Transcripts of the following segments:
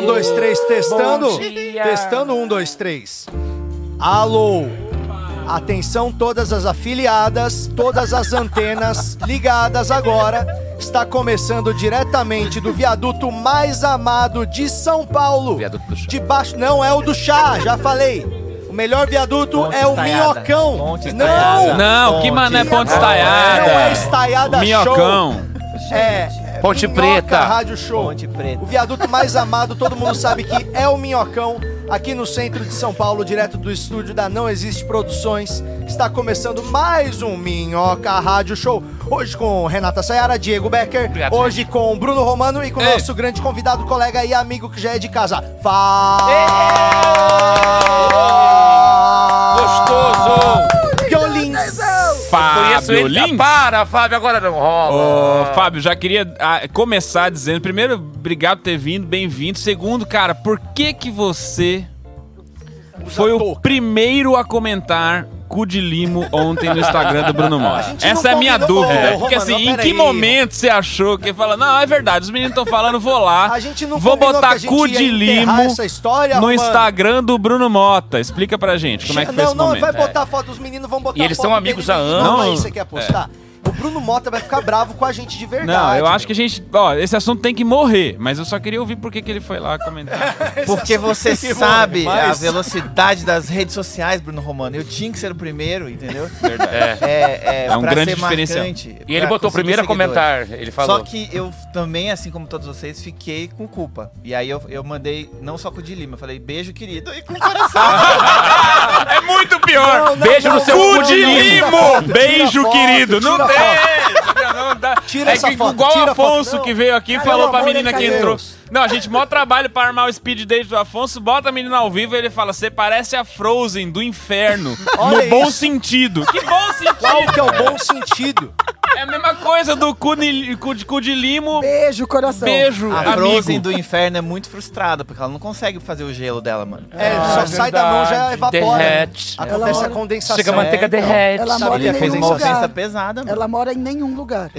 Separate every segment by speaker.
Speaker 1: Um, dois, três, testando. Testando, um, dois, três. Alô. Atenção, todas as afiliadas, todas as antenas ligadas agora. Está começando diretamente do viaduto mais amado de São Paulo.
Speaker 2: Viaduto do chá.
Speaker 1: De baixo, não é o do chá, já falei. O melhor viaduto
Speaker 3: Ponte
Speaker 1: é o
Speaker 3: Estaiada.
Speaker 1: Minhocão.
Speaker 3: Ponte
Speaker 1: não!
Speaker 3: Estaiada.
Speaker 2: Não,
Speaker 3: Ponte.
Speaker 2: que mané ponte
Speaker 1: Não, Não é estaiada
Speaker 2: estaiada.
Speaker 1: show.
Speaker 2: Minhocão.
Speaker 1: É.
Speaker 2: Ponte
Speaker 1: Minhoca
Speaker 2: Preta.
Speaker 1: Rádio Show.
Speaker 3: Ponte Preta.
Speaker 1: O viaduto mais amado, todo mundo sabe que é o Minhocão, aqui no centro de São Paulo, direto do estúdio da Não Existe Produções. Está começando mais um Minhoca Rádio Show. Hoje com Renata Sayara, Diego Becker,
Speaker 2: Obrigado,
Speaker 1: hoje com Bruno Romano e com o
Speaker 2: Ei.
Speaker 1: nosso grande convidado, colega e amigo que já é de casa. Fábio
Speaker 2: Gostoso.
Speaker 1: Lins.
Speaker 4: Conheço
Speaker 2: Fábio
Speaker 4: ele. Ah,
Speaker 2: Lins.
Speaker 4: Para, Fábio, agora não
Speaker 2: Ô,
Speaker 4: rola.
Speaker 2: Fábio, já queria ah, começar dizendo, primeiro, obrigado por ter vindo, bem-vindo. Segundo, cara, por que que você foi o primeiro a comentar cu de limo ontem no Instagram do Bruno
Speaker 1: A
Speaker 2: Mora?
Speaker 1: gente não
Speaker 2: Essa é a minha
Speaker 1: combinou,
Speaker 2: dúvida.
Speaker 1: ô,
Speaker 2: Porque
Speaker 1: Romano,
Speaker 2: assim, em
Speaker 1: peraí.
Speaker 2: que momento você achou que fala, não, é verdade, os meninos estão falando, vou lá,
Speaker 1: A gente não
Speaker 2: vou
Speaker 1: combinou que a
Speaker 2: botar
Speaker 1: gente
Speaker 2: cu
Speaker 1: ia
Speaker 2: de
Speaker 1: enterrar
Speaker 2: limo
Speaker 1: essa história,
Speaker 2: no
Speaker 1: Romano.
Speaker 2: Instagram do Bruno Mota. Explica pra gente como é que foi
Speaker 1: não,
Speaker 2: esse
Speaker 1: não,
Speaker 2: momento.
Speaker 1: vai botar foto, os meninos vão botar
Speaker 4: E eles
Speaker 1: foto
Speaker 4: são amigos
Speaker 1: dele
Speaker 4: há
Speaker 1: de novo,
Speaker 2: anos.
Speaker 1: Aí você quer postar? O Bruno Mota vai ficar bravo com a gente de verdade.
Speaker 2: Não, eu acho que a gente. Ó, esse assunto tem que morrer, mas eu só queria ouvir por que, que ele foi lá comentar.
Speaker 3: Porque você
Speaker 1: Esse assunto é
Speaker 3: sabe
Speaker 1: demais.
Speaker 3: a velocidade das redes sociais, Bruno Romano. Eu tinha que ser o primeiro, entendeu?
Speaker 2: Verdade.
Speaker 4: É.
Speaker 3: É,
Speaker 2: É um
Speaker 3: pra
Speaker 2: grande
Speaker 3: ser
Speaker 2: diferencial.
Speaker 3: marcante,
Speaker 4: E ele
Speaker 3: pra
Speaker 4: botou o
Speaker 3: conseguir
Speaker 4: primeiro a
Speaker 3: seguidores.
Speaker 4: comentar. Ele falou.
Speaker 3: Só que eu também, assim como todos vocês, fiquei com culpa. E aí eu, eu mandei, não só com o de Lima, eu falei, beijo, querido, e com o coração.
Speaker 2: É muito pior!
Speaker 1: Não, não,
Speaker 4: Beijo
Speaker 1: não,
Speaker 4: no seu
Speaker 1: não,
Speaker 2: cu
Speaker 1: não,
Speaker 2: de
Speaker 1: não, tira
Speaker 2: limo!
Speaker 1: foto, tira
Speaker 2: Beijo,
Speaker 1: foto,
Speaker 2: querido!
Speaker 1: tira
Speaker 2: Não
Speaker 1: foto.
Speaker 2: tem! Não dá.
Speaker 1: Tira
Speaker 2: é
Speaker 1: essa
Speaker 2: que
Speaker 1: foto,
Speaker 2: igual o
Speaker 1: tira a foto.
Speaker 2: Afonso
Speaker 1: Não.
Speaker 2: que veio aqui e
Speaker 1: Pelo
Speaker 2: falou pra
Speaker 1: amor de
Speaker 2: menina que
Speaker 1: Deus.
Speaker 2: entrou. Não, a gente mó trabalho pra armar o speed date do Afonso, bota a menina ao vivo e ele fala: você parece a Frozen do inferno.
Speaker 1: Olha
Speaker 2: no bom
Speaker 1: isso.
Speaker 2: sentido. Que bom
Speaker 1: Qual
Speaker 2: sentido!
Speaker 1: que é o bom sentido?
Speaker 2: É a mesma coisa do cu, ni- cu de, cu de limo.
Speaker 5: Beijo, coração.
Speaker 2: Beijo,
Speaker 3: A Frozen
Speaker 2: amigo.
Speaker 3: do inferno é muito frustrada, porque ela não consegue fazer o gelo dela, mano.
Speaker 1: É, só sai da mão, já
Speaker 4: verdade.
Speaker 1: evapora. né?
Speaker 4: Derrete.
Speaker 1: Acontece
Speaker 5: Ela
Speaker 1: a condensação.
Speaker 4: Chega a manteiga
Speaker 3: É, então.
Speaker 4: derrete.
Speaker 5: Ela
Speaker 1: Sabe
Speaker 5: mora
Speaker 1: que
Speaker 5: em
Speaker 3: Ele
Speaker 1: é
Speaker 3: fez
Speaker 5: nenhum
Speaker 3: uma ofensa
Speaker 5: lugar.
Speaker 3: pesada, mano.
Speaker 5: Ela mora em nenhum lugar.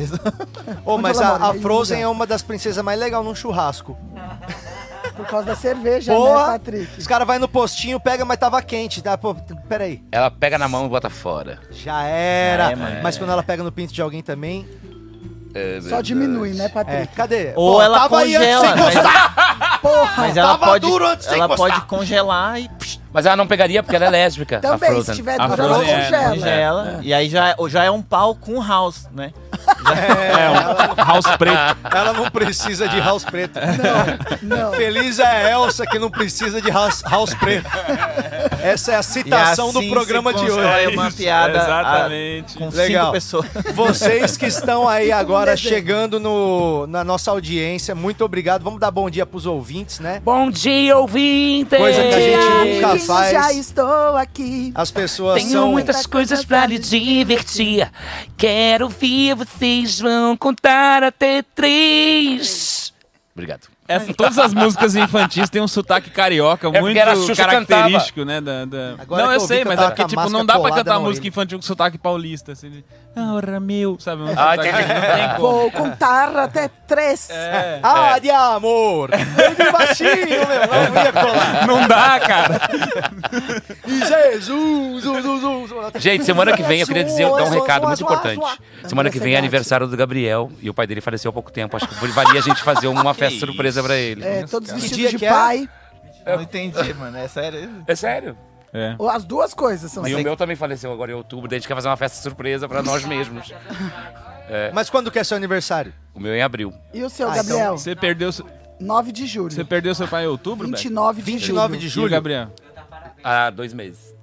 Speaker 1: Ô, mas
Speaker 5: Onde ela
Speaker 1: a,
Speaker 5: mora?
Speaker 1: a Frozen é uma das princesas mais legais num churrasco.
Speaker 5: Por causa da cerveja, né,
Speaker 1: Porra! Os
Speaker 5: Patrick?
Speaker 1: caras vai no postinho, pega, mas tava quente. Tá? Pô, t- peraí.
Speaker 4: Ela pega na mão e bota fora.
Speaker 1: Já era.
Speaker 3: Já é, mano.
Speaker 1: mas quando ela pega no pinto de alguém também.
Speaker 5: Só diminui, né,
Speaker 1: É,
Speaker 5: Patrick?
Speaker 1: cadê?
Speaker 3: Ou
Speaker 1: Pô,
Speaker 3: ela
Speaker 1: tava aí antes
Speaker 3: congela, né?
Speaker 1: sem
Speaker 3: mas-
Speaker 1: gostar.
Speaker 5: Porra!
Speaker 3: Mas ela
Speaker 1: Tava
Speaker 3: pode,
Speaker 1: duro antes de
Speaker 3: ela
Speaker 1: encostar.
Speaker 3: pode congelar e psh,
Speaker 4: Mas ela não pegaria porque ela é lésbica. a
Speaker 1: Então-
Speaker 5: Também, se
Speaker 4: Frozen.
Speaker 5: tiver
Speaker 2: A
Speaker 5: duro,
Speaker 2: Frozen é,
Speaker 5: congela.
Speaker 3: congela. E aí já, é- já é um pau com house, né?
Speaker 2: É, um house preto.
Speaker 1: Ela não precisa de house preto.
Speaker 5: Não,
Speaker 1: Feliz é a Elsa que não precisa de house, house preto. Essa é a
Speaker 3: E
Speaker 1: citação
Speaker 3: assim
Speaker 1: do
Speaker 3: se
Speaker 1: programa de
Speaker 2: É
Speaker 3: constrói
Speaker 1: hoje.
Speaker 3: uma piada a-
Speaker 2: Exatamente.
Speaker 3: com
Speaker 1: Legal.
Speaker 3: cinco pessoas.
Speaker 1: Vocês que estão aí agora
Speaker 5: desenho.
Speaker 1: chegando no, na nossa audiência, muito obrigado. Vamos dar bom dia pros ouvintes, né?
Speaker 4: Bom dia, ouvinte!
Speaker 1: Coisa que a gente nunca
Speaker 5: Amiguinho,
Speaker 1: faz. Ah.
Speaker 5: Já estou aqui.
Speaker 1: As pessoas
Speaker 4: Tenho
Speaker 1: são.
Speaker 4: muitas coisas pra lhe divertir. Quero ouvir vocês vão contar até três. Obrigado.
Speaker 2: Essa- É, todas as músicas infantis têm um sotaque carioca
Speaker 4: É porque
Speaker 2: muito
Speaker 4: era a Xuxa
Speaker 2: característico, né? da- da-
Speaker 1: Agora
Speaker 2: não,
Speaker 1: que
Speaker 2: eu
Speaker 1: eu
Speaker 2: sei,
Speaker 1: ouvi
Speaker 2: mas
Speaker 1: cantar
Speaker 2: é porque,
Speaker 1: com a
Speaker 2: tipo, não
Speaker 1: máscara
Speaker 2: dá pra
Speaker 1: colada
Speaker 2: cantar
Speaker 1: na
Speaker 2: música
Speaker 1: orelha.
Speaker 2: infantil com sotaque paulista. Assim, de, ah, ora meu, sabe? Um
Speaker 4: Ah,
Speaker 2: sotaque,
Speaker 4: entendi.
Speaker 2: não tem como.
Speaker 5: Vou contar até três.
Speaker 4: É.
Speaker 1: Ah, de amor! Vem de baixinho, meu. Não ia colar.
Speaker 2: Não dá, cara.
Speaker 1: E Jesus! zu, zu, zu, zu.
Speaker 4: Gente, semana que vem eu queria dizer dar um
Speaker 1: Zoa,
Speaker 4: recado
Speaker 1: zoa,
Speaker 4: muito
Speaker 1: zoa,
Speaker 4: importante.
Speaker 1: zoa.
Speaker 4: Semana que vem é aniversário do Gabriel e o pai dele faleceu há pouco tempo. Acho que valia a gente fazer uma festa surpresa pra ele.
Speaker 5: É, todos
Speaker 1: dia
Speaker 5: vestidos de
Speaker 1: que é?
Speaker 5: pai.
Speaker 3: Não entendi, mano. É sério.
Speaker 4: É sério?
Speaker 2: É.
Speaker 5: Ou As duas coisas são
Speaker 4: E o
Speaker 5: assim.
Speaker 4: meu também faleceu agora em outubro, daí a gente quer fazer uma festa surpresa pra nós mesmos.
Speaker 1: Mas quando que é seu aniversário?
Speaker 4: O meu é em abril.
Speaker 5: E o seu,
Speaker 1: Ah,
Speaker 5: Gabriel?
Speaker 2: Você perdeu, seu-
Speaker 5: 9 de
Speaker 2: você
Speaker 5: julho.
Speaker 2: perdeu seu pai em outubro, Beck?
Speaker 5: 29 de julho.
Speaker 1: 29 de
Speaker 2: E o
Speaker 1: julho.
Speaker 2: Gabriel.
Speaker 4: Há dois meses.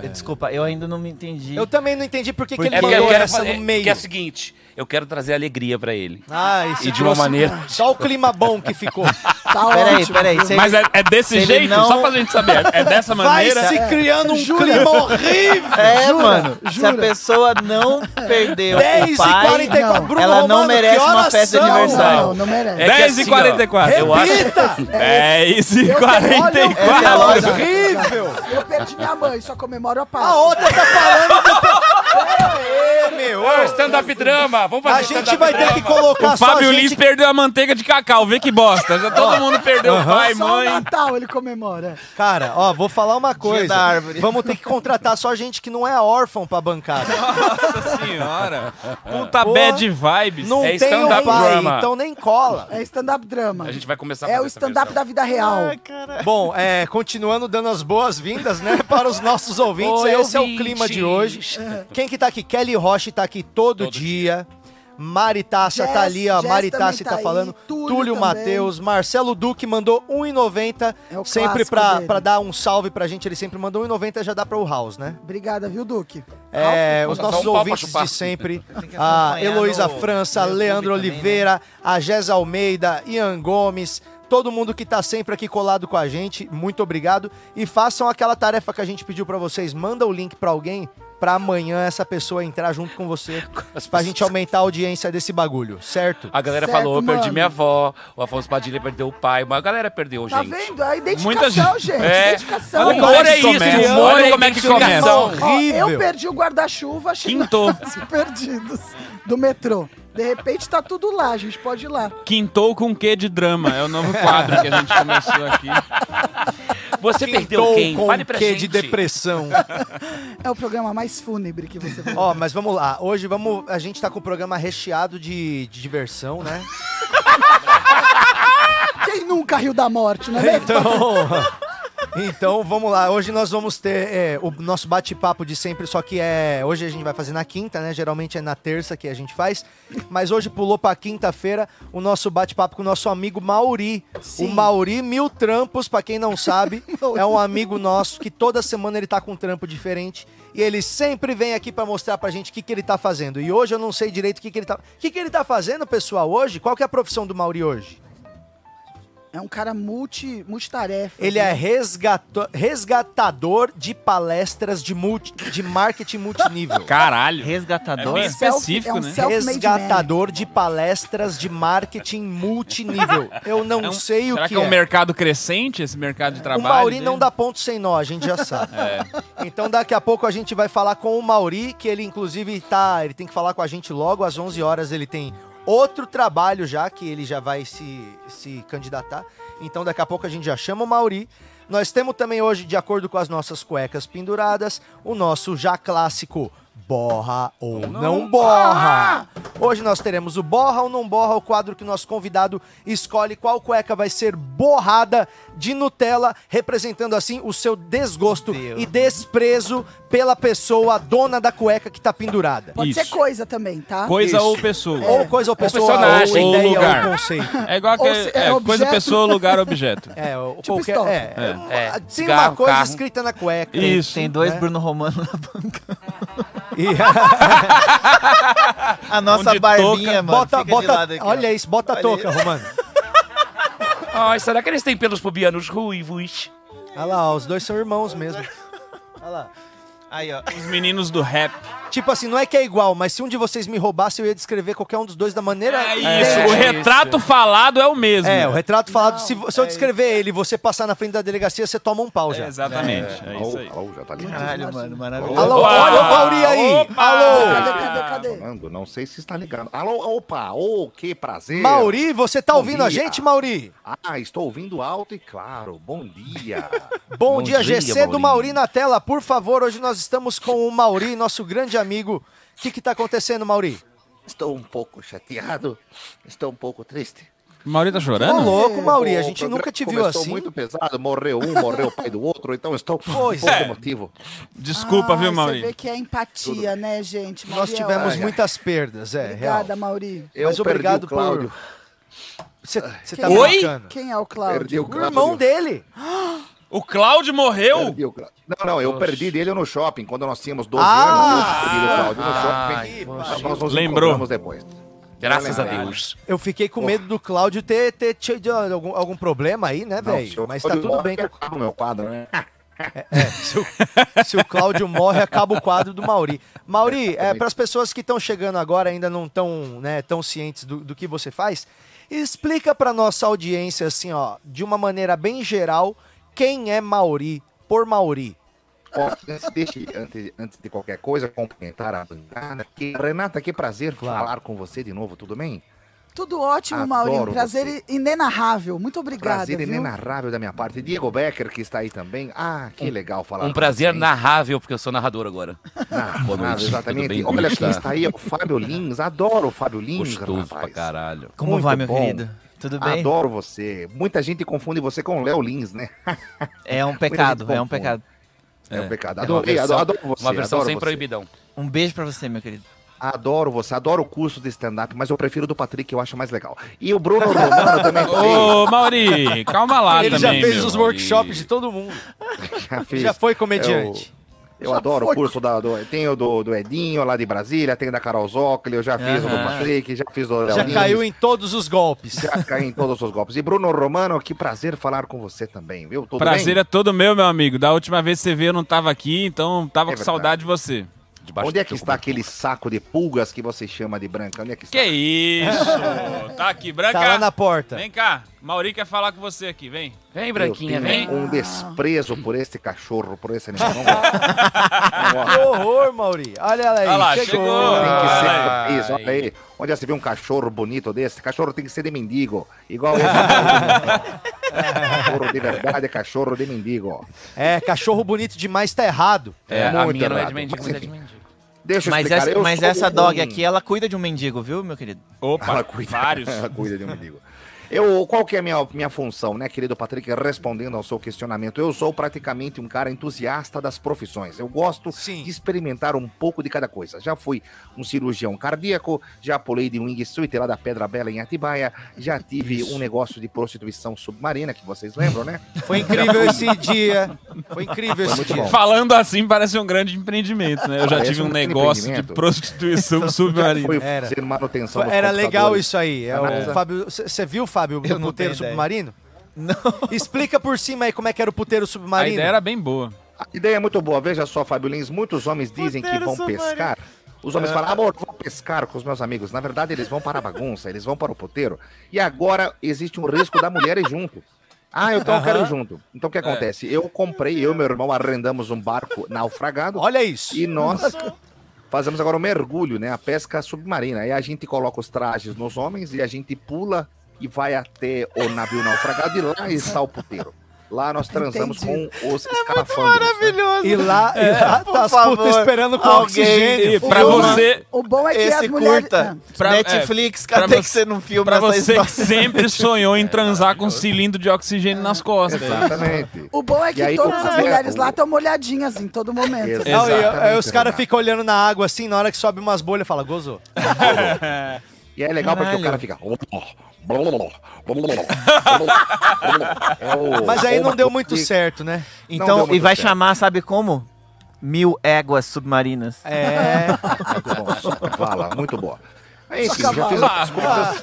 Speaker 3: Desculpa, eu ainda não me entendi.
Speaker 1: Eu também não entendi por que, que
Speaker 3: Porque-
Speaker 1: ele
Speaker 4: É porque eu
Speaker 1: mandou
Speaker 4: quero
Speaker 1: essa
Speaker 4: fazer.
Speaker 1: no meio.
Speaker 4: Que é o seguinte: eu quero trazer alegria pra ele.
Speaker 1: Ah, isso
Speaker 4: E de uma
Speaker 1: trouxe-
Speaker 4: maneira-
Speaker 1: Só o clima bom que ficou.
Speaker 5: Tá
Speaker 3: Peraí,
Speaker 5: ótimo.
Speaker 3: peraí. Você...
Speaker 2: Mas é, é desse
Speaker 3: se ele
Speaker 2: jeito?
Speaker 3: não-
Speaker 2: Só pra gente saber. É dessa
Speaker 1: Vai
Speaker 2: maneira?
Speaker 1: se criando um
Speaker 5: Jura?
Speaker 1: clima horrível.
Speaker 3: É,
Speaker 5: Jura,
Speaker 3: mano. Se
Speaker 5: jura.
Speaker 3: a pessoa não perdeu
Speaker 1: 10
Speaker 3: o
Speaker 1: e
Speaker 3: pai,
Speaker 1: 44,
Speaker 5: não.
Speaker 1: Bruno
Speaker 3: ela não
Speaker 1: Romano,
Speaker 3: merece
Speaker 1: que
Speaker 3: uma
Speaker 1: horas
Speaker 3: festa de
Speaker 1: são?
Speaker 3: aniversário.
Speaker 5: Não, não merece.
Speaker 4: É que
Speaker 2: 10 e
Speaker 4: assim, ó,
Speaker 2: 44.
Speaker 4: Eu acho.
Speaker 1: Repita!
Speaker 2: 10 e
Speaker 3: Essa é a
Speaker 2: 44.
Speaker 3: lógica.
Speaker 1: Horrível!
Speaker 5: Eu perdi minha mãe, só comemoro a
Speaker 1: A
Speaker 5: Páscoa.
Speaker 1: outra tá falando do... Pera aí, meu!
Speaker 4: Ô, stand-up drama! Vamos fazer
Speaker 1: A gente
Speaker 4: stand-up
Speaker 1: vai ter que colocar só
Speaker 2: Fábio
Speaker 1: gente
Speaker 2: Lins perdeu a manteiga de cacau, vê que bosta. Já todo mundo perdeu o pai,
Speaker 5: Só o
Speaker 2: mãe.
Speaker 5: Natal ele comemora.
Speaker 1: Cara, ó, vou falar uma coisa.
Speaker 3: da árvore.
Speaker 1: Vamos ter que contratar só gente que não é órfão pra bancada.
Speaker 2: Nossa senhora. Puta
Speaker 1: Pô,
Speaker 2: bad vibes.
Speaker 1: Não
Speaker 4: É
Speaker 1: tem um
Speaker 4: stand-up
Speaker 1: pai,
Speaker 4: drama.
Speaker 1: então nem cola.
Speaker 5: É stand-up drama.
Speaker 4: A gente vai começar a
Speaker 5: É
Speaker 4: fazer
Speaker 5: o
Speaker 4: essa
Speaker 5: stand-up
Speaker 4: versão.
Speaker 5: da vida real.
Speaker 1: Bom, é, continuando dando as boas-vindas, né, para os nossos ouvintes.
Speaker 4: Oi,
Speaker 1: Esse é o
Speaker 4: ouvintes. É.
Speaker 1: clima de hoje. Quem que tá aqui? Kelly Roche tá aqui todo, dia. Maritácia
Speaker 5: Jess-
Speaker 1: tá ali, ó.
Speaker 5: Jess
Speaker 1: Maritácia
Speaker 5: também
Speaker 1: tá,
Speaker 5: tá aí,
Speaker 1: falando.
Speaker 5: Túlio
Speaker 1: Túlio
Speaker 5: também.
Speaker 1: Matheus. Marcelo Duque mandou 1,90.
Speaker 5: É o
Speaker 1: sempre
Speaker 5: clássico
Speaker 1: pra,
Speaker 5: dele.
Speaker 1: pra dar um salve pra gente, ele sempre mandou 1,90 já dá pra o House, né?
Speaker 5: Obrigada, viu, Duque?
Speaker 1: É,
Speaker 4: Alto,
Speaker 1: os
Speaker 4: só um
Speaker 1: nossos
Speaker 4: pau pra
Speaker 1: ouvintes
Speaker 4: chupar.
Speaker 1: de sempre,
Speaker 3: que
Speaker 1: a
Speaker 3: acompanhar
Speaker 1: Heloísa
Speaker 3: no-
Speaker 1: França,
Speaker 3: no YouTube
Speaker 1: Leandro
Speaker 3: também, né?
Speaker 1: Oliveira, a Gésia Almeida, Ian Gomes, todo mundo que tá sempre aqui colado com a gente, muito obrigado. E façam aquela tarefa que a gente pediu pra vocês, manda o link pra alguém pra amanhã essa pessoa entrar junto com você, pra gente aumentar a audiência desse bagulho, certo?
Speaker 2: Ah,
Speaker 4: A galera
Speaker 5: Certo,
Speaker 4: falou, eu perdi
Speaker 5: mano.
Speaker 4: minha avó, o Afonso Padilha perdeu o pai, mas a galera perdeu,
Speaker 5: Tá
Speaker 4: gente.
Speaker 5: vendo? É a
Speaker 2: Muita
Speaker 5: identificação,
Speaker 2: gente.
Speaker 5: gente.
Speaker 4: É.
Speaker 5: Identificação.
Speaker 4: Olha como
Speaker 2: Humor
Speaker 4: é
Speaker 2: é
Speaker 4: que
Speaker 2: isso,
Speaker 4: começa.
Speaker 2: humor
Speaker 4: Olha
Speaker 2: é
Speaker 4: como é que começa.
Speaker 2: identificação.
Speaker 5: Ó,
Speaker 1: Horrível.
Speaker 5: eu perdi o guarda-chuva, achei
Speaker 2: Quinto.
Speaker 5: perdidos do metrô. De repente tá tudo lá, a gente pode ir lá.
Speaker 2: Quintou com quê de drama? É o novo quadro que a gente começou aqui.
Speaker 4: Você perdeu
Speaker 1: Tô
Speaker 4: quem?
Speaker 1: com
Speaker 4: Fale pra
Speaker 1: quê
Speaker 4: gente.
Speaker 1: de depressão.
Speaker 5: É o programa mais fúnebre que você vai.
Speaker 1: Ó, mas vamos lá. Hoje vamos, a gente tá com o programa recheado de, de diversão, né?
Speaker 5: Quem nunca riu da morte, né? mesmo?
Speaker 1: Então, então vamos lá. Hoje nós vamos ter é, o nosso bate-papo de sempre, só que é hoje a gente vai fazer na quinta, né? Geralmente é na terça que a gente faz, mas hoje pulou pra quinta-feira o nosso bate-papo com o nosso amigo Mauri. O Mauri Mil Trampos, pra quem não sabe, é um amigo nosso que toda semana ele tá com um trampo diferente e ele sempre vem aqui pra mostrar pra gente o que, que ele tá fazendo. E hoje eu não sei direito o que, que ele tá. O que, que ele tá fazendo, pessoal, hoje? Qual que é a profissão do Mauri hoje?
Speaker 5: É um cara multi, multitarefa.
Speaker 1: Ele é resgato- resgatador de palestras de, multi- de marketing multinível.
Speaker 2: Caralho.
Speaker 3: Resgatador?
Speaker 2: É bem- específico,
Speaker 5: é um
Speaker 2: né?
Speaker 5: self-made
Speaker 1: Resgatador de palestras de marketing multinível. Eu não
Speaker 2: É um-
Speaker 1: sei o
Speaker 2: Será
Speaker 1: que,
Speaker 2: que é um mercado crescente, esse mercado de
Speaker 1: O
Speaker 2: trabalho? né?
Speaker 1: Mauri não
Speaker 2: dele?
Speaker 1: dá ponto sem nó, a gente já sabe. Então daqui a pouco a gente vai falar com o Mauri, que ele inclusive tá, ele tem que falar com a gente logo às 11 horas, ele tem outro trabalho já que ele já vai se se candidatar. Então daqui a pouco a gente já chama o Mauri. Nós temos também hoje, de acordo com as nossas cuecas penduradas, o nosso já clássico Borra ou não, borra! Hoje nós teremos o Borra ou Não Borra, o quadro que o nosso convidado escolhe qual cueca vai ser borrada de Nutella, representando assim o seu desgosto
Speaker 3: Deus.
Speaker 1: e desprezo pela pessoa dona da cueca que tá pendurada.
Speaker 5: Pode
Speaker 2: Isso.
Speaker 5: ser coisa também, tá?
Speaker 2: Coisa
Speaker 1: Isso.
Speaker 2: ou pessoa.
Speaker 1: Ou coisa ou pessoa,
Speaker 4: personagem.
Speaker 1: ou
Speaker 2: É. Ou
Speaker 1: ideia
Speaker 2: lugar.
Speaker 1: ou conceito.
Speaker 2: É igual que
Speaker 5: Ou se- é
Speaker 2: é, coisa,
Speaker 5: objeto.
Speaker 2: pessoa, lugar, objeto.
Speaker 1: É, ou
Speaker 5: Tipo
Speaker 1: qualquer...
Speaker 5: estoque.
Speaker 1: É,
Speaker 4: É,
Speaker 1: uma-
Speaker 4: é.
Speaker 1: Tem uma
Speaker 4: Cigarro,
Speaker 1: coisa
Speaker 4: carro.
Speaker 1: escrita na cueca.
Speaker 2: Isso.
Speaker 3: Tem dois
Speaker 1: né?
Speaker 3: Bruno Romano na banca.
Speaker 1: E-
Speaker 3: A nossa
Speaker 2: Onde
Speaker 3: barbinha,
Speaker 2: toca,
Speaker 3: mano.
Speaker 1: bota,
Speaker 3: fica de lado
Speaker 1: bota,
Speaker 3: aqui, ó.
Speaker 1: olha isso, bota a
Speaker 3: Olha
Speaker 1: touca, Romano.
Speaker 4: Ai, será que eles têm pelos pubianos ruivos?
Speaker 1: Olha lá, ó, os dois são irmãos mesmo.
Speaker 3: Aí, ó.
Speaker 2: Os meninos do rap.
Speaker 1: Tipo assim, não é que é igual, mas se um de vocês me roubasse, eu ia descrever qualquer um dos dois da maneira.
Speaker 2: É
Speaker 1: É,
Speaker 2: isso, o
Speaker 4: isso.
Speaker 2: retrato falado é o mesmo.
Speaker 1: o retrato falado. se, vo- se eu descrever ele e você passar na frente da delegacia, você toma um pau já.
Speaker 2: É, exatamente, é, isso aí.
Speaker 6: Alô, já tá ligado?
Speaker 3: Caralho, mano. Maravilhoso.
Speaker 1: Alô,
Speaker 2: Opa!
Speaker 1: olha o Mauri aí!
Speaker 2: Opa!
Speaker 1: Alô!
Speaker 5: Cadê, cadê, cadê?
Speaker 6: Falando, não sei se está ligado. Alô, opa, ô, que prazer.
Speaker 1: Mauri, você tá
Speaker 6: Bom
Speaker 1: ouvindo a
Speaker 6: dia.
Speaker 1: gente, Mauri?
Speaker 6: Ah, estou ouvindo alto e claro. Bom dia.
Speaker 1: Bom, dia,
Speaker 4: dia,
Speaker 1: GC do Mauri
Speaker 4: Mauri.
Speaker 1: na tela, por favor. Hoje nós estamos com o Mauri, nosso grande amigo. O que que tá acontecendo, Mauri?
Speaker 6: estou um pouco chateado. Estou um pouco triste.
Speaker 2: O Mauri tá
Speaker 1: Ô,
Speaker 2: chorando?
Speaker 1: louco, Mauri, a
Speaker 6: O
Speaker 1: gente
Speaker 6: programa
Speaker 1: nunca te viu
Speaker 6: começou
Speaker 1: assim.
Speaker 6: muito pesado. Morreu um, morreu o pai do outro. Então estou com
Speaker 1: Pois
Speaker 6: um pouco
Speaker 2: é.
Speaker 6: emotivo.
Speaker 2: Desculpa,
Speaker 5: Ah,
Speaker 2: viu,
Speaker 5: Você vê
Speaker 2: Mauri?
Speaker 5: que é empatia, né, gente?
Speaker 1: Nós
Speaker 5: Mauri é
Speaker 1: tivemos
Speaker 5: ótimo.
Speaker 1: muitas perdas, é,
Speaker 5: Obrigada,
Speaker 1: real.
Speaker 5: Mauri.
Speaker 6: Eu
Speaker 1: Mas
Speaker 6: perdi
Speaker 1: obrigado
Speaker 6: o Cláudio.
Speaker 1: Você tá
Speaker 2: Oi?
Speaker 6: tá
Speaker 1: brincando.
Speaker 5: Quem é o Cláudio?
Speaker 6: Perdi o
Speaker 1: O
Speaker 6: Cláudio.
Speaker 1: irmão dele.
Speaker 2: O Cláudio morreu?
Speaker 6: Perdi o Cláudio. Não, não, eu perdi dele no shopping. Quando nós tínhamos 12
Speaker 1: Ah!
Speaker 6: anos, eu perdi o Cláudio no shopping.
Speaker 1: Ih,
Speaker 6: Mas
Speaker 1: pá.
Speaker 6: nós nos
Speaker 2: Lembrou.
Speaker 6: encontramos depois.
Speaker 4: Graças a Deus.
Speaker 1: Eu fiquei com medo do Cláudio ter, ter tido algum, algum problema aí, né,
Speaker 6: Não, se
Speaker 1: velho?
Speaker 6: eu
Speaker 1: Mas
Speaker 6: for
Speaker 1: tá
Speaker 6: de
Speaker 1: tudo
Speaker 6: morte,
Speaker 1: bem. com-
Speaker 6: acaba o meu quadro, né?
Speaker 1: Se o, se o Cláudio morre, acaba o quadro do Mauri. Mauri, é, para as pessoas que estão chegando agora ainda não estão né, tão cientes do, do que você faz, explica para nossa audiência, assim, ó, de uma maneira bem geral, quem é Mauri por Mauri.
Speaker 6: Ó, antes, deixe, antes, antes de qualquer coisa, cumprimentar a bancada. Que- Renata, que prazer falar com você de novo, tudo bem?
Speaker 5: Tudo ótimo,
Speaker 6: Adoro
Speaker 5: Maurinho. Prazer
Speaker 6: você.
Speaker 5: inenarrável. Muito obrigada.
Speaker 6: prazer
Speaker 5: viu?
Speaker 6: inenarrável da minha parte. Diego Becker, que está aí também. Ah, que legal falar
Speaker 4: Um
Speaker 6: com
Speaker 4: prazer
Speaker 6: você, hein?
Speaker 4: narrável, porque eu sou narrador agora.
Speaker 6: Ah,
Speaker 4: Boa noite,
Speaker 6: ah, exatamente.
Speaker 4: tudo bem, como
Speaker 6: Olha
Speaker 4: está?
Speaker 6: quem está aí, é o Fábio Lins. Adoro o Fábio Lins,
Speaker 4: Gostoso pra
Speaker 6: rapaz.
Speaker 4: caralho.
Speaker 3: Como
Speaker 6: Muito
Speaker 3: vai, meu
Speaker 6: bom.
Speaker 3: querido? Tudo bem?
Speaker 6: Adoro você. Muita gente confunde você com o Léo Lins, né?
Speaker 3: É um pecado,
Speaker 6: Muita
Speaker 3: é
Speaker 6: gente
Speaker 3: um pecado.
Speaker 6: É, um pecado.
Speaker 4: É uma
Speaker 6: Adorei,
Speaker 4: versão-
Speaker 6: adoro, adoro você.
Speaker 4: Uma versão
Speaker 6: adoro
Speaker 4: sem
Speaker 6: você.
Speaker 4: proibidão.
Speaker 3: Um beijo pra você, meu querido.
Speaker 6: Adoro você, adoro o curso de stand-up, mas eu prefiro o do Patrick, eu acho mais legal. E o Bruno Romano também
Speaker 2: Ô, Mauri, calma lá
Speaker 1: Ele já
Speaker 2: Ah, também,
Speaker 1: fez
Speaker 2: meu.
Speaker 1: os workshops de todo mundo.
Speaker 6: fez. Já
Speaker 1: Já
Speaker 6: fez. É
Speaker 1: foi comediante.
Speaker 6: Eu adoro o curso da, do, tem o do, do Edinho lá de Brasília, tem o da Carol Zócoli, eu já fiz o do
Speaker 3: Aham.
Speaker 6: Patrick, já fiz o do Léo
Speaker 1: Já
Speaker 6: Lins,
Speaker 1: caiu em todos os golpes.
Speaker 6: já caí em todos os golpes. E Bruno Romano, que prazer falar com você também, viu? Tudo
Speaker 2: Prazer
Speaker 6: bem?
Speaker 2: é todo meu, meu amigo. Da última vez que você veio, eu não tava aqui, então tava
Speaker 6: É
Speaker 2: com
Speaker 6: verdade.
Speaker 2: saudade de você.
Speaker 4: Debaixo
Speaker 6: Onde é que
Speaker 4: do
Speaker 6: está
Speaker 4: cobertor.
Speaker 6: aquele saco de pulgas que você chama de branca? Onde é que está?
Speaker 2: Que isso? tá aqui, Branca.
Speaker 1: Tá lá na porta.
Speaker 2: Vem cá. Mauri quer falar com você aqui, vem.
Speaker 4: Vem,
Speaker 6: Eu
Speaker 4: Branquinha,
Speaker 6: tenho
Speaker 4: vem.
Speaker 6: um desprezo por esse cachorro, por esse animal. Não gosto.
Speaker 1: Que horror, Mauri. Olha ela aí.
Speaker 2: Olha lá, chegou.
Speaker 6: Tem que ser
Speaker 2: Ai.
Speaker 6: isso, olha aí. Onde já se vê um cachorro bonito desse? Cachorro tem que ser de mendigo, igual esse. cachorro de verdade, é cachorro de mendigo.
Speaker 1: É, cachorro bonito demais tá errado.
Speaker 4: É, a
Speaker 6: muito
Speaker 4: minha não é
Speaker 6: errado,
Speaker 4: de mendigo,
Speaker 6: mas
Speaker 4: mas é de
Speaker 6: enfim.
Speaker 4: mendigo.
Speaker 6: Deixa eu
Speaker 3: Mas
Speaker 6: explicar.
Speaker 3: essa,
Speaker 6: eu
Speaker 3: mas
Speaker 6: sou
Speaker 3: essa
Speaker 6: um-
Speaker 3: dog aqui, ela cuida de um mendigo, viu, meu querido?
Speaker 2: Opa,
Speaker 6: Ela cuida,
Speaker 2: vários.
Speaker 6: ela cuida de um mendigo. Eu, qual que é a minha, minha função, né, querido Patrick? Respondendo ao seu questionamento, eu sou praticamente um cara entusiasta das profissões. Eu gosto
Speaker 1: Sim.
Speaker 6: de experimentar um pouco de cada coisa. Já fui um cirurgião cardíaco, já pulei de um wingsuit lá da Pedra Bela em Atibaia, já tive um negócio de prostituição submarina, que vocês lembram, né?
Speaker 1: É. Foi incrível esse dia. Foi incrível esse
Speaker 6: muito
Speaker 1: dia.
Speaker 6: bom.
Speaker 2: Falando assim, parece um grande empreendimento, né? Eu já
Speaker 6: Parece
Speaker 2: tive um,
Speaker 6: um grande
Speaker 2: negócio de
Speaker 6: empreendimento.
Speaker 2: prostituição submarina.
Speaker 6: Foi
Speaker 1: Era.
Speaker 6: fazendo manutenção dos
Speaker 1: Era legal
Speaker 6: computadores.
Speaker 1: isso aí. É, O Fábio, você viu, Fábio,
Speaker 3: Eu
Speaker 1: o
Speaker 3: não
Speaker 1: puteiro
Speaker 3: tenho ideia.
Speaker 1: submarino? Não. Explica por cima aí como é que era o puteiro
Speaker 2: A
Speaker 1: submarino.
Speaker 2: ideia era bem boa.
Speaker 6: A ideia é muito boa. Veja só, Fábio Lins, muitos homens dizem que vão pescar. Os homens falam, amor, vou pescar com os meus amigos. Na verdade, eles vão para a bagunça, eles vão para o poteiro. E agora existe um risco da mulher ir junto. Ah, então eu quero ir junto. Então o que acontece? Eu comprei, eu e meu irmão arrendamos um barco naufragado
Speaker 1: Olha isso.
Speaker 6: e nós fazemos agora o mergulho, né? A pesca submarina. Aí a gente coloca os trajes nos homens e a gente pula e vai até o navio naufragado e lá está o puteiro. Lá nós transamos
Speaker 5: Entendi.
Speaker 6: com
Speaker 1: É
Speaker 6: os escalafandros. né?
Speaker 1: E lá, e lá tá as
Speaker 3: favor,
Speaker 1: putas esperando com
Speaker 3: alguém-
Speaker 2: E
Speaker 1: oxigênio.
Speaker 2: pra
Speaker 5: Uma-
Speaker 2: você,
Speaker 5: O bom é que as
Speaker 3: Esse
Speaker 5: mulheres...
Speaker 3: curta.
Speaker 5: Ah,
Speaker 2: Pra- é,
Speaker 3: Netflix,
Speaker 2: pra
Speaker 3: cadê que
Speaker 2: você-
Speaker 3: você não filma
Speaker 2: pra
Speaker 3: essa
Speaker 2: você que
Speaker 3: história?
Speaker 2: sempre sonhou em transar com um cilindro de oxigênio nas costas.
Speaker 6: Exatamente.
Speaker 5: O bom é
Speaker 6: E
Speaker 5: que
Speaker 6: aí,
Speaker 5: todas
Speaker 6: como
Speaker 5: as
Speaker 6: é?
Speaker 5: mulheres lá estão molhadinhas em todo momento. né?
Speaker 6: Exato.
Speaker 1: Não, e, aí
Speaker 6: Exatamente,
Speaker 1: os caras
Speaker 6: Renato.
Speaker 1: ficam olhando na água assim, na hora que sobe umas bolhas, fala, gozou.
Speaker 6: E é legal porque o cara
Speaker 3: Caralho.
Speaker 6: fica. É o-
Speaker 1: Mas aí não
Speaker 6: o-
Speaker 1: deu muito
Speaker 6: e-
Speaker 1: certo, né?
Speaker 6: deu
Speaker 3: Então,
Speaker 6: muito
Speaker 3: e vai
Speaker 6: certo.
Speaker 3: chamar, sabe como? Mil éguas submarinas.
Speaker 1: É.
Speaker 6: Muito bom, só cavala, muito boa. Aí, Enfim,
Speaker 5: Só
Speaker 6: já fiz
Speaker 2: cavala.
Speaker 6: outras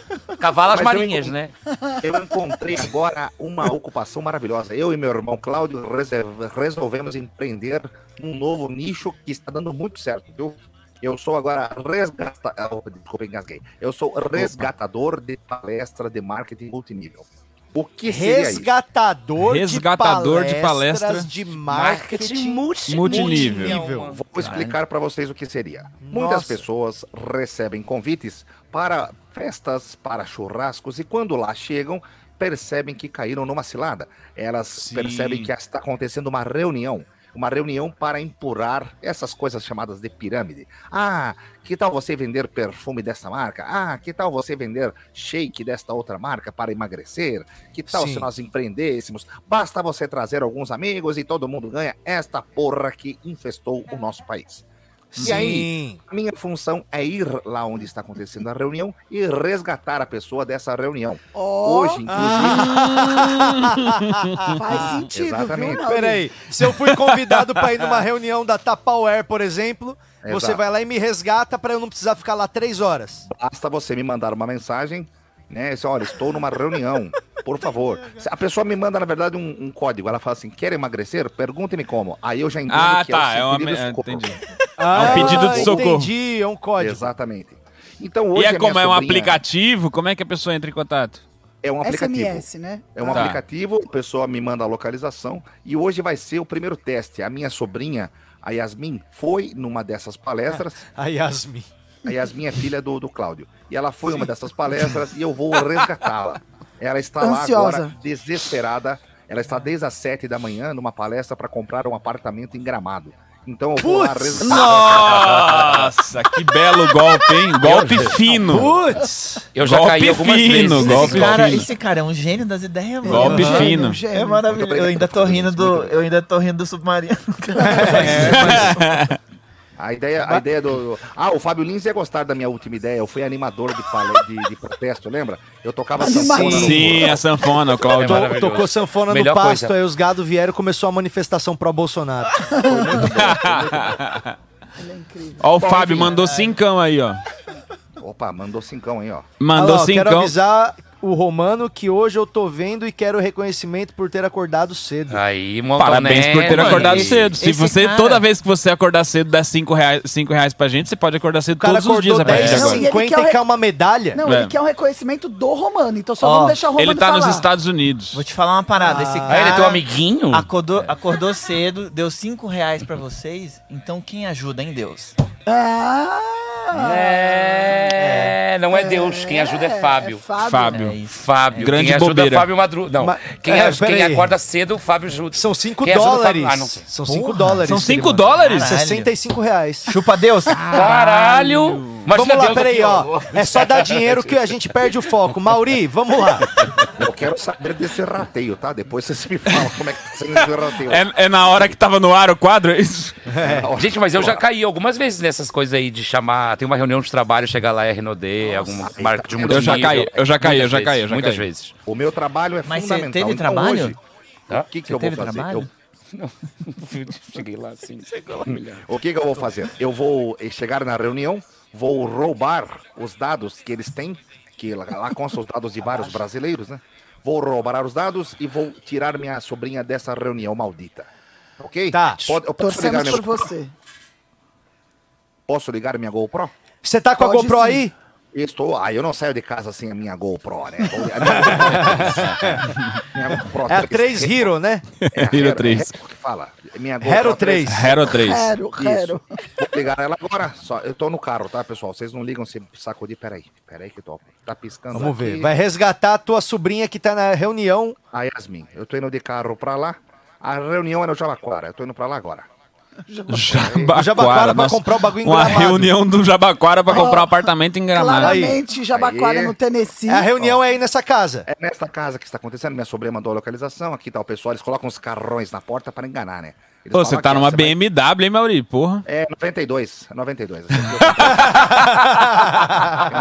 Speaker 6: coisas.
Speaker 4: Cavalas
Speaker 6: Mas eu
Speaker 4: marinhas,
Speaker 6: encontro-
Speaker 4: né?
Speaker 6: Eu encontrei agora uma ocupação maravilhosa. Eu e meu irmão Cláudio reserv- resolvemos empreender um novo nicho que está dando muito certo, viu? Eu sou agora resgatador. Desculpa, engasguei. Eu sou resgatador de palestra de marketing multinível. O que seria isso?
Speaker 1: Resgatador,
Speaker 2: Resgatador
Speaker 1: de
Speaker 2: de
Speaker 1: palestras
Speaker 2: palestra.
Speaker 1: de marketing,
Speaker 4: multi-
Speaker 2: multinível.
Speaker 6: Vou explicar para vocês o que seria. Muitas
Speaker 1: Nossa.
Speaker 6: pessoas recebem convites para festas, para churrascos e quando lá chegam, percebem que caíram numa cilada. Elas percebem que está acontecendo uma reunião. Uma reunião para empurrar essas coisas chamadas de pirâmide. Ah, que tal você vender perfume dessa marca? Ah, que tal você vender shake desta outra marca para emagrecer? Que tal
Speaker 1: Sim.
Speaker 6: se nós empreendêssemos? Basta você trazer alguns amigos e todo mundo ganha esta porra que infestou o nosso país. E aí, a minha função é ir lá onde está acontecendo a reunião e resgatar a pessoa dessa reunião.
Speaker 2: Oh,
Speaker 5: Ó,
Speaker 6: Hoje, inclusive,
Speaker 2: ah.
Speaker 5: faz sentido,
Speaker 6: exatamente.
Speaker 5: viu, Naldo?
Speaker 1: Peraí, se eu fui convidado pra ir numa reunião da Tupperware, por exemplo, você
Speaker 6: Exato.
Speaker 1: vai lá e me resgata pra eu não precisar ficar lá três horas.
Speaker 6: basta você me mandar uma mensagem, né? Assim, olha, estou numa reunião, por favor. Se A pessoa me manda, na verdade, um, um código. Ela fala assim, quer emagrecer? Pergunte-me como. Aí eu já entendo
Speaker 2: Ah,
Speaker 6: que
Speaker 2: tá.
Speaker 6: é
Speaker 2: É
Speaker 6: o
Speaker 2: uma.
Speaker 6: sentido
Speaker 2: é,
Speaker 6: do socorro.
Speaker 2: Entendi. um pedido de socorro.
Speaker 1: Ah, Entendi, é um código.
Speaker 6: Exatamente. Então, hoje
Speaker 2: E
Speaker 6: a
Speaker 2: é
Speaker 6: minha
Speaker 2: como? É um
Speaker 6: sobrinha
Speaker 2: aplicativo? Como é que a pessoa entra em contato?
Speaker 6: É um aplicativo.
Speaker 5: SMS, né?
Speaker 6: É um
Speaker 2: Tá.
Speaker 6: aplicativo, a pessoa me manda a localização e hoje vai ser o primeiro teste. A minha sobrinha, a Yasmin, foi numa dessas palestras.
Speaker 1: A Yasmin.
Speaker 6: A Yasmin é filha do, do Cláudio. E ela foi uma dessas palestras e eu vou resgatá-la. Ela está lá
Speaker 5: Ansiosa.
Speaker 6: agora, desesperada. Ela está desde as sete da manhã numa palestra para comprar um apartamento em Gramado. Então eu vou lá
Speaker 1: Putz!
Speaker 6: resgatá-la.
Speaker 2: Nossa, que belo golpe, hein? Golpe fino.
Speaker 1: Putz!
Speaker 4: Eu já
Speaker 2: Golpe
Speaker 4: caí algumas
Speaker 2: fino,
Speaker 4: vezes.
Speaker 2: golpe
Speaker 3: Esse cara,
Speaker 2: fino.
Speaker 3: esse cara é um gênio das ideias, mano.
Speaker 2: Golpe
Speaker 3: Aham.
Speaker 2: fino.
Speaker 5: Um gênio.
Speaker 3: É maravilhoso. Eu ainda tô rindo do, eu ainda tô rindo do submarino. É.
Speaker 6: A ideia, a ideia do. Ah, o Fábio Lins ia gostar da minha última ideia. Eu fui animador de, pale... de, de protesto, lembra? Eu tocava sanfona
Speaker 1: é
Speaker 6: no-
Speaker 2: Sim, é a sanfona, o Claudio.
Speaker 1: To- tocou sanfona
Speaker 4: Melhor
Speaker 1: no pasto,
Speaker 4: coisa.
Speaker 1: aí os gados vieram e começou a manifestação pró-Bolsonaro.
Speaker 2: Ó, o Fábio mandou cincão aí, ó.
Speaker 6: Opa, mandou cincão, hein, ó.
Speaker 2: Mandou
Speaker 1: Alô, Quero
Speaker 2: cincão.
Speaker 1: avisar o Romano que hoje eu tô vendo e quero reconhecimento por ter acordado cedo.
Speaker 4: Aí, Montané,
Speaker 7: né,
Speaker 2: Parabéns por ter
Speaker 4: mano.
Speaker 2: acordado
Speaker 4: Esse-
Speaker 2: cedo. Se
Speaker 3: esse
Speaker 2: você,
Speaker 3: cara-
Speaker 2: toda vez que você acordar cedo, der 5 reais, cinco reais pra gente, você pode acordar cedo
Speaker 1: O cara
Speaker 2: todos os dias
Speaker 1: acordou
Speaker 2: a partir de
Speaker 5: dez,
Speaker 2: agora.
Speaker 5: sim. ele
Speaker 1: 10h50
Speaker 5: quer o
Speaker 1: e
Speaker 5: re-
Speaker 1: quer uma medalha?
Speaker 5: Não,
Speaker 2: É.
Speaker 5: ele quer um reconhecimento do Romano, então só
Speaker 1: Ó,
Speaker 5: vamos deixar o Romano
Speaker 2: Ele tá
Speaker 5: falar.
Speaker 2: nos Estados Unidos.
Speaker 3: Vou te falar uma parada. Esse cara.
Speaker 4: Ah, ele é teu amiguinho?
Speaker 3: Acordou, acordou cedo, deu cinco reais pra vocês. Então quem ajuda em Deus?
Speaker 5: Ah,
Speaker 4: É, não é Deus. Quem ajuda é Fábio.
Speaker 5: É Fábio.
Speaker 2: Fábio.
Speaker 3: É isso.
Speaker 4: Fábio.
Speaker 2: Grande
Speaker 4: quem ajuda
Speaker 2: bobeira.
Speaker 4: é Fábio Madru. Não.
Speaker 1: Mas-
Speaker 4: quem,
Speaker 1: é,
Speaker 4: aj- quem
Speaker 1: peraí.
Speaker 4: ajuda cedo, o Fábio ajuda.
Speaker 1: São 5
Speaker 4: Quem ajuda o
Speaker 1: dólares.
Speaker 4: Fábio- Ah, não sei.
Speaker 1: São 5
Speaker 3: Porra.
Speaker 1: dólares.
Speaker 2: São
Speaker 1: que
Speaker 2: 5
Speaker 1: ele
Speaker 2: dólares?
Speaker 1: mandou.
Speaker 3: Caralho.
Speaker 1: 65 reais.
Speaker 3: Chupa Deus.
Speaker 7: Ah,
Speaker 4: Caralho! Imagina
Speaker 1: Vamos lá,
Speaker 4: Deus aqui,
Speaker 1: peraí, ó. É só dar dinheiro que a gente perde o foco. Mauri, vamos lá.
Speaker 6: Eu quero saber desse rateio, tá? Depois vocês me falam como é que tá sendo esse rateio.
Speaker 2: É, é na hora que tava no ar o quadro? é isso?
Speaker 4: Gente, mas eu já caí algumas vezes nessas coisas aí de chamar. Tem uma reunião de trabalho, chegar lá é RNOD, alguma
Speaker 6: aí
Speaker 4: marca
Speaker 6: tá
Speaker 4: de um
Speaker 6: vendo?
Speaker 4: outro
Speaker 6: Eu já
Speaker 4: nível.
Speaker 2: caí, eu já caí, eu já
Speaker 4: Muitas
Speaker 2: caí, eu
Speaker 4: vezes,
Speaker 2: já
Speaker 4: Muitas
Speaker 2: caí.
Speaker 4: vezes.
Speaker 6: O meu trabalho é
Speaker 3: Mas você
Speaker 6: fundamental.
Speaker 3: teve
Speaker 6: Então,
Speaker 3: trabalho?
Speaker 6: hoje,
Speaker 4: Hã?
Speaker 6: o que, que
Speaker 3: Você
Speaker 6: eu vou
Speaker 3: teve
Speaker 6: fazer?
Speaker 3: trabalho?
Speaker 6: Eu-
Speaker 4: Cheguei lá assim.
Speaker 6: o que, que eu vou fazer? Eu vou eh, chegar na reunião, vou roubar os dados que eles têm, que lá, lá constam os dados de vários brasileiros, né? Vou roubar os dados e vou tirar minha sobrinha dessa reunião maldita. Ok?
Speaker 1: Tá.
Speaker 6: Pode- eu posso, ligar
Speaker 5: Torcemos
Speaker 6: minha,
Speaker 5: por você.
Speaker 6: posso ligar minha GoPro?
Speaker 1: Você tá com a
Speaker 5: Pode
Speaker 1: GoPro
Speaker 5: sim.
Speaker 1: aí?
Speaker 6: Estou. Ah, eu não saio de casa sem a minha GoPro, né? A minha GoPro, minha GoPro
Speaker 1: É a 3 Hero, né?
Speaker 6: É
Speaker 2: Hero três.
Speaker 6: Hero que fala. Minha
Speaker 1: Hero 3.
Speaker 2: Hero 3.
Speaker 5: Quero,
Speaker 6: Isso.
Speaker 5: quero.
Speaker 6: Vou ligar ela agora. Só, eu tô no carro, tá, pessoal? Vocês não ligam se sacudir. Peraí. Peraí que eu tô. Tá piscando.
Speaker 1: Vamos ver.
Speaker 6: aqui.
Speaker 1: Vai resgatar a tua sobrinha que tá na reunião.
Speaker 6: A Yasmin. Eu tô indo de carro pra lá. A reunião é no Jabaquara. Eu tô indo pra lá agora.
Speaker 2: Jabaquara.
Speaker 1: O Jabaquara pra
Speaker 2: nossa.
Speaker 1: comprar o bagulho em
Speaker 2: Uma
Speaker 1: Gramado.
Speaker 2: reunião do Jabaquara pra comprar um apartamento em Gramado.
Speaker 5: Claramente, Jabaquara
Speaker 6: Aí.
Speaker 5: no Tennessee.
Speaker 1: A reunião é aí nessa casa.
Speaker 6: É nesta casa que está acontecendo. Minha sobrinha mandou a localização. Aqui tá o pessoal. Eles colocam os carrões na porta pra enganar, né? Eles
Speaker 2: Pô,
Speaker 6: falam
Speaker 2: você
Speaker 6: que
Speaker 2: tá numa
Speaker 6: vai-
Speaker 2: BMW, hein, Mauri? Porra.
Speaker 6: É 92, 92. É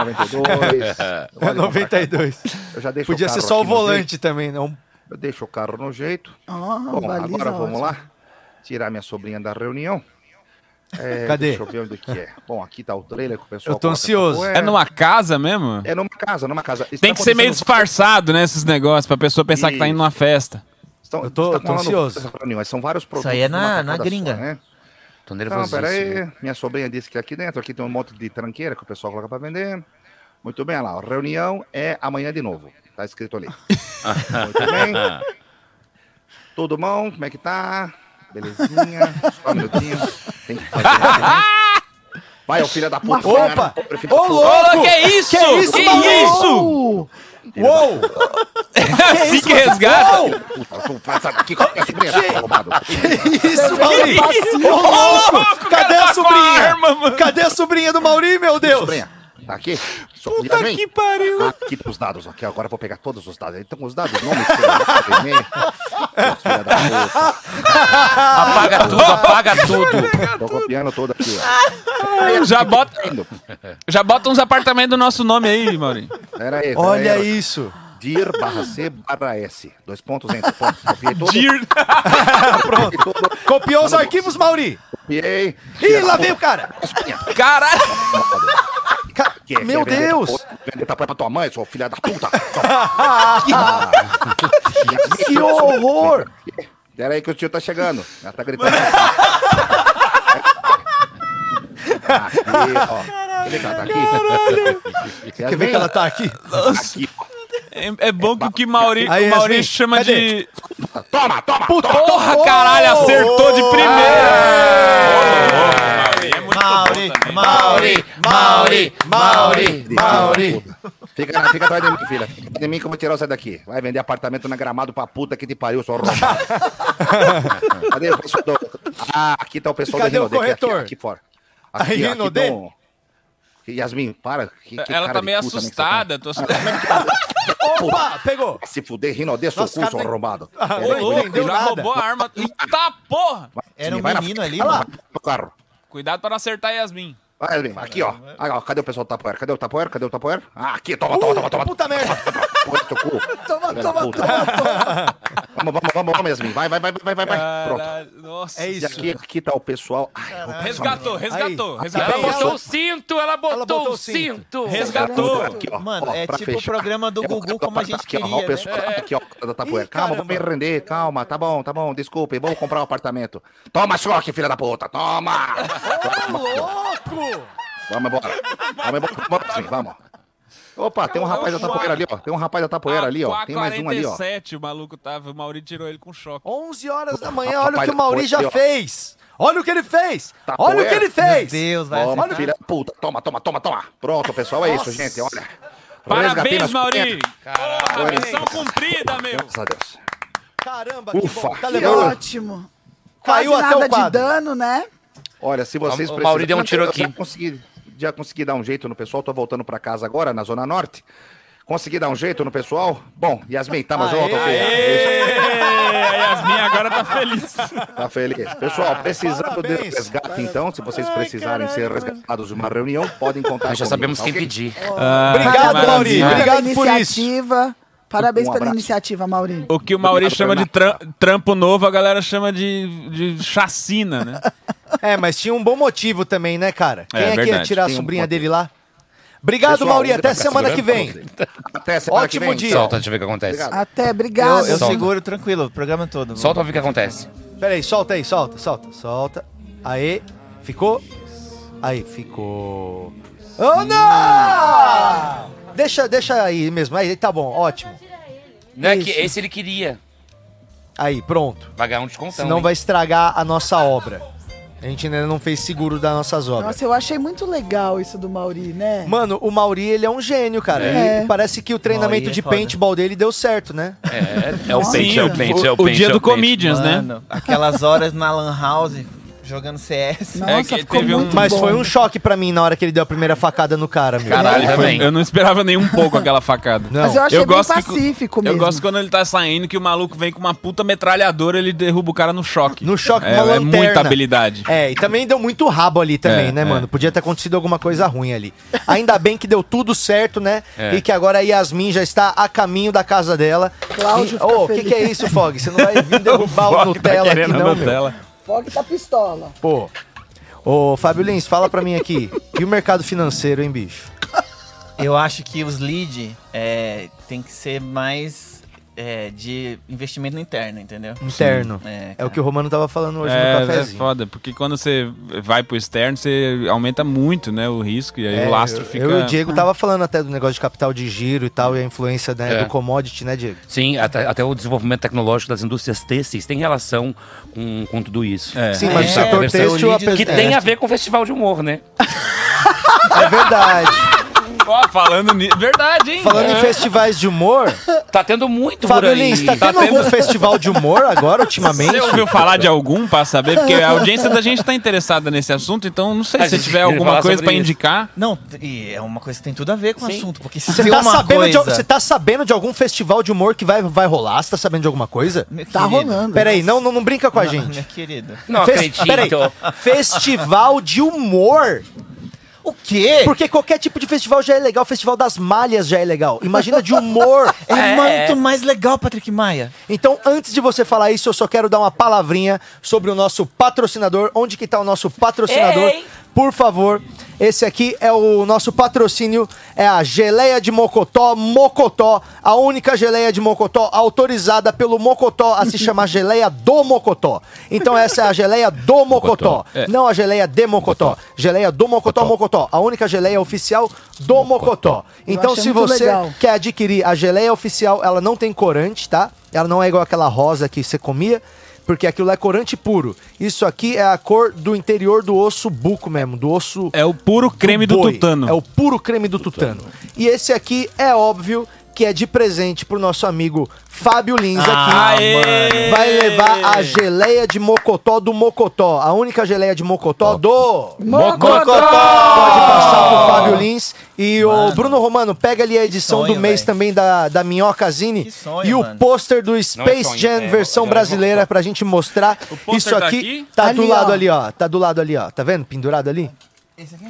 Speaker 6: 92.
Speaker 1: É
Speaker 6: Olha,
Speaker 1: 92.
Speaker 6: Eu já deixo
Speaker 1: Podia
Speaker 6: o
Speaker 1: ser
Speaker 6: carro
Speaker 1: só o
Speaker 6: aqui no
Speaker 1: volante também, não.
Speaker 6: jeito. Eu deixo o carro no jeito.
Speaker 5: Ah,
Speaker 6: Bom,
Speaker 5: baliza
Speaker 6: agora vamos
Speaker 5: ótima.
Speaker 6: lá. Tirar minha sobrinha da reunião. É,
Speaker 1: Cadê?
Speaker 6: Deixa eu ver onde que é. Bom, aqui tá o trailer que o pessoal...
Speaker 1: Eu tô
Speaker 6: coloca essa
Speaker 1: ansioso.
Speaker 6: coisa.
Speaker 2: É numa casa mesmo?
Speaker 6: É numa casa, numa casa. Isso
Speaker 2: Tem
Speaker 6: tá
Speaker 2: que ser meio
Speaker 6: acontecendo-
Speaker 2: disfarçado, né, esses negócios, pra pessoa pensar que tá indo numa festa.
Speaker 6: Estão-
Speaker 1: Eu tô-
Speaker 6: está
Speaker 1: eu tô
Speaker 6: rolando
Speaker 1: ansioso.
Speaker 6: várias reuniões, São vários produtos.
Speaker 3: aí é na-
Speaker 6: numa
Speaker 3: na
Speaker 6: tacada
Speaker 3: gringa.
Speaker 6: só, né?
Speaker 4: Tô
Speaker 6: Não,
Speaker 4: nervosíssimo.
Speaker 6: peraí. Minha sobrinha disse que aqui dentro, aqui tem um monte de tranqueira que o pessoal coloca pra vender. Muito bem, olha lá. ó, Reunião é amanhã de novo. Tá escrito ali. Muito bem. Tudo bom? Como é que tá? Belezinha? Só um minutinho. Tem que fazer. isso, né? Vai, ô filho da puta.
Speaker 1: Opa!
Speaker 6: cara. Ô, filho
Speaker 1: Ô,
Speaker 6: da puta.
Speaker 1: louco!
Speaker 2: que isso?
Speaker 1: Que isso,
Speaker 2: Que
Speaker 1: Mauri?
Speaker 2: isso?
Speaker 1: Uou!
Speaker 2: Assim que resgata.
Speaker 1: Uou!
Speaker 6: Puta, tu faz essa- Que coisa sobrinha tá roubado.
Speaker 1: Que isso, Mauri? Ô, louco! Cadê a
Speaker 2: tá com a arma,
Speaker 1: sobrinha?
Speaker 2: mano.
Speaker 1: Cadê a sobrinha do Mauri, meu Deus?
Speaker 6: Sobrinha, tá aqui?
Speaker 2: Puta que pariu.
Speaker 6: Tá Aqui tem os dados, ok?
Speaker 1: Ah,
Speaker 6: Agora eu vou pegar todos os dados. Então, os dados, nome, celular, e-mail. Filha da puta.
Speaker 4: Apaga tudo, apaga tudo.
Speaker 6: Tô copiando todo aqui, ó.
Speaker 2: Já bota, já bota uns apartamentos do nosso nome aí, Maurinho.
Speaker 6: Pera aí, pera
Speaker 1: Olha
Speaker 6: aí. ó.
Speaker 1: isso.
Speaker 6: Dir barra C barra S. Dois pontos entre. Ponto. Copiei todo.
Speaker 2: Dir-
Speaker 6: Pronto. Todo,
Speaker 1: Copiou os arquivos, Mauri.
Speaker 6: copiei.
Speaker 1: Ih, lá veio o cara.
Speaker 2: Caralho!
Speaker 1: Ca-
Speaker 6: Quer-
Speaker 1: Meu
Speaker 6: quer vender
Speaker 1: Deus.
Speaker 6: teu- Vender tua pra tua mãe, sua filha da puta.
Speaker 1: Que horror.
Speaker 6: Pera aí que o tio tá chegando. Ela tá gritando. Aqui, ó. Vê que ela tá aqui.
Speaker 1: Quer ver que ela tá aqui?
Speaker 6: Aqui, ó.
Speaker 2: É, é bom que o que Mauri,
Speaker 1: Aí,
Speaker 2: o Mauri
Speaker 1: Yasmin,
Speaker 2: chama
Speaker 1: cadê?
Speaker 2: de.
Speaker 6: Toma, toma.
Speaker 2: Porra, caralho, acertou de primeira!
Speaker 1: Mauri, Mauri, Mauri, Mauri, Mauri.
Speaker 6: Fica, na- fica atrás de mim, filha. Fica atrás de mim que eu vou tirar você daqui. Vai vender apartamento na Gramado pra puta que te pariu, sua roubada. Cadê o pessoal do... Ah, aqui tá o pessoal
Speaker 1: Cadê
Speaker 6: do
Speaker 1: o
Speaker 6: Rinodê, aqui,
Speaker 1: corretor?
Speaker 6: Aqui, aqui fora.
Speaker 1: A Rinodê?
Speaker 6: dão- um- Yasmin, para. que- que
Speaker 2: Ela
Speaker 6: cara
Speaker 2: tá
Speaker 6: de
Speaker 2: meio
Speaker 6: cu também que
Speaker 2: assustada. Tô...
Speaker 6: você tem. Porra,
Speaker 1: Opa, pegou.
Speaker 6: Se fuder, Rinodê, seu
Speaker 1: Nossa,
Speaker 6: cu,
Speaker 1: cara
Speaker 6: seu
Speaker 1: tem-
Speaker 6: arrombado.
Speaker 1: Ah,
Speaker 6: Peraí,
Speaker 2: Ô,
Speaker 1: Não
Speaker 2: louco,
Speaker 1: entendeu
Speaker 2: já
Speaker 1: nada.
Speaker 2: roubou a arma. Eita porra!
Speaker 6: vai,
Speaker 3: Era
Speaker 6: Yasmin,
Speaker 3: um
Speaker 6: vai na-
Speaker 3: menino ali,
Speaker 6: Vai lá,
Speaker 3: mano.
Speaker 6: vai pro carro.
Speaker 2: Cuidado pra não acertar a Yasmin.
Speaker 6: Vai, Yasmin, aqui, ó. Ah, ó, Cadê o pessoal do Tapoer? Cadê o Tapoer? Cadê o Tapoer? Ah, aqui, toma, toma, toma, toma.
Speaker 1: Puta merda.
Speaker 6: Toma, teu cu.
Speaker 5: Toma,
Speaker 6: Filha da
Speaker 5: toma,
Speaker 6: puta.
Speaker 5: toma, toma.
Speaker 6: Vamos, vamos, vamos, vamos, Yasmin. Vai, vai, vai, vai, vai, vai. Pronto.
Speaker 2: Caralho, Nossa.
Speaker 1: É
Speaker 6: E
Speaker 1: isso.
Speaker 6: aqui, aqui tá o pessoal. Ai, um o pessoal-
Speaker 2: Resgatou, resgatou,
Speaker 1: Aí,
Speaker 4: Ela
Speaker 1: Bem,
Speaker 2: resgatou.
Speaker 1: acabei.
Speaker 4: botou
Speaker 1: ela-
Speaker 4: o cinto, ela botou,
Speaker 1: ela botou
Speaker 4: o
Speaker 1: o cinto.
Speaker 4: cinto.
Speaker 2: Resgatou.
Speaker 6: Aqui, ó,
Speaker 3: Mano,
Speaker 6: ó,
Speaker 3: é
Speaker 6: pra
Speaker 3: tipo o programa do
Speaker 6: É,
Speaker 3: Gugu
Speaker 6: cara,
Speaker 3: como a
Speaker 6: tá
Speaker 3: gente
Speaker 6: aqui, ó,
Speaker 3: queria,
Speaker 6: o pessoal tá aqui, ó, da Tapoeira.
Speaker 1: Ih,
Speaker 6: Calma, vamos
Speaker 1: caramba.
Speaker 6: me render, calma. Tá bom, tá bom, desculpe. Vou comprar um apartamento. Toma choque, filha da puta, toma!
Speaker 1: Louco.
Speaker 6: Vamos embora. Vamos embora, vamos sim, vamos. Opa, tem um rapaz da Tapoeira ali, ó. Tem um rapaz da Tapoeira ali, ó. Tem mais um ali, ó.
Speaker 2: 47, o maluco tava. O Mauri tirou ele com choque.
Speaker 1: 11 horas da manhã,
Speaker 6: Rapaz,
Speaker 1: olha o que o Mauri já
Speaker 6: olha, ó.
Speaker 1: fez. Olha o que ele fez.
Speaker 6: Tá
Speaker 1: Olha o que
Speaker 6: poeta.
Speaker 1: ele fez.
Speaker 3: Meu Deus, vai
Speaker 6: Toma,
Speaker 3: acertar.
Speaker 6: filha da puta. Toma, toma, toma, toma. Pronto, pessoal, é isso, gente, olha. Resgatei
Speaker 2: Parabéns,
Speaker 6: nas
Speaker 2: Mauri!
Speaker 6: 40.
Speaker 2: Porra,
Speaker 6: Parabéns.
Speaker 2: missão cumprida, meu!
Speaker 6: Graças a Deus.
Speaker 1: Caramba, que
Speaker 6: Ufa,
Speaker 1: bom. Tá
Speaker 6: que
Speaker 5: Que
Speaker 1: levando.
Speaker 5: ótimo.
Speaker 1: Caiu
Speaker 5: Quase
Speaker 1: até o
Speaker 5: nada de
Speaker 1: quadro.
Speaker 5: dano, né?
Speaker 6: Olha, se vocês
Speaker 4: O Mauri deu um tiro
Speaker 6: Eu
Speaker 4: aqui.
Speaker 6: Já consegui, já consegui dar um jeito no pessoal. Tô voltando pra casa agora, na Zona Norte. Consegui dar um jeito no pessoal? Bom, Yasmin, tamo
Speaker 1: Aê,
Speaker 6: junto, É filho.
Speaker 2: Ê,
Speaker 4: É,
Speaker 2: A Yasmin agora tá feliz.
Speaker 6: Tá feliz. Pessoal, precisando de
Speaker 1: parabéns.
Speaker 6: resgate, então, se vocês precisarem ser resgatados de uma reunião, podem contar
Speaker 4: Nós já
Speaker 6: comigo,
Speaker 4: sabemos
Speaker 6: tá
Speaker 4: quem
Speaker 6: ok?
Speaker 4: pedir.
Speaker 1: Obrigado,
Speaker 2: Ah,
Speaker 5: Parabéns
Speaker 1: Mauri.
Speaker 5: pela
Speaker 1: Obrigado por isso.
Speaker 5: iniciativa. Parabéns
Speaker 6: Um
Speaker 5: pela
Speaker 6: abraço.
Speaker 5: iniciativa, Mauri.
Speaker 2: O que o Mauri chama de tram- trampo novo, a galera chama de, de chacina, né?
Speaker 1: É, mas tinha um bom motivo também, né, cara? Quem é, que ia
Speaker 2: verdade.
Speaker 1: tirar a
Speaker 6: Tem um
Speaker 1: sobrinha
Speaker 6: motivo.
Speaker 1: dele lá? Obrigado,
Speaker 6: Pessoal,
Speaker 1: Mauri.
Speaker 6: um
Speaker 1: Até
Speaker 6: abraço
Speaker 1: semana que
Speaker 6: grande
Speaker 1: vem.
Speaker 6: pra
Speaker 3: Tá,
Speaker 6: vocês. Até semana que
Speaker 1: Ótimo
Speaker 6: vem.
Speaker 1: dia.
Speaker 4: Solta, deixa eu ver o que acontece.
Speaker 6: Obrigado.
Speaker 5: Até,
Speaker 3: Eu,
Speaker 5: obrigado.
Speaker 3: eu
Speaker 4: Solta.
Speaker 3: seguro tranquilo, o programa todo.
Speaker 4: Solta pra ver o que acontece.
Speaker 1: Pera aí, solta aí, solta, solta, solta. Aí, ficou? Aí, ficou. Oh, não! Deixa, deixa aí mesmo. Aí, tá bom, ótimo.
Speaker 4: Não é que esse ele queria.
Speaker 1: Aí, pronto.
Speaker 4: Pagar um
Speaker 3: Então,
Speaker 4: descontão.
Speaker 1: Senão
Speaker 4: hein?
Speaker 1: vai estragar a nossa obra. A gente ainda não fez seguro das nossas obras.
Speaker 5: Nossa, eu achei muito legal isso do Mauri, né?
Speaker 1: Mano, o Mauri, ele é um gênio, cara.
Speaker 5: É.
Speaker 1: E parece que o treinamento
Speaker 3: Mauri é
Speaker 1: de
Speaker 3: foda.
Speaker 1: paintball dele deu certo, né?
Speaker 4: É, é o pente,
Speaker 2: Sim,
Speaker 4: é
Speaker 2: o,
Speaker 4: o pente, é o
Speaker 2: o
Speaker 4: pente.
Speaker 2: dia
Speaker 4: é o
Speaker 2: do
Speaker 4: pente.
Speaker 2: Comedians, né?
Speaker 3: Mano, aquelas horas na Lan House jogando CS.
Speaker 5: Nossa,
Speaker 2: É que
Speaker 5: ficou
Speaker 2: teve um-
Speaker 5: muito
Speaker 1: Mas
Speaker 5: bom.
Speaker 1: foi um choque pra mim na hora que ele deu a primeira facada no cara, meu.
Speaker 4: Caralho,
Speaker 2: Eu-
Speaker 4: também.
Speaker 2: Eu não esperava nem um pouco aquela facada.
Speaker 1: Não.
Speaker 5: Mas eu achei
Speaker 2: Eu
Speaker 5: bem
Speaker 2: gosto que-
Speaker 5: pacífico
Speaker 2: Eu
Speaker 5: mesmo.
Speaker 2: gosto quando ele tá saindo que o maluco vem com uma puta metralhadora ele derruba o cara no choque.
Speaker 1: No choque
Speaker 2: é,
Speaker 1: com uma
Speaker 2: é
Speaker 1: lanterna.
Speaker 2: muita habilidade.
Speaker 1: É, e também deu muito rabo ali também,
Speaker 2: É,
Speaker 1: né,
Speaker 2: é.
Speaker 1: mano? Podia ter acontecido alguma coisa ruim ali. Ainda bem que deu tudo certo, né?
Speaker 4: É.
Speaker 1: E que agora a Yasmin já está a caminho da casa dela.
Speaker 5: Cláudio
Speaker 1: E-
Speaker 5: fica
Speaker 1: Ô, o que,
Speaker 5: feliz.
Speaker 1: que é isso, Fog? Você não vai vir derrubar É, o,
Speaker 2: Foca,
Speaker 1: Nutella aqui,
Speaker 2: tá querendo a
Speaker 1: não, meu?
Speaker 2: Nutella.
Speaker 5: Fog tá pistola.
Speaker 1: Pô. Ô, Fábio Lins, fala pra mim aqui. E o mercado financeiro, hein, bicho?
Speaker 3: Eu acho que os lead é, tem que ser mais é, de investimento interno, entendeu?
Speaker 1: Interno.
Speaker 3: É,
Speaker 1: É, o que o Romano tava falando hoje no
Speaker 2: É, é
Speaker 1: cafezinho.
Speaker 2: foda, porque quando você vai pro externo, você aumenta muito, né, o risco, e aí
Speaker 1: É,
Speaker 2: o lastro
Speaker 1: eu-
Speaker 2: fica...
Speaker 1: Eu e o Diego tava falando até do negócio de capital de giro e tal, e a influência né,
Speaker 4: É.
Speaker 1: do commodity, né, Diego?
Speaker 4: Sim, até, até o desenvolvimento tecnológico das indústrias têxteis tem relação com, com tudo isso.
Speaker 2: É.
Speaker 1: Sim, mas
Speaker 3: É,
Speaker 1: o setor
Speaker 4: deve ser o
Speaker 1: têxtil... É,
Speaker 4: Que
Speaker 1: apesar-
Speaker 4: tem a ver com o festival de humor, né?
Speaker 1: É verdade.
Speaker 2: Ó, falando nisso. Verdade, hein?
Speaker 1: Falando em festivais de humor,
Speaker 4: Tá tendo muito por
Speaker 1: Fábio
Speaker 4: aí.
Speaker 1: Lins, tá
Speaker 2: Tá
Speaker 1: tendo algum
Speaker 2: tendo-
Speaker 1: festival de humor agora, ultimamente?
Speaker 2: Você ouviu falar de algum pra saber? Porque a audiência da gente tá interessada nesse assunto, então não sei
Speaker 4: A
Speaker 2: se
Speaker 4: gente
Speaker 2: tiver
Speaker 4: queria
Speaker 2: alguma
Speaker 4: falar
Speaker 2: coisa
Speaker 4: sobre
Speaker 2: pra
Speaker 4: isso.
Speaker 2: indicar.
Speaker 3: Não, e é uma coisa que tem tudo a ver com o
Speaker 4: Sim.
Speaker 3: assunto, porque se
Speaker 1: Você
Speaker 3: tem
Speaker 1: tá,
Speaker 3: uma
Speaker 1: sabendo de,
Speaker 3: coisa...
Speaker 1: você tá sabendo de algum festival de humor que vai, vai rolar? Você tá sabendo de alguma coisa?
Speaker 3: Meu
Speaker 5: Tá
Speaker 3: querido.
Speaker 5: rolando.
Speaker 1: Peraí, não, não, não brinca com a
Speaker 3: Ah,
Speaker 1: gente.
Speaker 3: Minha querida.
Speaker 4: Não
Speaker 1: Fes-
Speaker 4: acredito.
Speaker 1: peraí, festival de humor.
Speaker 3: O quê?
Speaker 1: Porque qualquer tipo de festival já é legal, festival das malhas já é legal. Imagina de humor.
Speaker 3: É,
Speaker 4: É.
Speaker 3: muito mais legal, Patrick Maia.
Speaker 1: Então, antes de você falar isso, eu só quero dar uma palavrinha sobre o nosso patrocinador. Onde que tá o nosso patrocinador?
Speaker 4: Ei!
Speaker 1: Por favor. Esse aqui é o nosso patrocínio, é a geleia de mocotó, mocotó, a única geleia de mocotó autorizada pelo mocotó a se chamar geleia do mocotó. Então essa é a geleia do mocotó,
Speaker 2: Mocotó, é.
Speaker 1: não a geleia de mocotó, geleia do mocotó, mocotó, a única geleia oficial do mocotó. Então
Speaker 5: achei
Speaker 1: se
Speaker 5: muito
Speaker 1: você
Speaker 5: legal.
Speaker 1: quer adquirir a geleia oficial, ela não tem corante, tá? Ela não é igual aquela rosa que você comia, porque aquilo é corante puro. Isso aqui é a cor do interior do osso buco mesmo, do osso.
Speaker 2: É o puro creme do
Speaker 1: boi.
Speaker 2: tutano.
Speaker 1: É o puro creme do tutano. E esse aqui é óbvio que é de presente pro nosso amigo Fábio Lins
Speaker 2: Ah,
Speaker 1: aqui.
Speaker 2: Aê!
Speaker 1: Vai levar a geleia de mocotó do Mocotó, a única geleia de mocotó do Pode passar pro Fábio Lins. E o Bruno Romano, pega ali a edição
Speaker 3: sonho,
Speaker 1: do mês
Speaker 3: véi.
Speaker 1: também da, da Minhocazine.
Speaker 3: Que sonho,
Speaker 1: e o
Speaker 3: mano.
Speaker 1: pôster do Space
Speaker 7: sonho,
Speaker 1: Jam
Speaker 7: é,
Speaker 1: versão
Speaker 7: é, é,
Speaker 1: brasileira pra gente mostrar.
Speaker 2: O pôster
Speaker 1: Isso
Speaker 2: tá
Speaker 1: aqui
Speaker 2: aqui?
Speaker 1: tá do
Speaker 5: Ali,
Speaker 1: lado
Speaker 5: ó.
Speaker 1: ali, ó. Tá do lado ali, ó. Tá vendo? Pendurado ali?
Speaker 3: Esse aqui?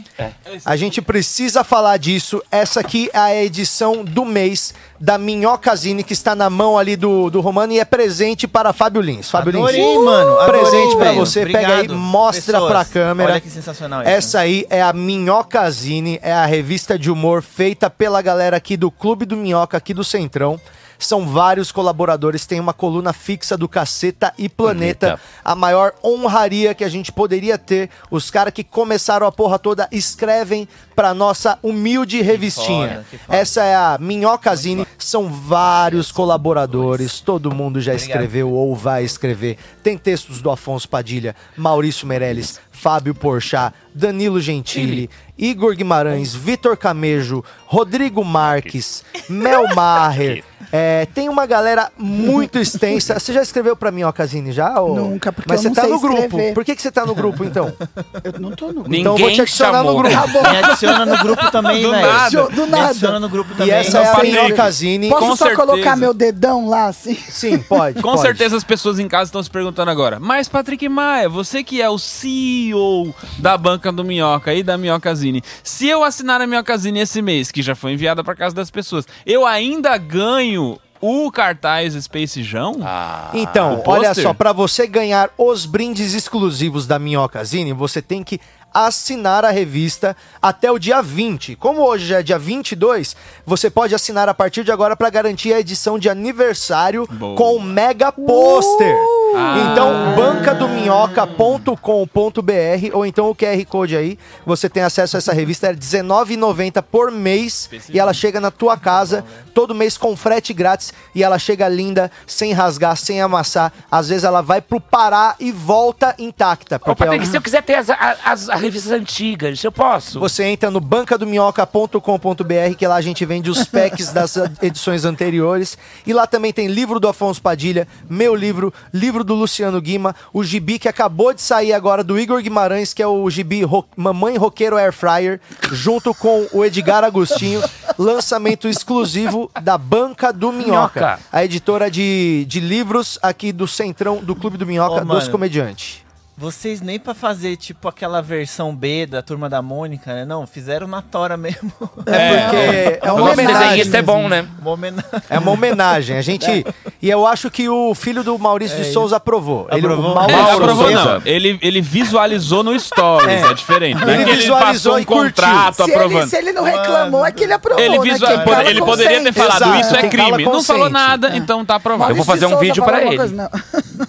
Speaker 1: A gente precisa falar disso. Essa aqui é a edição do mês da Minhocazine, que está na mão ali do, do Romano e é presente para Fábio Lins. Fábio
Speaker 3: Adorei,
Speaker 1: Lins,
Speaker 3: mano. adorei,
Speaker 1: presente pra
Speaker 3: velho.
Speaker 1: você. Pega aí,
Speaker 3: Obrigado,
Speaker 1: mostra
Speaker 3: pessoas.
Speaker 1: pra câmera.
Speaker 3: Olha que sensacional isso. né?
Speaker 1: Essa aí é a Minhocazine, é a revista de humor feita pela galera aqui do Clube do Minhoca, aqui do Centrão. São vários colaboradores, tem uma coluna fixa do Caceta e Planeta.
Speaker 7: Planeta.
Speaker 1: A maior honraria que a gente poderia ter. Os caras que começaram a porra toda escrevem pra nossa humilde revistinha.
Speaker 3: foda, que foda.
Speaker 1: Essa é a Minhocazine. São vários colaboradores, todo mundo já
Speaker 3: Obrigado.
Speaker 1: escreveu ou vai escrever. Tem textos do Afonso Padilha, Maurício Meirelles, Fábio Porchat, Danilo Gentili, Igor Guimarães, Vitor Camejo, Rodrigo Marques, Mel Maher. É, tem uma galera muito extensa. Você já escreveu pra mim, ó, Casini, já? Ou...
Speaker 5: Nunca, porque
Speaker 1: Mas
Speaker 5: eu
Speaker 1: você
Speaker 5: não
Speaker 1: tá
Speaker 5: sei
Speaker 1: no grupo.
Speaker 5: escrever.
Speaker 1: Por que, que você tá no grupo, então?
Speaker 5: Eu não tô no.
Speaker 4: Ninguém
Speaker 1: então eu vou te adicionar
Speaker 4: chamou.
Speaker 1: no grupo.
Speaker 5: Tá bom.
Speaker 3: Me adiciona no grupo também,
Speaker 2: Do
Speaker 3: velho.
Speaker 2: nada.
Speaker 5: Do
Speaker 3: Me
Speaker 5: nada.
Speaker 3: adiciona no grupo também.
Speaker 1: E essa é
Speaker 3: Não,
Speaker 1: a
Speaker 2: Patrick,
Speaker 1: Minhoca Casini.
Speaker 5: Posso
Speaker 2: Com
Speaker 5: só
Speaker 2: certeza.
Speaker 5: colocar meu dedão lá assim?
Speaker 1: Sim, pode.
Speaker 2: Com
Speaker 1: pode.
Speaker 2: certeza as pessoas em casa estão se perguntando agora. Mas, Patrick Maia, você que é o CEO da banca do Minhoca e da Minhocazine, se eu assinar a Minhocazine esse mês, que já foi enviada para casa das pessoas, eu ainda ganho o cartaz Space Jão?
Speaker 4: Ah.
Speaker 1: Então,
Speaker 2: Ah, o
Speaker 1: olha
Speaker 2: pôster?
Speaker 1: só, pra você ganhar os brindes exclusivos da Minhocazine, você tem que assinar a revista até o dia 20. Como hoje já é dia 22, você pode assinar a partir de agora pra garantir a edição de aniversário
Speaker 2: Boa.
Speaker 1: com o mega pôster.
Speaker 2: Ah.
Speaker 1: Então, bancadominhoca.com.br ou então o QR Code aí, você tem acesso a essa revista, é R$19,90 por mês e ela chega na tua casa todo mês com frete grátis e ela chega linda, sem rasgar, sem amassar. Às vezes ela vai pro Pará e volta intacta.
Speaker 4: Ô,
Speaker 1: porque é um
Speaker 4: Patrick, se eu quiser ter as, as- as revistas antigas, eu posso?
Speaker 1: Você entra no bancadominhoca.com.br, que lá a gente vende os packs das edições anteriores. E lá também tem livro do Afonso Padilha, meu livro, livro do Luciano Guima, o gibi que acabou de sair agora do Igor Guimarães, que é o gibi Ro- Mamãe Roqueiro Air Fryer, junto com o Edgar Agostinho. Lançamento exclusivo da Banca do Minhoca,
Speaker 4: Minhoca.
Speaker 1: a editora de, de livros aqui do Centrão do Clube do Minhoca,
Speaker 3: Ô,
Speaker 1: dos
Speaker 3: mano.
Speaker 1: comediantes.
Speaker 3: Vocês nem pra fazer, tipo, aquela versão B da Turma da Mônica, né? Não, fizeram na tora mesmo.
Speaker 1: É porque é uma
Speaker 4: Nossa,
Speaker 1: homenagem.
Speaker 4: desenhista é bom, né?
Speaker 3: Uma homenagem.
Speaker 1: É uma homenagem. A gente. E eu acho que o filho do Maurício de Souza aprovou. Ele,
Speaker 3: Aprovou?
Speaker 1: o
Speaker 2: Ele,
Speaker 1: Maurício
Speaker 2: não aprovou,
Speaker 1: Souza.
Speaker 2: não. Ele, ele visualizou no Stories, é, diferente. Não é
Speaker 1: Ele
Speaker 2: que ele
Speaker 1: visualizou
Speaker 2: passou
Speaker 1: e
Speaker 2: um
Speaker 1: curtiu.
Speaker 2: contrato
Speaker 5: Se ele,
Speaker 2: aprovando.
Speaker 5: se ele não reclamou, é que ele aprovou,
Speaker 2: Ele,
Speaker 5: né?
Speaker 2: visua-
Speaker 5: Quem cala,
Speaker 2: ele poderia ter
Speaker 5: consente.
Speaker 2: falado,
Speaker 1: Exato,
Speaker 2: isso é
Speaker 1: quem cala,
Speaker 2: crime. Não falou
Speaker 1: consente.
Speaker 2: nada, então tá aprovado.
Speaker 5: Maurício
Speaker 4: Eu vou fazer um
Speaker 5: Souza
Speaker 4: vídeo
Speaker 5: falou
Speaker 4: pra
Speaker 5: uma
Speaker 4: ele.
Speaker 5: coisa,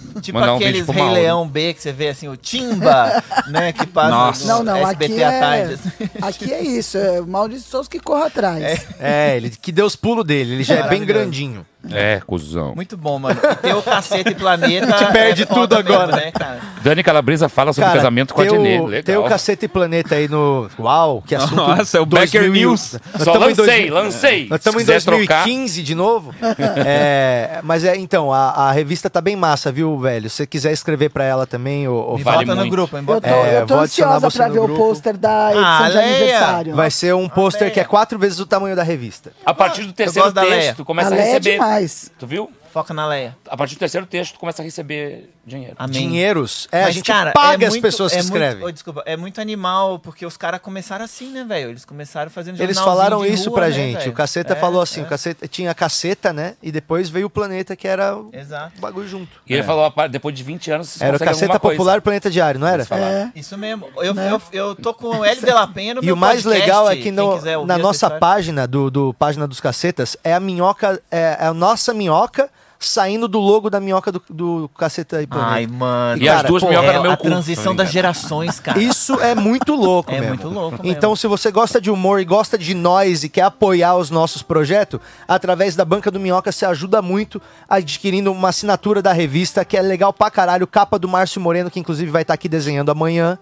Speaker 5: não.
Speaker 3: Tipo
Speaker 7: Mandar um vídeo
Speaker 3: aqueles
Speaker 7: pro
Speaker 3: Rei
Speaker 7: Mauro.
Speaker 3: Leão B que você vê assim, o Timba, né? Que passa
Speaker 2: Nossa.
Speaker 3: no
Speaker 5: Não, não,
Speaker 3: SBT
Speaker 5: aqui
Speaker 3: à tarde. assim.
Speaker 5: é, aqui é isso. É o Maurício Souza que corra atrás.
Speaker 1: É, ele que deu os pulos dele. Ele já é bem
Speaker 3: Maravilhoso.
Speaker 1: grandinho.
Speaker 7: É, cuzão.
Speaker 3: Muito bom, mano. E ter o cacete planeta.
Speaker 1: Te perde
Speaker 3: é foda
Speaker 1: tudo
Speaker 3: mesmo,
Speaker 1: agora.
Speaker 3: né, cara?
Speaker 7: Dani Calabresa fala sobre
Speaker 1: Cara,
Speaker 7: Um casamento com a
Speaker 1: tem o-
Speaker 7: Adnê. Legal.
Speaker 1: Tem o Cacete Planeta aí no. Uau, que assunto.
Speaker 2: Nossa, é o
Speaker 1: 2000
Speaker 2: Becker
Speaker 1: e- um.
Speaker 2: News.
Speaker 1: Nós
Speaker 7: Só
Speaker 1: tamo em
Speaker 7: lancei,
Speaker 1: 2000
Speaker 7: lancei.
Speaker 1: Nós estamos em
Speaker 7: Se quiser trocar-
Speaker 1: 2015 de novo. É, mas é, então, a, a revista tá bem massa, viu, velho? Se você quiser escrever pra ela também, ou,
Speaker 3: Me
Speaker 7: Vale
Speaker 3: bota no
Speaker 7: muito.
Speaker 3: grupo, me
Speaker 5: Eu
Speaker 3: bota.
Speaker 5: tô,
Speaker 1: É,
Speaker 5: eu tô
Speaker 1: vou adicionar
Speaker 5: ansiosa
Speaker 1: você
Speaker 5: pra
Speaker 1: no
Speaker 5: ver o
Speaker 1: grupo.
Speaker 5: pôster da edição
Speaker 3: Ah,
Speaker 5: de
Speaker 3: Leia!
Speaker 5: aniversário.
Speaker 1: vai ser um pôster que é quatro vezes o tamanho da revista.
Speaker 7: A partir do
Speaker 3: gosto
Speaker 7: terceiro
Speaker 3: da Leia.
Speaker 7: texto, tu começa a
Speaker 5: Ela é
Speaker 7: receber.
Speaker 5: demais.
Speaker 7: Tu viu?
Speaker 3: Foca na Leia.
Speaker 7: A partir do terceiro texto, tu começa a receber dinheiro.
Speaker 3: Amém.
Speaker 1: Dinheiros. É, a
Speaker 3: Mas,
Speaker 1: gente
Speaker 3: cara,
Speaker 1: paga
Speaker 3: é
Speaker 1: as
Speaker 3: muito-
Speaker 1: pessoas que
Speaker 3: é muito-
Speaker 1: escrevem.
Speaker 3: Ô, desculpa, é muito animal, porque os caras começaram assim, né, velho? Eles começaram fazendo
Speaker 1: Eles
Speaker 3: jornalzinho
Speaker 1: falaram
Speaker 3: de
Speaker 1: isso
Speaker 3: rua,
Speaker 1: pra
Speaker 3: né,
Speaker 1: gente.
Speaker 3: velho?
Speaker 1: O Caceta
Speaker 3: É,
Speaker 1: falou assim:
Speaker 3: é.
Speaker 1: o Caceta tinha a Caceta, né? E depois veio o Planeta, que era o
Speaker 3: Exato.
Speaker 1: bagulho junto. É.
Speaker 7: E ele
Speaker 3: É.
Speaker 7: falou, ah, pá, depois de 20 anos, você
Speaker 1: Era o
Speaker 7: consegue
Speaker 1: Caceta
Speaker 7: alguma coisa.
Speaker 1: Popular e o Planeta Diário, não era? É.
Speaker 7: Falaram.
Speaker 3: Isso mesmo. Eu, eu, eu tô com o L de La Penha no
Speaker 1: Né? E
Speaker 3: meu
Speaker 1: o mais
Speaker 3: podcast,
Speaker 1: legal é que
Speaker 3: quem
Speaker 1: no-
Speaker 3: quiser ouvir
Speaker 1: na
Speaker 3: essa
Speaker 1: nossa
Speaker 3: história.
Speaker 1: página, do, do Página dos Cacetas, é a minhoca, é, é a nossa minhoca saindo do logo da minhoca do, do Caceta né? e Planeta.
Speaker 3: Ai, mano.
Speaker 7: E as duas
Speaker 3: pô,
Speaker 7: minhocas
Speaker 3: é
Speaker 7: no meu tá
Speaker 3: a
Speaker 7: cu.
Speaker 3: transição das gerações, cara.
Speaker 1: Isso é muito louco
Speaker 3: É
Speaker 1: mesmo.
Speaker 3: muito louco mesmo.
Speaker 1: Então, se você gosta de humor e gosta de nós e quer apoiar os nossos projetos, através da Banca do Minhoca você ajuda muito adquirindo uma assinatura da revista, que é legal pra caralho, capa do Márcio Moreno, que inclusive vai estar aqui desenhando amanhã.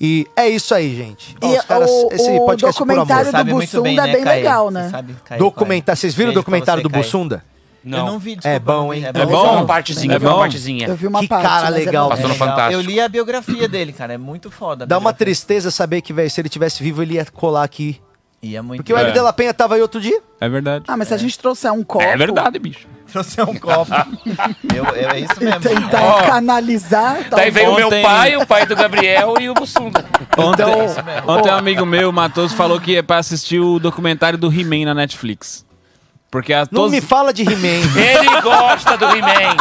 Speaker 1: E é isso aí, gente. Ó,
Speaker 5: E o- o
Speaker 1: é por amor.
Speaker 5: documentário
Speaker 3: Sabe
Speaker 5: do
Speaker 3: muito
Speaker 5: Bussunda é bem
Speaker 3: Caio?
Speaker 5: legal,
Speaker 3: Você
Speaker 5: né?
Speaker 3: sabe, Caio,
Speaker 1: Documentar.
Speaker 3: Caio.
Speaker 1: Vocês viram o
Speaker 3: Beijo pra
Speaker 1: documentário
Speaker 3: você,
Speaker 1: do
Speaker 3: Caio.
Speaker 1: Bussunda?
Speaker 3: Eu
Speaker 7: Não.
Speaker 3: não vi,
Speaker 1: É
Speaker 3: desculpa,
Speaker 1: bom,
Speaker 3: não vi.
Speaker 1: hein?
Speaker 7: É
Speaker 3: Eu
Speaker 7: bom?
Speaker 3: vi
Speaker 7: Só
Speaker 3: uma
Speaker 7: uma partezinha,
Speaker 2: É
Speaker 7: viu uma
Speaker 2: bom?
Speaker 7: partezinha.
Speaker 5: Eu vi uma
Speaker 1: Que
Speaker 5: parte.
Speaker 1: cara
Speaker 5: mas é
Speaker 1: legal,
Speaker 5: bem
Speaker 7: Passou no
Speaker 3: legal.
Speaker 7: Fantástico.
Speaker 3: Eu li a biografia dele, cara. É muito foda. a
Speaker 1: Dá uma
Speaker 3: biografia.
Speaker 1: tristeza saber que, velho, se ele tivesse vivo, ele ia colar aqui.
Speaker 3: E é muito
Speaker 1: Porque o Hélio
Speaker 2: É.
Speaker 1: de La Penha tava aí outro dia.
Speaker 2: É verdade.
Speaker 5: Ah, mas se a gente trouxer um copo...
Speaker 7: É verdade, bicho.
Speaker 3: Trouxe um copo. eu, eu- é isso mesmo.
Speaker 5: Tentar
Speaker 7: Ó.
Speaker 5: canalizar... tá um
Speaker 1: um
Speaker 7: Daí veio o meu
Speaker 2: Ontem-
Speaker 7: pai, o pai do Gabriel e o Bussunda.
Speaker 2: Ontem,
Speaker 3: isso mesmo.
Speaker 2: ontem um amigo meu, o Matoso, falou que é pra assistir o documentário do He-Man na Netflix. Porque a
Speaker 1: Não
Speaker 2: tos-
Speaker 1: me fala de He-Man.
Speaker 7: Ele gosta do He-Man.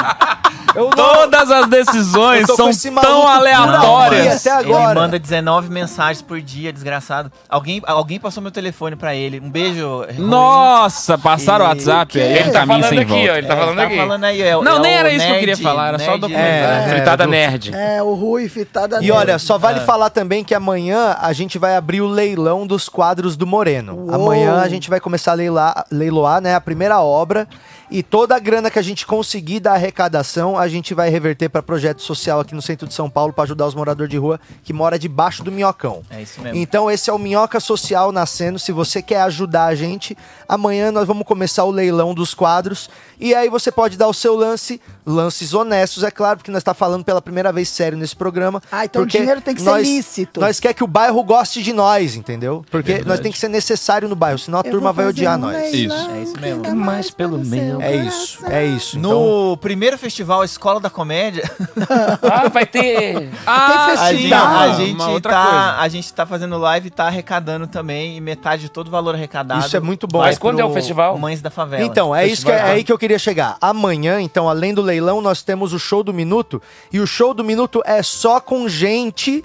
Speaker 1: Eu não-
Speaker 2: todas as decisões
Speaker 1: Eu tô com
Speaker 2: são
Speaker 1: esse maluco
Speaker 2: tão
Speaker 1: por
Speaker 3: Não,
Speaker 1: E
Speaker 2: aleatórias.
Speaker 1: até
Speaker 3: mano,
Speaker 1: agora?
Speaker 3: Ele manda 19 mensagens por dia, desgraçado. Alguém, alguém passou meu telefone pra ele. Um beijo. Ruiz.
Speaker 2: Nossa, passaram o WhatsApp, aí é
Speaker 7: Ele
Speaker 2: um
Speaker 7: tá
Speaker 2: caminho
Speaker 7: falando
Speaker 2: sem
Speaker 7: aqui, ó.
Speaker 2: volta.
Speaker 7: Ele tá falando
Speaker 3: Tá
Speaker 7: aqui.
Speaker 3: falando aí, é, o-
Speaker 2: Não,
Speaker 3: é
Speaker 2: nem
Speaker 3: o
Speaker 2: era isso que eu queria
Speaker 3: nerd,
Speaker 2: falar, era só É, o
Speaker 3: nerd. né?
Speaker 1: É.
Speaker 2: documentário.
Speaker 7: Fritada
Speaker 1: do-
Speaker 7: nerd.
Speaker 5: É, o Rui fitada
Speaker 1: E olha, só vale
Speaker 3: É.
Speaker 1: falar também que amanhã a gente vai abrir o leilão dos quadros do Moreno.
Speaker 5: Uou.
Speaker 1: Amanhã a gente vai começar a leilar, leiloar, né, a primeira obra e toda a grana que a gente conseguir da arrecadação, a gente vai reverter pra projeto social aqui no centro de São Paulo pra ajudar os moradores de rua que mora debaixo do minhocão.
Speaker 3: É isso mesmo.
Speaker 1: Então esse é o Minhoca Social nascendo. Se você quer ajudar a gente, amanhã nós vamos começar o leilão dos quadros. E aí você pode dar o seu lance, lances honestos, é claro, porque nós está falando pela primeira vez sério nesse programa.
Speaker 5: Ah, então o
Speaker 1: porque
Speaker 5: dinheiro tem que ser
Speaker 1: nós,
Speaker 5: lícito.
Speaker 1: Nós quer que o bairro goste de nós, entendeu? Porque nós tem que ser necessário no bairro, senão a turma vai
Speaker 5: um
Speaker 1: odiar nós.
Speaker 2: Isso.
Speaker 3: É isso mesmo.
Speaker 5: Mas pelo menos.
Speaker 1: É isso, é isso. Então,
Speaker 3: No primeiro festival Escola da Comédia,
Speaker 7: Ah, vai ter.
Speaker 2: Ah,
Speaker 3: a gente,
Speaker 1: tá.
Speaker 3: a, gente
Speaker 2: uma outra coisa.
Speaker 3: tá, a gente tá fazendo live e tá arrecadando também. E metade de todo o valor arrecadado.
Speaker 1: isso é muito bom.
Speaker 7: Mas quando é o
Speaker 1: Pro-
Speaker 7: festival?
Speaker 3: Mães da favela.
Speaker 1: Então, é isso que é,
Speaker 3: Festival.
Speaker 1: aí que eu queria chegar. Amanhã, então, além do leilão, nós temos o show do minuto. E o show do minuto é só com gente.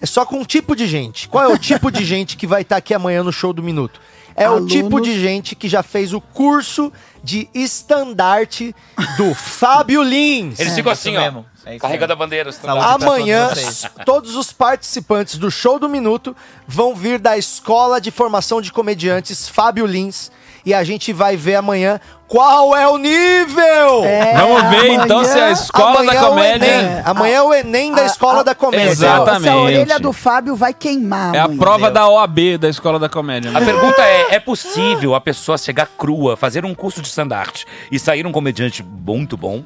Speaker 1: É só com um tipo de gente. Qual é o tipo de gente que vai estar aqui amanhã no show do minuto? É o
Speaker 5: Alunos.
Speaker 1: tipo de gente que já fez o curso de estandarte do Fábio Lins.
Speaker 7: Eles
Speaker 3: É,
Speaker 7: ficam
Speaker 3: isso
Speaker 7: assim, ó.
Speaker 3: mesmo, é isso
Speaker 7: Carregando a
Speaker 3: mesmo.
Speaker 7: bandeira. assim,
Speaker 3: Saúde.
Speaker 7: tá?
Speaker 1: Amanhã,
Speaker 3: pra todos vocês.
Speaker 1: todos os participantes do Show do Minuto vão vir da Escola de Formação de Comediantes Fábio Lins. E a gente vai ver amanhã qual é o nível!
Speaker 5: É,
Speaker 2: Vamos ver então
Speaker 5: amanhã-
Speaker 2: se a escola
Speaker 1: Amanhã
Speaker 2: da
Speaker 1: é o
Speaker 2: comédia.
Speaker 1: Enem. Amanhã é o Enem da
Speaker 5: a-
Speaker 1: Escola
Speaker 5: a-
Speaker 1: da Comédia.
Speaker 2: Exato.
Speaker 5: Se a orelha
Speaker 2: Exatamente.
Speaker 5: do Fábio vai queimar.
Speaker 2: É a
Speaker 5: mãe.
Speaker 2: prova da OAB da Escola da Comédia.
Speaker 7: A
Speaker 2: né?
Speaker 7: pergunta é: é possível a pessoa chegar crua, fazer um curso de stand-art e sair um comediante muito bom?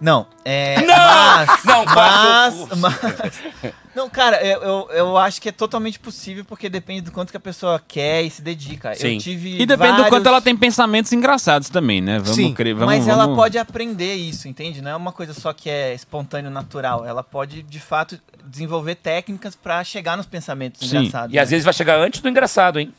Speaker 3: Não, é.
Speaker 7: Não!
Speaker 3: Mas,
Speaker 7: Não, faz o
Speaker 3: mas,
Speaker 7: curso.
Speaker 3: mas. Não, cara, eu, eu, eu acho que é totalmente possível porque depende do quanto que a pessoa quer e se dedica.
Speaker 7: Sim.
Speaker 3: Eu tive.
Speaker 2: E depende do
Speaker 3: vários-
Speaker 2: quanto ela tem pensamentos engraçados também, né? Vamos
Speaker 1: Sim,
Speaker 2: crer, vamos,
Speaker 3: mas ela
Speaker 2: vamos-
Speaker 3: pode aprender isso, entende? Não é uma coisa só que é espontâneo, natural. Ela pode, de fato, desenvolver técnicas pra chegar nos pensamentos
Speaker 2: Sim,
Speaker 3: engraçados.
Speaker 7: E às
Speaker 3: né?
Speaker 7: vezes vai chegar antes do engraçado, hein?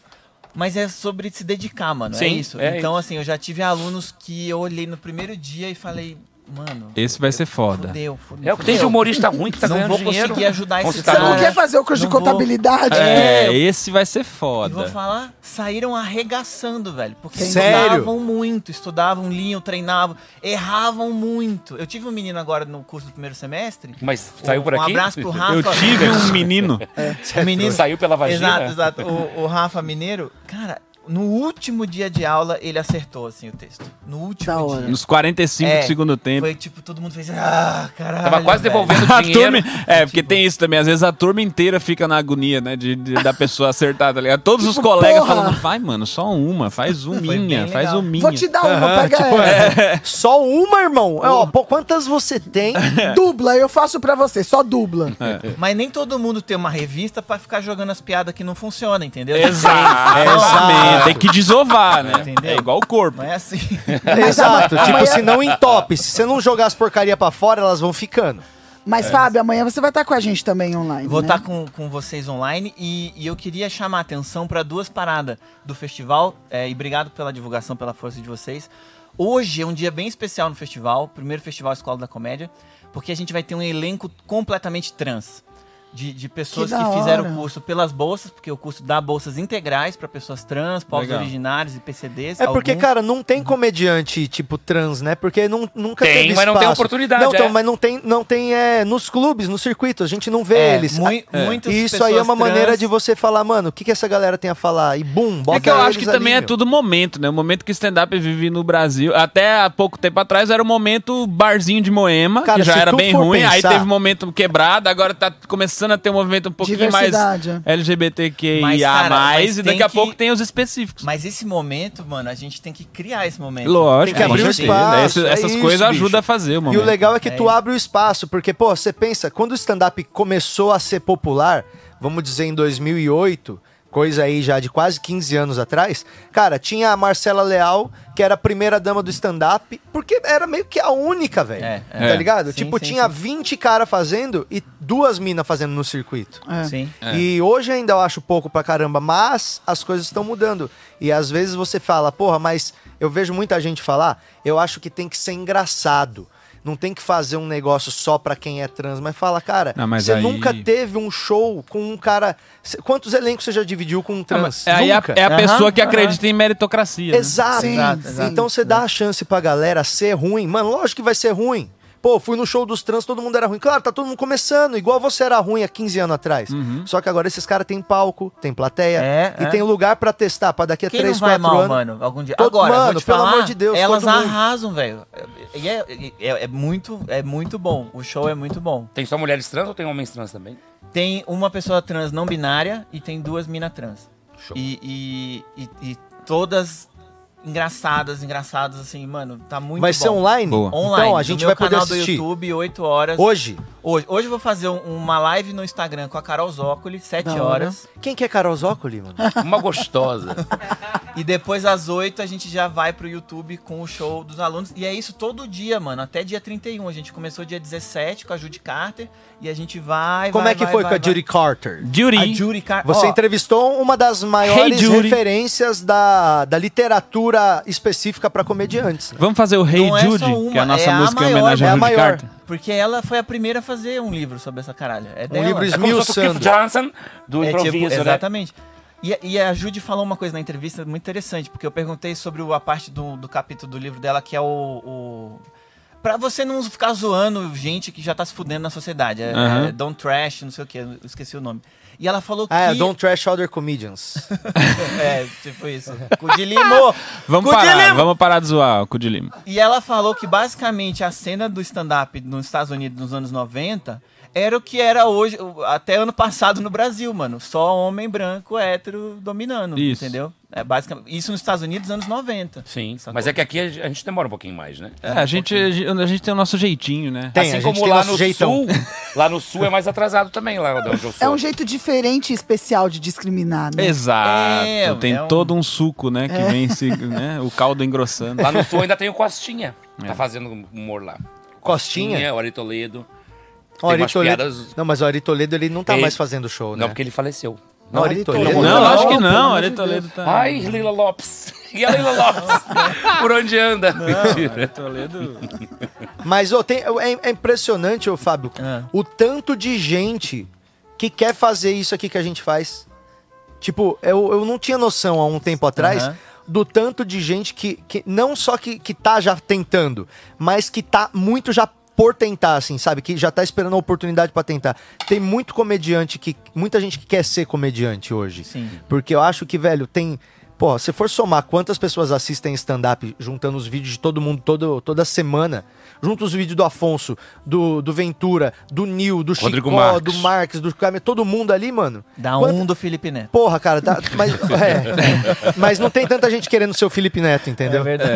Speaker 3: Mas é sobre se dedicar, mano. é
Speaker 7: Sim,
Speaker 3: isso.
Speaker 7: é
Speaker 3: então, assim, eu já tive alunos que eu olhei no primeiro dia e falei, mano.
Speaker 2: Esse vai ser foda.
Speaker 3: Fudeu, fudeu.
Speaker 7: É o que tem de
Speaker 3: fudeu.
Speaker 7: humorista ruim que tá
Speaker 3: Não
Speaker 7: ganhando
Speaker 3: vou
Speaker 7: dinheiro.
Speaker 3: conseguir ajudar
Speaker 7: Vamos
Speaker 3: esse
Speaker 7: citar
Speaker 5: Você não
Speaker 3: cara.
Speaker 5: quer fazer o curso de
Speaker 3: Não vou.
Speaker 5: contabilidade?
Speaker 2: É,
Speaker 3: É,
Speaker 2: esse vai ser
Speaker 3: E vou
Speaker 2: foda.
Speaker 3: falar, saíram arregaçando, velho. Porque
Speaker 1: Sério?
Speaker 3: estudavam muito, estudavam, liam, treinavam, erravam muito. Eu tive um menino agora no curso do primeiro semestre.
Speaker 7: Mas saiu por
Speaker 3: Um
Speaker 7: aqui?
Speaker 3: abraço pro Rafa.
Speaker 2: Eu tive um menino.
Speaker 3: um menino.
Speaker 7: Saiu pela vagina?
Speaker 3: Exato, exato. O, o Rafa Mineiro, cara, no último dia de aula, ele acertou, assim, o texto. No último
Speaker 5: Da
Speaker 3: dia.
Speaker 5: hora.
Speaker 2: Nos 45
Speaker 3: É,
Speaker 2: do segundo tempo.
Speaker 3: Foi tipo, todo mundo fez. Ah, caralho.
Speaker 7: Tava quase
Speaker 3: velho."
Speaker 7: devolvendo
Speaker 2: A
Speaker 7: dinheiro.
Speaker 2: turma, é, porque tem isso também. Às vezes a turma inteira fica na agonia, né? De, de- da pessoa acertar, tá ligado? Todos os colegas
Speaker 5: porra.
Speaker 2: falando, vai, mano, só uma, faz uminha,
Speaker 3: Tipo, bem
Speaker 2: faz
Speaker 3: legal.
Speaker 2: uminha.
Speaker 5: Vou te dar uma, pega essa.
Speaker 1: Só uma, irmão? É, ó, pô, quantas você tem?
Speaker 5: Dubla, eu faço pra você, só dubla.
Speaker 3: Mas nem todo mundo tem uma revista pra ficar jogando as piadas que não funcionam, entendeu?
Speaker 2: Exato.
Speaker 3: Não,
Speaker 2: Exatamente. Tem que desovar, né?
Speaker 3: Entendeu?
Speaker 2: É igual o corpo.
Speaker 3: Não é assim.
Speaker 1: Exato, tipo,
Speaker 5: amanhã-
Speaker 1: se não entope. Se você não jogar as porcaria pra fora, elas vão ficando.
Speaker 5: Mas, Fábio, amanhã você vai estar com a gente também online.
Speaker 3: Vou
Speaker 5: né?
Speaker 3: estar com, com vocês online e, e eu queria chamar a atenção para duas paradas do festival. é, e obrigado pela divulgação, pela força de vocês. Hoje é um dia bem especial no festival, primeiro festival Escola da Comédia, porque a gente vai ter um elenco completamente trans. De, de pessoas
Speaker 5: Que
Speaker 3: que,
Speaker 5: da
Speaker 3: fizeram
Speaker 5: hora.
Speaker 3: o curso pelas bolsas, porque o curso dá bolsas integrais para pessoas trans, povos
Speaker 2: Legal.
Speaker 3: originários e PCDs.
Speaker 1: É porque,
Speaker 3: alguns.
Speaker 1: cara, não tem comediante tipo trans, né? Porque não, nunca
Speaker 7: Tem,
Speaker 1: teve
Speaker 7: mas não tem
Speaker 1: espaço.
Speaker 7: oportunidade,
Speaker 1: Não, então,
Speaker 7: é.
Speaker 1: mas não tem, não tem é, nos clubes, no circuito, a gente não vê
Speaker 3: É,
Speaker 1: eles.
Speaker 3: mui-
Speaker 1: Ah,
Speaker 3: muitas
Speaker 1: e isso aí é
Speaker 3: pessoas
Speaker 1: uma maneira
Speaker 3: trans-
Speaker 1: de você falar, mano, o que, que essa galera tem a falar? E bum, bota
Speaker 2: É que eu acho
Speaker 1: eles
Speaker 2: que
Speaker 1: ali,
Speaker 2: também é
Speaker 1: meu.
Speaker 2: tudo momento, né? O momento que stand-up vive no Brasil. Até há pouco tempo atrás era o momento barzinho de Moema,
Speaker 1: Cara,
Speaker 2: que já
Speaker 1: se
Speaker 2: era
Speaker 1: tu
Speaker 2: bem
Speaker 1: for
Speaker 2: ruim. Aí
Speaker 1: pensar-
Speaker 2: teve um momento quebrado, agora tá começando a ter um movimento um pouquinho mais
Speaker 5: Diversidade,
Speaker 1: né?
Speaker 5: é.
Speaker 2: LGBTQIA+,
Speaker 3: Mas, cara, mas
Speaker 2: e daqui
Speaker 3: tem
Speaker 2: a pouco
Speaker 3: que-
Speaker 2: tem os específicos.
Speaker 3: Mas esse momento, mano, a gente tem que criar esse momento.
Speaker 2: Lógico,
Speaker 1: Tem que
Speaker 2: com
Speaker 1: abrir o
Speaker 2: certeza.
Speaker 1: espaço,
Speaker 2: Esse-
Speaker 1: é
Speaker 2: essas
Speaker 1: isso,
Speaker 2: coisas
Speaker 1: bicho.
Speaker 2: ajudam a fazer o
Speaker 1: E o
Speaker 2: momento. né?
Speaker 1: legal é que
Speaker 3: É
Speaker 1: tu
Speaker 3: isso.
Speaker 1: abre o espaço, porque, pô, você pensa, quando o stand-up começou a ser popular, vamos dizer em 2008, coisa aí já de quase 15 anos atrás, cara, tinha a Marcela Leal, que era a primeira dama do stand-up, porque era meio que a única, velho.
Speaker 3: É,
Speaker 1: Tá
Speaker 2: é.
Speaker 1: ligado?
Speaker 3: Sim,
Speaker 1: tipo,
Speaker 3: sim,
Speaker 1: tinha
Speaker 3: sim.
Speaker 1: 20 caras fazendo e duas minas fazendo no circuito.
Speaker 5: É.
Speaker 3: Sim.
Speaker 2: É.
Speaker 1: E hoje ainda eu acho pouco pra caramba, mas as coisas estão mudando. E às vezes você fala, porra, mas eu vejo muita gente falar, eu acho que tem que ser engraçado. Não tem que fazer um negócio só pra quem é trans, mas fala, cara,
Speaker 2: Não, mas
Speaker 1: você
Speaker 2: aí-
Speaker 1: nunca teve um show com um cara. Cê- Quantos elencos você já dividiu com um
Speaker 2: Ah,
Speaker 1: trans?
Speaker 2: mas É, aí a-
Speaker 1: nunca.
Speaker 2: é a
Speaker 3: Aham,
Speaker 2: pessoa que
Speaker 3: aham.
Speaker 2: acredita em meritocracia. né?
Speaker 1: Exato.
Speaker 5: Sim,
Speaker 1: Exato,
Speaker 5: sim.
Speaker 1: Então você dá a chance pra galera ser ruim. Mano, lógico que vai ser ruim. Pô, fui no show dos trans, todo mundo era ruim. Claro, tá todo mundo começando, igual você era ruim há 15 anos atrás. Só que agora esses caras têm palco, tem plateia
Speaker 3: Uhum. É,
Speaker 1: e
Speaker 3: é.
Speaker 1: tem lugar pra testar, pra daqui a
Speaker 3: Quem
Speaker 1: 3,
Speaker 3: não vai
Speaker 1: 4
Speaker 3: mal,
Speaker 1: anos.
Speaker 3: mano, algum dia.
Speaker 1: Todo-
Speaker 3: Agora,
Speaker 1: mano,
Speaker 3: vou te
Speaker 1: pelo
Speaker 3: falar,
Speaker 1: amor de Deus,
Speaker 3: elas
Speaker 1: todo mundo.
Speaker 3: arrasam, velho. E é, e é- é muito, é muito bom. O show é muito bom.
Speaker 7: Tem só mulheres trans ou tem homens trans também?
Speaker 3: Tem uma pessoa trans não binária e tem duas minas trans.
Speaker 7: Show.
Speaker 3: E, e, e- e todas engraçadas, engraçadas, assim, mano, tá muito
Speaker 1: Vai
Speaker 3: bom.
Speaker 1: ser online?
Speaker 2: Boa.
Speaker 3: Online.
Speaker 1: Então a
Speaker 3: no
Speaker 1: gente
Speaker 3: meu
Speaker 1: vai poder
Speaker 3: canal
Speaker 1: assistir.
Speaker 3: do YouTube, 8 horas.
Speaker 1: Hoje.
Speaker 3: Hoje, hoje eu vou fazer um- uma live no Instagram com a Carol Zócoli, 7
Speaker 5: Da hora.
Speaker 3: horas.
Speaker 1: Quem que é Carol Zócoli, mano?
Speaker 7: Uma gostosa. É
Speaker 3: E depois às 8 a gente já vai pro YouTube com o show dos alunos. E é isso todo dia, mano. Até dia 31. A gente começou dia 17 com a Judy Carter. E a gente vai.
Speaker 1: Como
Speaker 3: vai,
Speaker 1: é que
Speaker 3: vai,
Speaker 1: foi
Speaker 3: vai,
Speaker 1: com a
Speaker 3: vai.
Speaker 1: Judy Carter?
Speaker 3: A
Speaker 2: Jury.
Speaker 3: Judy Carter.
Speaker 1: Você
Speaker 3: Ó,
Speaker 1: entrevistou uma das maiores
Speaker 2: Judy.
Speaker 1: referências da, da literatura específica pra comediantes. né?
Speaker 2: Vamos fazer o Rei hey
Speaker 3: Não é só
Speaker 2: Judy,
Speaker 3: uma,
Speaker 2: que é a nossa
Speaker 3: é a
Speaker 2: música em
Speaker 3: maior,
Speaker 1: é
Speaker 2: homenagem a
Speaker 1: a
Speaker 2: Judy
Speaker 1: maior.
Speaker 2: Carter.
Speaker 3: Porque ela foi a primeira a fazer um livro sobre essa caralha. É
Speaker 1: Um
Speaker 3: dela.
Speaker 1: livro
Speaker 7: É como se fosse o Keith
Speaker 1: esmiuçando.
Speaker 7: Johnson do
Speaker 3: É, tipo,
Speaker 7: improviso, né?
Speaker 3: Exatamente. E, e a Judy falou uma coisa na entrevista muito interessante, porque eu perguntei sobre o- a parte do, do capítulo do livro dela, que é o. o Pra você não ficar zoando gente que já tá se fudendo na sociedade. É,
Speaker 2: Aham.
Speaker 3: é Don't Trash, não sei o que, eu esqueci o nome. E ela falou
Speaker 1: Ah, é,
Speaker 3: que.
Speaker 1: Don't Trash Other Comedians.
Speaker 3: É, tipo isso. Cu de limo!
Speaker 2: Vamos
Speaker 3: Cu de
Speaker 2: parar, né?
Speaker 3: limo!
Speaker 2: vamos parar de zoar o cu de limo.
Speaker 3: E ela falou que basicamente a cena do stand-up nos Estados Unidos nos anos 90 era o que era hoje, o- até ano passado no Brasil, mano. Só homem branco hétero dominando,
Speaker 2: Isso.
Speaker 3: entendeu? É basicamente isso nos Estados Unidos nos anos 90.
Speaker 7: Sim,
Speaker 3: Sacou?
Speaker 7: mas é que aqui a gente a gente demora um pouquinho mais, né?
Speaker 2: É, a gente, a gente- a gente tem o nosso jeitinho, né?
Speaker 1: Tem, a
Speaker 7: assim
Speaker 1: gente
Speaker 7: como
Speaker 1: tem
Speaker 7: lá
Speaker 1: nosso
Speaker 7: no
Speaker 1: jeitão.
Speaker 7: sul, lá no sul é mais atrasado também, lá de onde eu sou.
Speaker 5: É um jeito diferente e especial de discriminar, né?
Speaker 2: Exato.
Speaker 3: É,
Speaker 2: tem
Speaker 3: é um-
Speaker 2: todo um suco, né? Que vem se, né, o caldo engrossando.
Speaker 7: Lá no sul ainda tem o Costinha, tá fazendo humor lá.
Speaker 1: Costinha?
Speaker 7: o Ari Toledo.
Speaker 1: O Ari
Speaker 7: umas
Speaker 1: Toledo-
Speaker 7: piadas-
Speaker 1: Não, mas o Ari Toledo ele não tá
Speaker 7: Ele-
Speaker 1: mais fazendo show, né?
Speaker 7: Não, porque ele faleceu.
Speaker 1: Não, Ari Toledo.
Speaker 2: Não,
Speaker 7: Não,
Speaker 2: acho que
Speaker 5: pelo
Speaker 2: não.
Speaker 5: amor
Speaker 2: Ari
Speaker 5: de
Speaker 2: Toledo tá.
Speaker 7: Ai, Leila Lopes. E a Leila Lopes? Por onde anda? Mentira.
Speaker 2: Toledo.
Speaker 1: Mas ô, tem- é, é impressionante, ô Fábio,
Speaker 3: Ah.
Speaker 1: o tanto de gente que quer fazer isso aqui que a gente faz. Tipo, eu, eu não tinha noção há um tempo atrás
Speaker 3: Aham.
Speaker 1: do tanto de gente que, que não só que, que tá já tentando, mas que tá muito já por tentar, assim, sabe? Que já tá esperando a oportunidade pra tentar. Tem muito comediante que. Muita gente que quer ser comediante hoje.
Speaker 3: Sim.
Speaker 1: Porque eu acho que, velho, tem. Pô, se for somar quantas pessoas assistem stand-up juntando os vídeos de todo mundo todo, toda semana, junta os vídeos do Afonso, do, do Ventura, do Nil, do
Speaker 7: Rodrigo
Speaker 1: Chicó,
Speaker 7: Marques.
Speaker 1: do Marques, do Camilo, todo mundo ali, mano.
Speaker 3: Dá
Speaker 1: Quanta-
Speaker 3: um do Felipe Neto.
Speaker 1: Porra, cara, tá- mas, é. mas não tem tanta gente querendo ser o Felipe Neto, entendeu?
Speaker 3: verdade.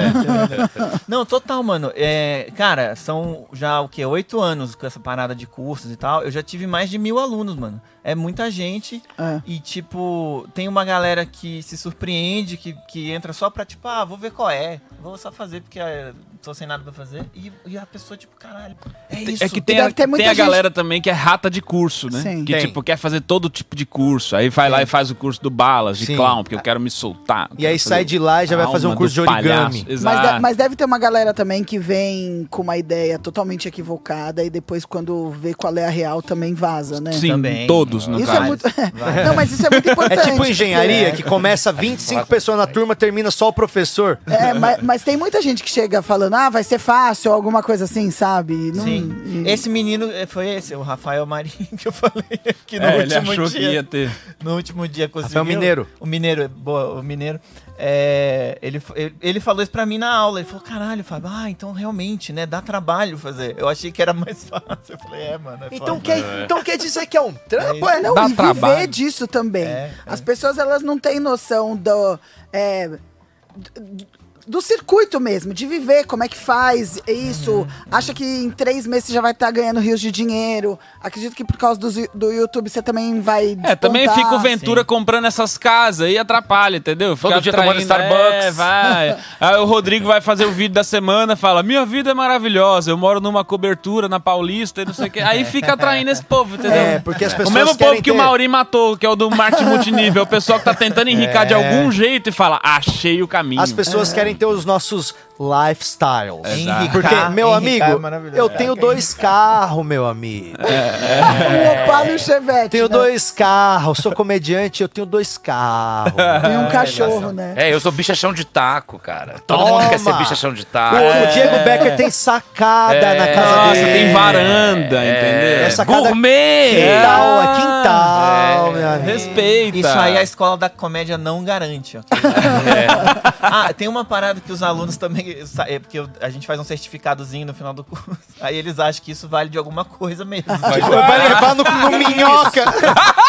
Speaker 3: Não, total, mano. É, cara, são já o quê? Oito anos com essa parada de cursos e tal. Eu já tive mais de mil alunos, mano. É muita gente.
Speaker 5: É.
Speaker 3: E, tipo, tem uma galera que se surpreende, que, que entra só pra, tipo, ah, vou ver qual é. Vou só fazer porque é, tô sem nada pra fazer. E, e a pessoa, tipo, caralho, é isso.
Speaker 2: É que tem, a,
Speaker 5: deve ter muita
Speaker 2: tem a
Speaker 5: gente-
Speaker 2: galera também que é rata de curso, né?
Speaker 5: Sim.
Speaker 2: Que
Speaker 1: Tem.
Speaker 2: tipo quer fazer todo tipo de curso. Aí vai lá e faz o curso do balas, de
Speaker 1: Sim.
Speaker 2: clown, porque eu quero me soltar.
Speaker 1: E aí sai de lá e já vai fazer um curso de origami.
Speaker 5: Mas, de-
Speaker 2: Exato.
Speaker 5: mas deve ter uma galera também que vem com uma ideia totalmente equivocada e depois, quando vê qual é a real, também vaza, né?
Speaker 2: Sim,
Speaker 3: Também.
Speaker 2: todos, no
Speaker 5: Isso
Speaker 2: caso.
Speaker 5: é muito. Não, mas isso é muito
Speaker 1: É
Speaker 5: importante.
Speaker 1: tipo engenharia, que começa 25 pessoas na turma, termina só o professor.
Speaker 5: É, mas, mas tem muita gente que chega falando, ah, vai ser fácil, ou alguma coisa assim, sabe? E não-
Speaker 3: Sim.
Speaker 5: Hum, e-
Speaker 3: Esse menino eh, foi esse, o Rafael Marinho, que eu falei aqui no
Speaker 2: É, ele
Speaker 3: último
Speaker 2: achou
Speaker 3: dia.
Speaker 2: que ia ter.
Speaker 3: No último dia conseguiu.
Speaker 1: Rafael Mineiro.
Speaker 3: O Mineiro, é boa, o Mineiro. É, ele, fa- ele- ele falou isso pra mim na aula. Ele falou, caralho, Fábio, ah, então realmente, né, dá trabalho fazer. Eu achei que era mais fácil. Eu falei, é, mano, é
Speaker 1: Então
Speaker 3: foda.
Speaker 1: quer, então quer dizer que é um trampo?
Speaker 5: Pô, não,
Speaker 2: Dá
Speaker 5: e viver
Speaker 2: trabalho.
Speaker 5: disso também.
Speaker 3: É,
Speaker 5: As pessoas, elas não têm noção do... é, do- do circuito mesmo, de viver, como é que faz isso. Acha que em três meses já vai estar ganhando rios de dinheiro. Acredito que por causa do, do YouTube você também vai
Speaker 2: É, também
Speaker 5: despontar.
Speaker 2: fica o Ventura comprando essas casas e atrapalha, entendeu? Fica
Speaker 7: Todo dia tomando
Speaker 2: atraindo,
Speaker 7: Starbucks.
Speaker 2: É, vai. Aí o Rodrigo vai fazer o vídeo da semana, fala: Minha vida é maravilhosa, eu moro numa cobertura na Paulista e não sei o quê. Aí fica atraindo esse povo, entendeu?
Speaker 1: É, porque as pessoas
Speaker 2: O mesmo
Speaker 1: querem
Speaker 2: povo que o
Speaker 1: ter-
Speaker 2: Mauri matou, que é o do marketing multinível, é o pessoal que tá tentando enricar de algum jeito e fala: Achei o caminho.
Speaker 1: É. As pessoas querem ter os nossos lifestyles.
Speaker 3: Exato.
Speaker 1: Porque, meu
Speaker 3: Henrique é
Speaker 1: amigo,
Speaker 3: maravilhoso.
Speaker 1: eu tenho dois carros, meu amigo.
Speaker 5: Um Opala e um Chevette,
Speaker 1: Tenho
Speaker 5: né?
Speaker 1: dois carros, sou comediante, eu tenho dois carros.
Speaker 5: Tem um cachorro, né?
Speaker 7: É, eu sou bichachão de taco, cara. Todo mundo quer ser
Speaker 1: Toma!
Speaker 7: bichachão de
Speaker 1: O,
Speaker 7: taco. É.
Speaker 1: o Diego Becker tem sacada na casa
Speaker 2: Nossa,
Speaker 1: dele.
Speaker 2: tem varanda,
Speaker 7: É,
Speaker 2: entendeu?
Speaker 1: Essa cada-
Speaker 7: gourmet!
Speaker 1: Quintal, é quintal, meu amigo.
Speaker 2: Respeita.
Speaker 3: É. Isso aí a escola da comédia não garante, ok?
Speaker 1: É.
Speaker 3: Ah, tem uma parada que os alunos também. sa- É porque eu- a gente faz um certificadozinho no final do curso. Aí eles acham que isso vale de alguma coisa mesmo.
Speaker 1: Vai levar no, no minhoca.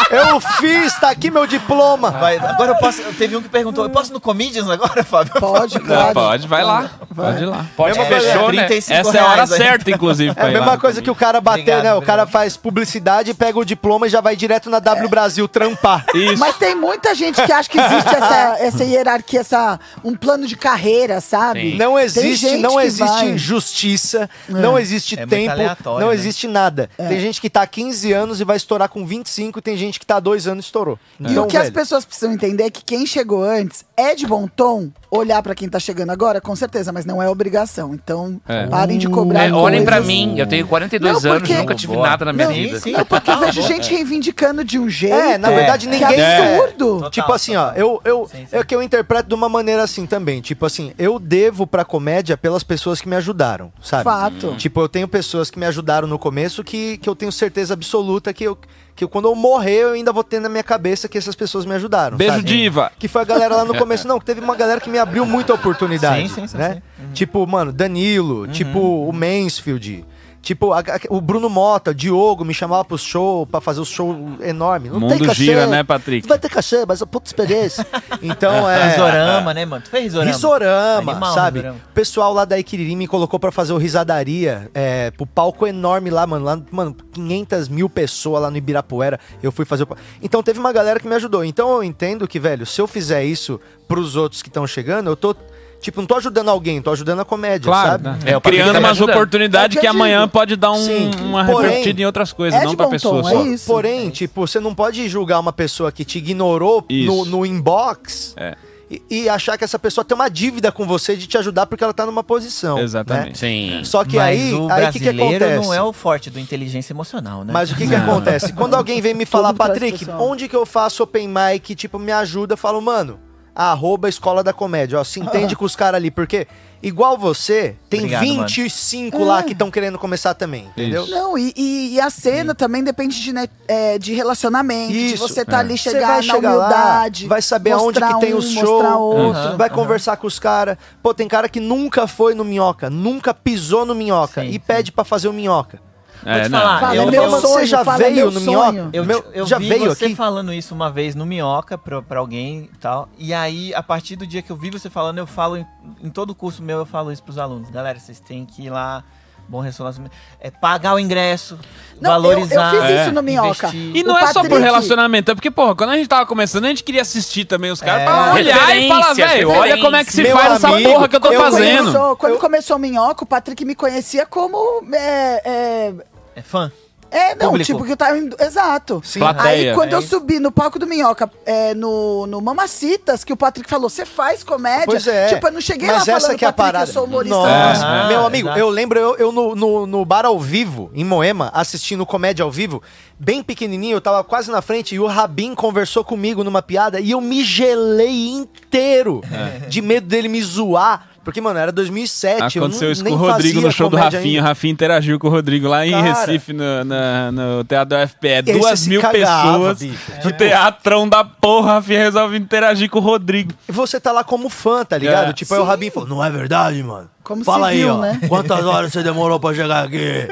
Speaker 1: Eu fiz, tá aqui meu diploma.
Speaker 3: Vai- agora eu posso. Teve um que perguntou: eu posso no Comedians agora, Fábio?
Speaker 5: Pode,
Speaker 2: Não,
Speaker 5: claro.
Speaker 2: pode, vai lá. Pode ir lá.
Speaker 7: Pode
Speaker 1: Mesma coisa,
Speaker 7: fechou, né?
Speaker 3: 35
Speaker 2: Essa é a hora
Speaker 3: reais aí.
Speaker 2: certa, inclusive.
Speaker 1: É a mesma coisa que o cara bater,
Speaker 3: Obrigado,
Speaker 1: né? O cara
Speaker 3: obrigado.
Speaker 1: faz publicidade, pega o diploma e já vai direto na W Brasil trampar.
Speaker 2: Isso.
Speaker 5: Mas tem muita gente que acha que existe essa, essa hierarquia, essa, um plano de carreira, sabe?
Speaker 1: Não
Speaker 5: Tem
Speaker 1: existe,
Speaker 5: gente
Speaker 1: não
Speaker 5: que
Speaker 1: existe
Speaker 5: vai. É.
Speaker 1: injustiça, não existe
Speaker 3: É muito
Speaker 1: tempo,
Speaker 3: aleatório,
Speaker 1: não
Speaker 3: né?
Speaker 1: existe nada. Tem gente que tá há 15 anos e vai estourar com 25, e tem gente que tá há 2 anos e estourou. Então,
Speaker 5: E o que
Speaker 1: É.
Speaker 5: as
Speaker 1: velho,
Speaker 5: pessoas precisam entender é que quem chegou antes é de bom tom olhar pra quem tá chegando agora, com certeza, mas não é obrigação. Então, parem de cobrar.
Speaker 7: É, olhem pra
Speaker 5: coisas.
Speaker 7: mim, eu tenho 42
Speaker 5: Não,
Speaker 7: anos,
Speaker 5: porque-
Speaker 7: nunca tive nada na minha
Speaker 3: Não,
Speaker 7: vida. Ah,
Speaker 3: sim,
Speaker 5: Não, porque eu vejo gente reivindicando de um jeito.
Speaker 1: É, na verdade, ninguém-
Speaker 5: Que absurdo.
Speaker 3: Total,
Speaker 1: Tipo assim, ó,
Speaker 3: total.
Speaker 1: eu, eu,
Speaker 3: Sim, sim.
Speaker 1: é que eu interpreto de uma maneira assim também. Tipo assim, eu devo pra comédia pelas pessoas que me ajudaram, sabe?
Speaker 5: Fato.
Speaker 1: Tipo, eu tenho pessoas que me ajudaram no começo que, que eu tenho certeza absoluta que, eu, que eu- quando eu morrer eu ainda vou ter na minha cabeça que essas pessoas me ajudaram.
Speaker 2: Beijo,
Speaker 1: sabe?
Speaker 2: diva.
Speaker 1: Que foi a galera lá no começo. Não, teve uma galera que me abriu muita oportunidade.
Speaker 3: Sim, sim, sim, Uhum.
Speaker 1: né? Tipo, mano, Danilo, tipo o Mansfield. Tipo, a- a- o Bruno Mota, o Diogo me chamava pro show, pra fazer o show enorme. Não tem
Speaker 2: Mundo
Speaker 1: cachê.
Speaker 2: gira, né, Patrick?
Speaker 1: Vai ter cachê, mas é puta experiência. Então é.
Speaker 3: Risorama, né, mano? Tu fez risorama?
Speaker 1: Risorama,
Speaker 3: Animal,
Speaker 1: sabe?
Speaker 3: Risorama.
Speaker 1: O pessoal lá da Iquiriri me colocou pra fazer o Risadaria, é, pro palco enorme lá, mano. Lá, mano, 500 mil pessoas lá no Ibirapuera. Eu fui fazer o. pa- Então teve uma galera que me ajudou. Então eu entendo que, velho, se eu fizer isso pros outros que estão chegando, eu tô. Tipo, não tô ajudando alguém, tô ajudando a comédia,
Speaker 2: Claro,
Speaker 1: sabe?
Speaker 2: né?
Speaker 7: É, o Patrick
Speaker 2: criando
Speaker 7: tá me
Speaker 2: umas
Speaker 7: ajudando.
Speaker 2: oportunidades
Speaker 5: É o
Speaker 2: que
Speaker 5: que eu
Speaker 2: amanhã
Speaker 5: digo.
Speaker 2: pode dar um-
Speaker 1: Sim.
Speaker 2: uma
Speaker 1: Porém,
Speaker 2: repercutida em outras coisas,
Speaker 5: é
Speaker 2: não
Speaker 5: de
Speaker 2: pra
Speaker 5: bom
Speaker 2: pessoa
Speaker 5: tom,
Speaker 2: só.
Speaker 5: é isso.
Speaker 1: Porém, tipo, você não pode julgar uma pessoa que te ignorou no,
Speaker 2: Isso.
Speaker 1: no inbox
Speaker 2: É.
Speaker 1: e, e achar que essa pessoa tem uma dívida com você de te ajudar porque ela tá numa posição. né?
Speaker 2: Exatamente.
Speaker 7: Sim.
Speaker 1: Só que
Speaker 3: Mas
Speaker 1: aí,
Speaker 3: o
Speaker 1: aí o que, que
Speaker 3: brasileiro
Speaker 1: acontece?
Speaker 3: não é o forte do inteligência emocional, né?
Speaker 1: Mas o que que acontece? Quando alguém vem me falar,
Speaker 3: é
Speaker 5: traz
Speaker 3: um."
Speaker 1: Patrick,
Speaker 5: pessoal.
Speaker 1: onde que eu faço open mic, tipo, me ajuda, eu falo, mano, arroba Escola da Comédia. Ó, se entende com os caras ali, porque igual você, tem
Speaker 3: Obrigado, mano.
Speaker 1: 25 lá que estão querendo começar também, entendeu?
Speaker 2: Isso.
Speaker 5: Não, e, e- e a cena também depende de, né, é, de relacionamento, de
Speaker 1: Isso, É.
Speaker 5: você tá ali
Speaker 1: Você
Speaker 5: chegar na humildade.
Speaker 1: lá, vai saber aonde
Speaker 5: mostrar
Speaker 1: que tem
Speaker 5: um,
Speaker 1: o show,
Speaker 5: mostrar outro.
Speaker 3: Aham,
Speaker 1: vai
Speaker 3: aham.
Speaker 1: conversar com os caras. Pô, tem cara que nunca foi no Minhoca, nunca pisou no Minhoca
Speaker 3: Sim,
Speaker 1: e
Speaker 3: sim.
Speaker 1: pede pra fazer o Minhoca.
Speaker 3: te falar,
Speaker 5: Fala,
Speaker 3: Eu-
Speaker 5: é meu
Speaker 3: eu-
Speaker 1: você
Speaker 5: sonho,
Speaker 1: já
Speaker 5: fala, é
Speaker 1: veio
Speaker 5: meu
Speaker 1: no
Speaker 5: sonho.
Speaker 1: Minhoca?
Speaker 3: Eu,
Speaker 1: Meu-
Speaker 3: te- eu
Speaker 1: já
Speaker 3: vi
Speaker 1: veio
Speaker 3: você
Speaker 1: aqui?
Speaker 3: falando isso uma vez no Minhoca pra, pra alguém e tal. E aí, a partir do dia que eu vi você falando, eu falo em, em todo curso meu, eu falo isso pros alunos. Galera, vocês têm que ir lá, bom relacionamento. É pagar o ingresso,
Speaker 5: Não, eu-
Speaker 3: valorizar.
Speaker 5: eu, fiz
Speaker 2: é,
Speaker 5: isso no Minhoca.
Speaker 3: investir.
Speaker 2: E
Speaker 5: O
Speaker 2: não é só por
Speaker 5: Patrick-
Speaker 2: relacionamento, é porque, porra, quando a gente tava começando, a gente queria assistir também os caras
Speaker 3: É.
Speaker 2: pra olhar e falar,
Speaker 7: Referências,
Speaker 2: velho, olha como é que se
Speaker 1: Meu
Speaker 2: faz essa
Speaker 1: amigo,
Speaker 2: porra que eu tô
Speaker 1: eu
Speaker 2: fazendo.
Speaker 5: Começou, quando começou o Minhoca, o Patrick me conhecia como. É, é,
Speaker 3: É fã.
Speaker 5: é, não,
Speaker 3: Público.
Speaker 5: tipo, que eu tava. indo- Exato.
Speaker 1: Sim.
Speaker 2: Plateia. né?
Speaker 5: Aí quando
Speaker 1: É.
Speaker 5: eu
Speaker 3: Aí-
Speaker 5: subi no palco do Minhoca, é, no, no Mamacitas, que o Patrick falou, você faz comédia?
Speaker 1: Pois é.
Speaker 5: Tipo, eu não cheguei
Speaker 1: Mas
Speaker 5: lá
Speaker 1: essa
Speaker 5: falando,
Speaker 1: que é a
Speaker 5: Patrick,
Speaker 1: parada.
Speaker 5: eu sou humorista.
Speaker 1: Nossa,
Speaker 3: Ah,
Speaker 1: meu amigo,
Speaker 3: exato.
Speaker 1: eu lembro eu, eu no, no, no bar ao vivo, em Moema, assistindo comédia ao vivo, bem pequenininho, eu tava quase na frente e o Rabin conversou comigo numa piada e eu me gelei inteiro
Speaker 2: É.
Speaker 1: de medo dele me zoar. Porque, mano, era 2007.
Speaker 2: Aconteceu
Speaker 1: eu
Speaker 2: isso
Speaker 1: não,
Speaker 2: com o
Speaker 1: Tipo, nem
Speaker 2: Rodrigo
Speaker 1: fazia
Speaker 2: no show do
Speaker 1: comédia
Speaker 2: Rafinha. O
Speaker 1: ainda.
Speaker 2: Rafinha interagiu com o Rodrigo lá em
Speaker 1: Cara.
Speaker 2: Recife, no, na- no Teatro da FPE.
Speaker 1: Esse
Speaker 2: Duas
Speaker 1: se
Speaker 2: mil
Speaker 1: cagava,
Speaker 2: pessoas.
Speaker 1: bicho.
Speaker 2: No teatrão da porra, o Rafinha resolve interagir com o Rodrigo.
Speaker 1: E você tá lá como fã, tá ligado?
Speaker 2: É.
Speaker 1: Tipo, aí o Rabin falou: Não é verdade, mano?
Speaker 5: Como
Speaker 1: Fala
Speaker 5: se
Speaker 1: aí,
Speaker 5: viu,
Speaker 1: ó.
Speaker 5: né?
Speaker 1: Quantas horas você demorou pra chegar aqui?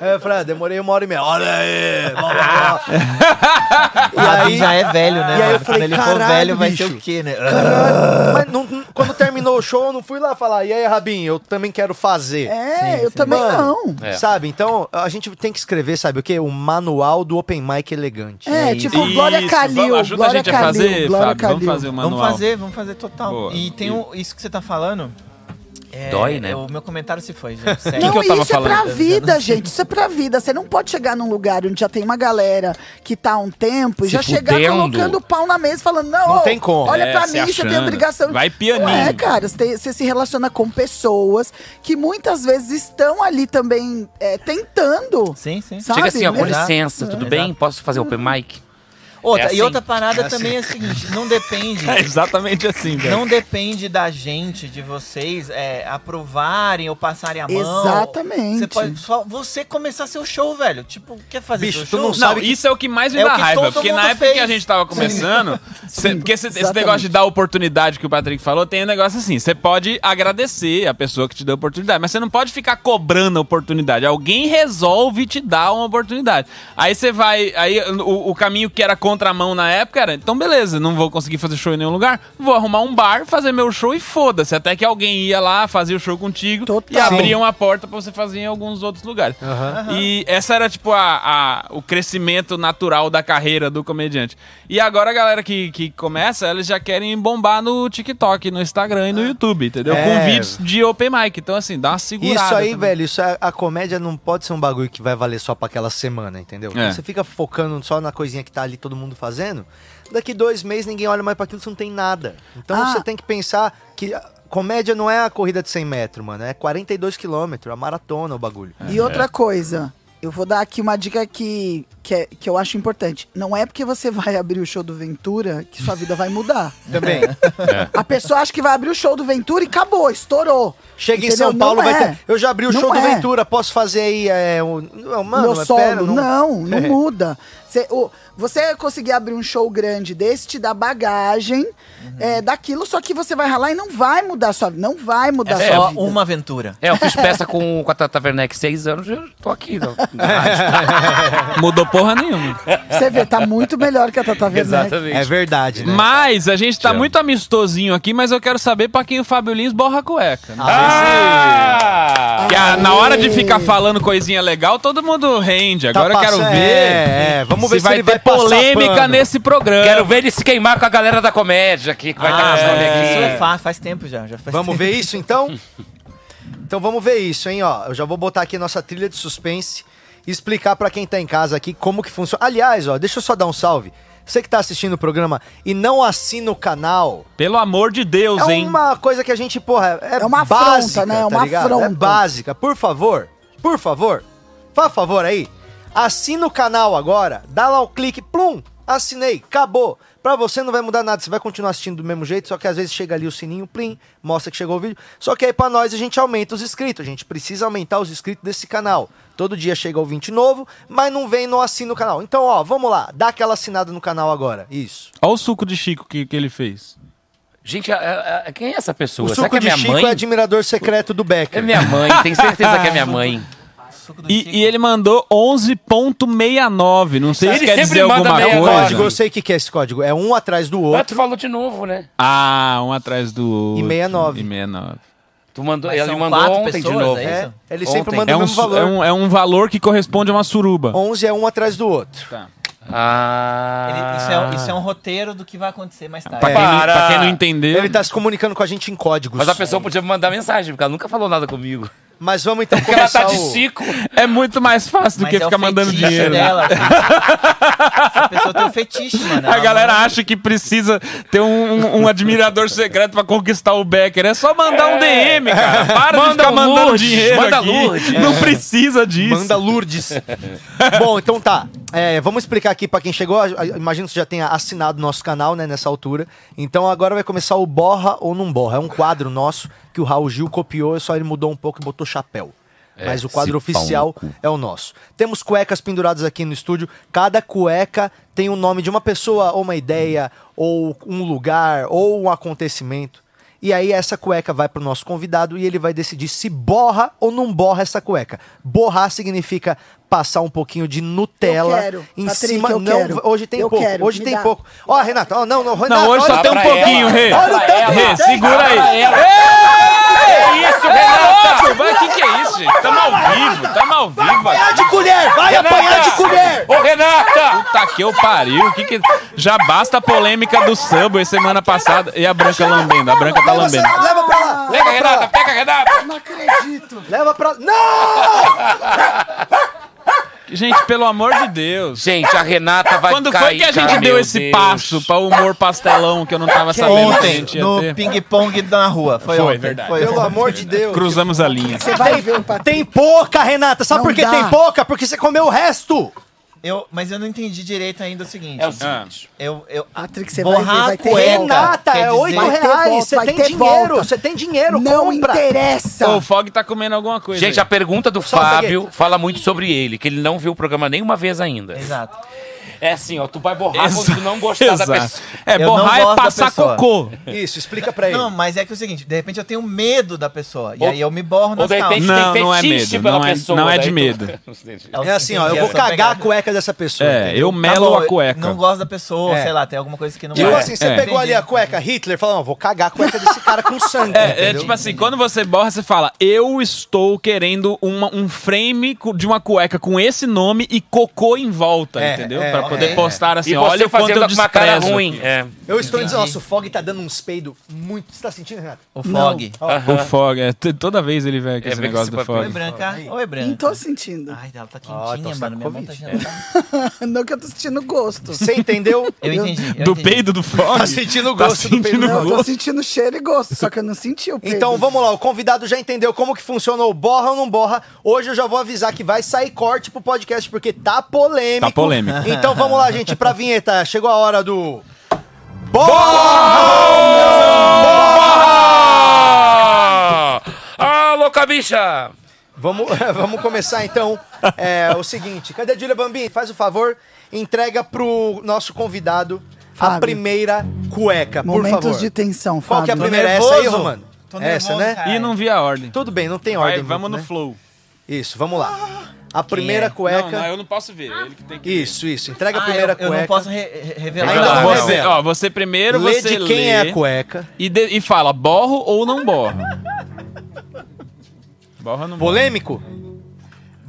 Speaker 1: Aí eu falei: "Ah, Demorei uma hora e meia. Olha aí! blá, blá,
Speaker 3: E
Speaker 1: blá."
Speaker 3: aí, já é velho, né?
Speaker 1: E aí eu
Speaker 3: mano?
Speaker 1: falei,
Speaker 3: quando ele for
Speaker 1: "Caralho,
Speaker 3: velho, vai ser
Speaker 1: bicho."
Speaker 3: o quê, né?
Speaker 1: Caralho. Mas não- quando terminou o show, eu não fui lá falar, e aí, Rabin, eu também quero fazer.
Speaker 5: É, eu também não.
Speaker 7: É.
Speaker 1: Sabe? Então, a gente tem que escrever, sabe o quê? O manual do Open Mic elegante.
Speaker 5: É,
Speaker 3: isso.
Speaker 5: tipo, Glória
Speaker 2: Isso,
Speaker 5: Calil.
Speaker 2: vamos- ajuda
Speaker 5: Glória
Speaker 2: a gente
Speaker 5: Calil,
Speaker 2: a fazer,
Speaker 5: Glória
Speaker 2: Fábio. Vamos
Speaker 5: Calil.
Speaker 2: fazer o manual.
Speaker 3: Vamos fazer, vamos fazer total.
Speaker 2: Boa.
Speaker 3: E tem o, isso que você tá falando. é,
Speaker 7: Dói, né?
Speaker 3: é, O meu comentário se foi, gente. Sério.
Speaker 5: Não,
Speaker 2: que eu tava
Speaker 5: isso é
Speaker 2: falando?
Speaker 5: pra vida, gente. Isso é pra vida. Você não pode chegar num lugar onde já tem uma galera que tá há um tempo e
Speaker 7: Se
Speaker 5: já chegar
Speaker 7: fudendo.
Speaker 5: colocando o pau na mesa e falando, não,
Speaker 1: Não
Speaker 5: ô,
Speaker 1: tem como.
Speaker 5: olha
Speaker 2: É,
Speaker 5: pra
Speaker 2: se
Speaker 5: mim, você tem
Speaker 2: achando.
Speaker 5: obrigação.
Speaker 2: Vai pianinho.
Speaker 5: Não É, cara, você, tem- você se relaciona com pessoas que muitas vezes estão ali também é, tentando.
Speaker 3: Sim, sim.
Speaker 5: Sabe?
Speaker 7: Chega assim, ó, com
Speaker 3: Exato.
Speaker 7: licença, tudo
Speaker 3: Exato.
Speaker 7: bem? Posso fazer open mic?
Speaker 3: Outra,
Speaker 7: É assim.
Speaker 3: E outra parada também é a seguinte, não depende...
Speaker 2: É exatamente assim, velho.
Speaker 3: Não depende da gente, de vocês é, aprovarem ou passarem a mão.
Speaker 5: Exatamente.
Speaker 3: Você pode só você começar seu show, velho. Tipo, quer fazer
Speaker 1: Bicho, tu
Speaker 3: seu show?
Speaker 1: não
Speaker 2: Não,
Speaker 1: sabe que-
Speaker 2: isso é o que mais me
Speaker 3: É o
Speaker 2: dá
Speaker 3: que
Speaker 2: raiva.
Speaker 3: todo
Speaker 2: Porque
Speaker 3: mundo
Speaker 2: na época que a
Speaker 3: fez.
Speaker 2: gente tava começando, cê- porque esse, esse
Speaker 5: exatamente.
Speaker 2: negócio de dar oportunidade que o Patrick falou, tem um negócio assim: você pode agradecer a pessoa que te deu a oportunidade, mas você não pode ficar cobrando a oportunidade. Alguém resolve te dar uma oportunidade. Aí você vai. Aí o, o caminho que era contramão na época era: então beleza, não vou conseguir fazer show em nenhum lugar, vou arrumar um bar, fazer meu show e foda-se. Até que alguém ia lá, fazia o show contigo e
Speaker 5: Total.
Speaker 2: abria uma porta pra você fazer em alguns outros lugares. E essa era, tipo, a, a- o crescimento natural da carreira do comediante. E agora a galera que, que começa, eles já querem bombar no TikTok, no Instagram e no YouTube, entendeu?
Speaker 1: É.
Speaker 2: Com vídeos de open mic. Então, assim, dá uma segurada.
Speaker 1: Isso aí,
Speaker 2: também.
Speaker 1: velho, isso é- a comédia não pode ser um bagulho que vai valer só pra aquela semana, entendeu?
Speaker 2: É.
Speaker 1: Você fica focando só na coisinha que tá ali todo mundo fazendo, daqui dois meses ninguém olha mais pra aquilo, você não tem nada. Então
Speaker 5: Ah.
Speaker 1: você tem que pensar que a comédia não é a corrida de 100 metros, mano, é 42 quilômetros, a maratona o bagulho.
Speaker 2: É.
Speaker 5: E outra coisa, eu vou dar aqui uma dica que, que, é- que eu acho importante. Não é porque você vai abrir o show do Ventura que sua vida vai mudar.
Speaker 1: Também.
Speaker 5: A pessoa acha que vai abrir o show do Ventura e acabou, estourou.
Speaker 1: Chega em
Speaker 5: Entendeu?
Speaker 1: São Paulo,
Speaker 5: Não
Speaker 1: vai
Speaker 5: é.
Speaker 1: ter. Eu já abri o
Speaker 5: Não
Speaker 1: show do
Speaker 5: é.
Speaker 1: Ventura, posso fazer aí. É, um... não, mano,
Speaker 5: meu
Speaker 1: mas
Speaker 5: solo.
Speaker 1: pera,
Speaker 5: não, não,
Speaker 1: É.
Speaker 5: muda. Cê- o- você conseguir abrir um show grande desse, te dá bagagem
Speaker 1: Uhum.
Speaker 5: é, daquilo, só que você vai ralar e não vai mudar a sua vida. Não vai mudar
Speaker 3: É
Speaker 5: a
Speaker 3: só
Speaker 5: sua vida.
Speaker 3: uma aventura.
Speaker 7: É, eu fiz peça com, com a Tata Werneck seis anos, eu tô aqui. Não.
Speaker 1: É,
Speaker 2: Mudou porra nenhuma.
Speaker 5: Você vê, tá muito melhor que a Tata Werneck.
Speaker 1: É verdade, né?
Speaker 2: Mas a gente tá
Speaker 7: Te amo.
Speaker 2: muito amistosinho aqui, mas eu quero saber pra quem o Fábio Lins borra a cueca.
Speaker 7: Ah!
Speaker 2: Que a- na hora de ficar falando coisinha legal, todo mundo rende.
Speaker 1: Ah. Tá
Speaker 2: Agora eu quero
Speaker 1: pass-
Speaker 2: ver.
Speaker 1: É, é, vamos ver se
Speaker 2: vai
Speaker 1: ele
Speaker 2: ter
Speaker 1: vai passar
Speaker 2: polêmica
Speaker 1: pano.
Speaker 2: nesse programa.
Speaker 7: Quero ver ele se queimar com a galera da comédia aqui, que vai tá estar
Speaker 2: Ah,
Speaker 7: nas
Speaker 2: é.
Speaker 3: Isso é
Speaker 7: coleguinhas.
Speaker 3: fácil, faz tempo já. já faz
Speaker 1: Vamos
Speaker 3: tempo.
Speaker 1: ver isso então? Então vamos ver isso, hein? Ó, eu já vou botar aqui a nossa trilha de suspense e explicar pra quem tá em casa aqui como que funciona. Aliás, ó, deixa eu só dar um salve. Você que tá assistindo o programa e não assina o canal,
Speaker 2: Pelo amor de Deus,
Speaker 1: é
Speaker 2: hein?
Speaker 1: uma coisa que a gente, porra, é,
Speaker 5: É uma afronta,
Speaker 1: básica,
Speaker 5: né? É
Speaker 1: tá
Speaker 5: uma
Speaker 1: ligado? É
Speaker 5: afronta.
Speaker 1: básica. Por favor, por favor, faz favor aí, assina o canal agora, dá lá o clique, plum, assinei, acabou. Pra você não vai mudar nada, você vai continuar assistindo do mesmo jeito, só que às vezes chega ali o sininho, plim, mostra que chegou o vídeo. Só que aí pra nós a gente aumenta os inscritos, a gente precisa aumentar os inscritos desse canal. Todo dia chega ouvinte novo, mas não vem, não assina o canal. Então, ó, vamos lá, dá aquela assinada no canal agora. Isso.
Speaker 2: Olha o suco de Chico que, que ele fez.
Speaker 7: Gente, a- a- a- quem é essa pessoa?
Speaker 1: O
Speaker 7: Será
Speaker 1: suco
Speaker 7: que é
Speaker 1: de
Speaker 7: minha
Speaker 1: Chico
Speaker 7: mãe?
Speaker 1: é admirador secreto do Becker.
Speaker 7: É minha mãe, tenho certeza que é minha mãe.
Speaker 3: Suco do Chico.
Speaker 2: E, e ele mandou 11.69. Não sei se
Speaker 7: Ele
Speaker 2: quer
Speaker 7: sempre
Speaker 2: dizer
Speaker 7: manda
Speaker 2: alguma
Speaker 1: É um
Speaker 7: meia
Speaker 1: código, eu
Speaker 2: coisa.
Speaker 1: sei o que que é esse código. É um atrás do
Speaker 7: Ah,
Speaker 1: outro.
Speaker 7: tu falou de novo, né?
Speaker 2: Ah, um atrás do outro.
Speaker 1: E 69.
Speaker 2: E 69.
Speaker 7: Tu mandou,
Speaker 3: Mas
Speaker 7: ele
Speaker 3: são
Speaker 7: mandou
Speaker 3: quatro
Speaker 7: ontem de
Speaker 3: pessoas,
Speaker 7: novo.
Speaker 3: é
Speaker 1: É,
Speaker 3: isso?
Speaker 1: ele sempre manda
Speaker 7: Ontem.
Speaker 2: É
Speaker 1: o
Speaker 2: um,
Speaker 1: mesmo
Speaker 2: su-
Speaker 1: valor.
Speaker 2: é, um, é um valor que corresponde a uma suruba.
Speaker 1: 11 é um atrás do outro.
Speaker 7: Tá. Ah.
Speaker 3: Ele- isso, é, isso é um roteiro do que vai acontecer mais tarde.
Speaker 2: Pra, quem não,
Speaker 7: Para!
Speaker 2: pra quem não entendeu.
Speaker 1: Ele tá se comunicando com a gente em códigos.
Speaker 7: Mas a pessoa podia me mandar mensagem, porque ela nunca falou nada comigo.
Speaker 1: Mas vamos então
Speaker 7: Porque ela
Speaker 1: começar
Speaker 7: tá de
Speaker 1: o...
Speaker 7: Chico.
Speaker 2: É muito mais fácil do
Speaker 3: Mas
Speaker 2: que
Speaker 3: é o
Speaker 2: ficar mandando
Speaker 3: fetiche
Speaker 2: dinheiro. né?
Speaker 1: né?
Speaker 3: Dela, assim. a pessoa tem um fetiche, mano.
Speaker 2: A
Speaker 3: Ela
Speaker 2: galera
Speaker 3: manda-
Speaker 2: acha que precisa ter um, um- um admirador secreto pra conquistar o Becker. É só mandar um DM, cara. Para
Speaker 7: Manda
Speaker 2: de ficar
Speaker 7: o
Speaker 2: mandando
Speaker 7: Lourdes,
Speaker 2: dinheiro
Speaker 7: manda
Speaker 2: aqui.
Speaker 7: Lourdes.
Speaker 2: Não precisa disso.
Speaker 1: É. Manda Lourdes. Bom, então tá. É, vamos explicar aqui pra quem chegou. A- a- Imagino que você já tenha assinado nosso canal, né, nessa altura. Então agora vai começar o Borra ou Não Borra. É um quadro nosso que o Raul Gil copiou, só ele mudou um pouco e botou chapéu. Mas o quadro
Speaker 7: esse É, pau
Speaker 1: oficial
Speaker 7: no cu.
Speaker 1: é o nosso. Temos cuecas penduradas aqui no estúdio. Cada cueca tem o nome de uma pessoa, ou uma ideia, ou um lugar, ou um acontecimento. E aí essa cueca vai pro nosso convidado e ele vai decidir se borra ou não borra essa cueca. Borrar significa passar um pouquinho de Nutella
Speaker 5: Eu quero.
Speaker 1: em
Speaker 5: Patrick,
Speaker 1: cima.
Speaker 5: eu
Speaker 1: não,
Speaker 5: quero.
Speaker 1: hoje tem
Speaker 5: Eu
Speaker 1: pouco.
Speaker 5: quero.
Speaker 1: Hoje
Speaker 5: Me
Speaker 1: tem
Speaker 5: dá.
Speaker 1: pouco. Ó, Renato, ó, não, não, Renato.
Speaker 2: Não, hoje
Speaker 1: olha
Speaker 2: só
Speaker 1: o
Speaker 2: tem um
Speaker 7: pra
Speaker 2: pouquinho,
Speaker 7: ela.
Speaker 2: Rê.
Speaker 1: Olha o tanto que
Speaker 2: Rê,
Speaker 1: tem.
Speaker 2: segura aí.
Speaker 7: É isso, Renata! Vai, que que é isso, gente? Tamo ao vivo, tamo ao vivo.
Speaker 1: Apanhar de colher! Vai apanhar de colher!
Speaker 7: Ô, Renata!
Speaker 2: Puta que eu pariu. Que que... Já basta a polêmica do Subway semana passada. E a Branca lambendo. A Branca tá
Speaker 1: Leva, você-
Speaker 2: lambendo.
Speaker 1: leva pra lá!
Speaker 7: Pega, Renata, pega, Renata!
Speaker 5: Não acredito.
Speaker 1: Leva pra. Não!
Speaker 2: Gente, pelo amor de Deus.
Speaker 7: Gente, a Renata vai
Speaker 2: Quando foi
Speaker 7: cair,
Speaker 2: que a gente
Speaker 7: cara.
Speaker 2: deu
Speaker 7: Meu
Speaker 2: esse
Speaker 7: Deus.
Speaker 2: passo pra humor pastelão que eu não tava sabendo que a gente
Speaker 3: Ontem,
Speaker 2: ia
Speaker 3: no
Speaker 2: ter?
Speaker 3: ping-pong na rua. Foi,
Speaker 2: Foi,
Speaker 3: ontem.
Speaker 2: verdade.
Speaker 3: Foi
Speaker 1: Pelo
Speaker 3: ontem.
Speaker 1: amor de Deus.
Speaker 2: Cruzamos a linha.
Speaker 5: Você vai ver o Patrick.
Speaker 1: Tem pouca, Renata. Sabe
Speaker 5: Não
Speaker 1: por que
Speaker 5: dá.
Speaker 1: tem pouca? Porque você comeu o resto.
Speaker 3: Eu, mas eu não entendi direito ainda o seguinte.
Speaker 7: É o
Speaker 2: Ah.
Speaker 7: seguinte.
Speaker 3: Eu, eu, ah,
Speaker 5: Patrick, você vai ver,
Speaker 3: borrar
Speaker 5: vai
Speaker 3: a
Speaker 5: ter
Speaker 3: cueca.
Speaker 5: volta.
Speaker 1: Renata,
Speaker 3: quer
Speaker 1: é
Speaker 3: dizer-
Speaker 1: oito
Speaker 5: vai ter
Speaker 1: reais.
Speaker 5: volta,
Speaker 1: Você
Speaker 5: vai
Speaker 1: tem
Speaker 5: ter
Speaker 1: dinheiro.
Speaker 5: volta.
Speaker 1: Você tem dinheiro.
Speaker 5: Não
Speaker 1: compra.
Speaker 5: interessa.
Speaker 2: Ô, O Fog tá comendo alguma coisa.
Speaker 7: Gente,
Speaker 2: aí.
Speaker 7: a pergunta do
Speaker 3: um
Speaker 1: Solta
Speaker 7: Fábio fala muito sobre ele, que ele não viu o programa nenhuma vez ainda.
Speaker 3: Exato.
Speaker 7: É assim, ó, tu vai borrar quando
Speaker 2: Exato.
Speaker 7: tu não gostar da
Speaker 2: Exato.
Speaker 7: pessoa.
Speaker 2: É,
Speaker 3: Eu não
Speaker 2: borrar
Speaker 3: gosto
Speaker 2: é
Speaker 3: da
Speaker 2: passar
Speaker 3: pessoa.
Speaker 2: cocô.
Speaker 1: Isso, explica pra ele.
Speaker 3: Não, mas é que é o seguinte, de repente eu tenho medo da pessoa. E
Speaker 7: Ou-
Speaker 3: aí eu me borro
Speaker 7: Ou
Speaker 3: nas
Speaker 7: de
Speaker 3: calças.
Speaker 7: repente
Speaker 2: Não,
Speaker 7: tem
Speaker 2: não é
Speaker 7: fetiche
Speaker 2: medo,
Speaker 7: pela
Speaker 2: não é-
Speaker 7: pessoa.
Speaker 2: não é de
Speaker 7: daí tu-
Speaker 2: medo.
Speaker 1: É assim, ó. Eu vou
Speaker 3: Essa pegada.
Speaker 1: cagar a cueca dessa pessoa.
Speaker 2: É, eu
Speaker 3: Tá
Speaker 2: melo
Speaker 3: bom,
Speaker 2: a cueca.
Speaker 3: Não gosto da pessoa,
Speaker 1: É.
Speaker 3: sei lá, tem alguma coisa que não
Speaker 1: Tipo
Speaker 3: vai.
Speaker 1: assim, você
Speaker 2: é.
Speaker 1: pegou ali a cueca Hitler e falou, não, vou cagar a cueca desse cara com sangue.
Speaker 2: É, é
Speaker 1: entendeu?
Speaker 2: tipo assim, quando você borra, você fala: Eu estou querendo uma- um frame cu- de uma cueca com esse nome e cocô em volta,
Speaker 1: É,
Speaker 2: entendeu?
Speaker 1: é,
Speaker 2: pra
Speaker 1: é,
Speaker 2: poder
Speaker 3: é.
Speaker 2: postar assim:
Speaker 7: E
Speaker 2: Olha
Speaker 7: você
Speaker 2: o quanto eu
Speaker 7: fazendo uma cara
Speaker 2: desprezo
Speaker 7: ruim.
Speaker 2: aqui."
Speaker 7: É.
Speaker 1: Eu estou dizendo,
Speaker 3: Entendi.
Speaker 1: nossa, o Fog tá dando uns peido muito... Você tá sentindo, Renato?
Speaker 3: O Fog.
Speaker 2: O Fog, é, t- toda vez ele vem com
Speaker 7: É,
Speaker 2: esse
Speaker 7: vem com
Speaker 2: negócio
Speaker 7: esse
Speaker 2: do
Speaker 7: papinho.
Speaker 3: Oi,
Speaker 2: Fog.
Speaker 3: Branca. Oi,
Speaker 5: Não Então-
Speaker 3: Branca.
Speaker 5: tô sentindo.
Speaker 3: Ai, ela tá
Speaker 1: Ó, então
Speaker 3: quentinha,
Speaker 1: você tá
Speaker 3: mano. Minha
Speaker 1: com
Speaker 3: mão tá
Speaker 1: Covid.
Speaker 3: gelada.
Speaker 5: Não que eu tô sentindo gosto.
Speaker 1: Você entendeu?
Speaker 3: Eu entendi. eu
Speaker 2: Do
Speaker 3: entendi.
Speaker 2: peido do Fog?
Speaker 1: Tá sentindo o gosto do
Speaker 2: sentindo
Speaker 1: peido.
Speaker 5: Não, eu tô
Speaker 2: gosto.
Speaker 5: sentindo cheiro e gosto, só que eu não senti o peido.
Speaker 1: Então vamos lá, o convidado já entendeu como que funciona o borra ou não borra. Hoje eu já vou avisar que vai sair corte pro podcast, porque tá polêmico.
Speaker 2: Tá polêmico.
Speaker 1: Então vamos lá, gente, pra vinheta. Chegou a hora do. Borra!
Speaker 7: Ah! Ah, louca bicha!
Speaker 1: Vamos, vamos começar então. É, o seguinte, cadê a Júlia Bambini? Faz o favor, entrega pro nosso convidado a
Speaker 5: Fábio.
Speaker 1: primeira cueca, por favor.
Speaker 5: Momentos de tensão,
Speaker 1: Qual que é a
Speaker 5: Fábio.
Speaker 1: primeira?
Speaker 3: Tô
Speaker 1: Essa aí,
Speaker 3: nervoso.
Speaker 1: Romano?
Speaker 3: Tô nervoso,
Speaker 1: Essa, né?
Speaker 3: cara.
Speaker 2: E não vi a ordem.
Speaker 1: Tudo bem, não tem
Speaker 2: Vai,
Speaker 1: ordem.
Speaker 2: vamos
Speaker 1: muito,
Speaker 2: no
Speaker 1: né?
Speaker 2: flow.
Speaker 1: Isso, vamos lá. A primeira
Speaker 2: Não, é
Speaker 1: cueca.
Speaker 2: não, eu não posso ver. Ele que tem que
Speaker 1: Isso, isso. Entrega a
Speaker 3: Ah,
Speaker 1: primeira
Speaker 3: eu,
Speaker 1: cueca.
Speaker 3: eu não posso re- re- revelar.
Speaker 1: Ainda
Speaker 3: nada. É,
Speaker 1: não,
Speaker 2: Você-
Speaker 1: revela.
Speaker 2: ó, você primeiro
Speaker 1: Lê
Speaker 2: você
Speaker 1: de quem
Speaker 2: lê
Speaker 1: é a cueca.
Speaker 2: e, de- e fala borro ou não borro. borro ou não borro.
Speaker 1: Polêmico?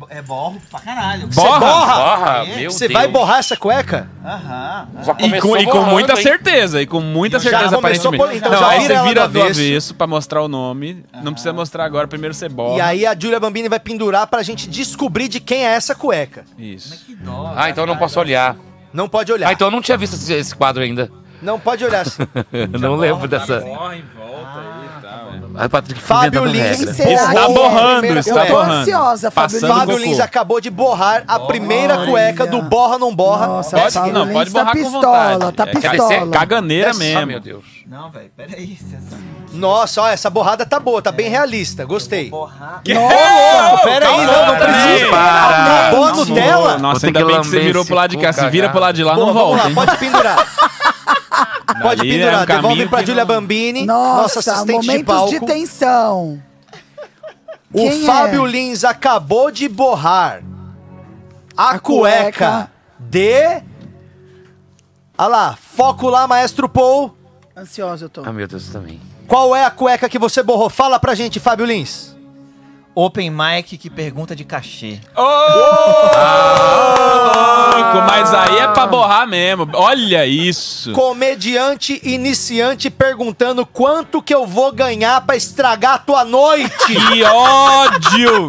Speaker 3: É borro pra caralho. É?
Speaker 2: Borra?
Speaker 7: Borra! Meu
Speaker 1: Você
Speaker 7: Deus.
Speaker 1: vai borrar essa cueca?
Speaker 3: Aham.
Speaker 7: Já
Speaker 2: E
Speaker 7: começou
Speaker 2: com, e com
Speaker 7: borrando,
Speaker 2: muita
Speaker 7: hein?
Speaker 2: certeza, e com muita
Speaker 1: Já
Speaker 2: certeza,
Speaker 1: começou
Speaker 2: aparentemente.
Speaker 1: por- então
Speaker 2: não,
Speaker 1: já
Speaker 2: aí
Speaker 1: vira
Speaker 2: você
Speaker 1: ela
Speaker 2: vira
Speaker 1: do
Speaker 2: do
Speaker 1: avesso.
Speaker 2: avesso Ah. pra mostrar o nome. Não precisa mostrar agora, primeiro você
Speaker 1: E
Speaker 2: borra.
Speaker 1: aí a Júlia Bambini vai pendurar pra gente descobrir de quem é essa cueca.
Speaker 2: Isso.
Speaker 7: Ah, então eu não posso olhar.
Speaker 1: Não pode olhar.
Speaker 7: Ah, então eu não tinha visto esse, esse quadro ainda.
Speaker 1: Não pode olhar assim.
Speaker 7: Eu não lembro dessa. tá,
Speaker 2: Borra em volta aí e tal.
Speaker 7: A Patrick fica
Speaker 1: Fábio
Speaker 7: inventando
Speaker 1: Lins,
Speaker 7: regra.
Speaker 5: será
Speaker 2: Está
Speaker 5: que-
Speaker 2: borrando,
Speaker 1: Eu
Speaker 2: está
Speaker 5: tô
Speaker 2: borrando.
Speaker 5: ansiosa, Fábio
Speaker 2: Passando
Speaker 1: Fábio
Speaker 2: Goku.
Speaker 1: Lins acabou de borrar a primeira cueca do Borra Não Borra.
Speaker 5: Nossa,
Speaker 2: Pode,
Speaker 5: Fábio
Speaker 2: não,
Speaker 5: Lins
Speaker 2: pode
Speaker 5: tá
Speaker 2: borrar com
Speaker 5: pistola,
Speaker 2: vontade.
Speaker 5: tá
Speaker 2: É, cara,
Speaker 5: pistola.
Speaker 2: isso é caganeira
Speaker 1: assim.
Speaker 7: Ah, meu
Speaker 2: mesmo.
Speaker 7: Deus.
Speaker 3: Não, velho, peraí. é assim. Vocês são-
Speaker 1: Nossa, ó, essa borrada tá boa, tá bem realista, gostei.
Speaker 2: Tá
Speaker 3: Porra.
Speaker 1: Nossa, pera aí, não, não
Speaker 2: Calma,
Speaker 1: precisa.
Speaker 2: ei,
Speaker 7: para.
Speaker 1: Acabou a Nutella?
Speaker 7: Vou
Speaker 2: Nossa,
Speaker 7: ter
Speaker 2: ainda
Speaker 7: que
Speaker 2: bem que você
Speaker 7: lamber
Speaker 2: virou
Speaker 7: esse
Speaker 2: pro lado de
Speaker 7: cu,
Speaker 2: cá. Se vira
Speaker 7: cagar.
Speaker 2: pro lado de lá,
Speaker 1: Boa,
Speaker 2: não
Speaker 1: vamos
Speaker 2: volta,
Speaker 1: lá,
Speaker 2: hein?
Speaker 1: pode pendurar. Pode
Speaker 2: Ali é um
Speaker 1: pendurar, devolve
Speaker 2: caminho
Speaker 1: pra
Speaker 2: que
Speaker 1: Julia
Speaker 2: não-
Speaker 1: Bambini, nossa,
Speaker 5: Nossa,
Speaker 1: um assistente de
Speaker 5: momentos
Speaker 1: palco.
Speaker 5: de, tensão.
Speaker 1: O
Speaker 5: Quem é?
Speaker 1: Fábio Lins acabou de borrar a,
Speaker 5: A
Speaker 1: cueca,
Speaker 5: cueca.
Speaker 1: de. Olha lá, foco lá, maestro Paul.
Speaker 5: Ansiosa eu tô.
Speaker 7: Ah, meu Deus, eu também.
Speaker 1: Qual é a cueca que você borrou? Fala pra gente, Fábio Lins.
Speaker 3: Open Mic que pergunta de cachê.
Speaker 2: Louco, mas aí é pra borrar mesmo. Olha isso.
Speaker 1: Comediante iniciante perguntando quanto que eu vou ganhar pra estragar a tua noite.
Speaker 2: Que ódio!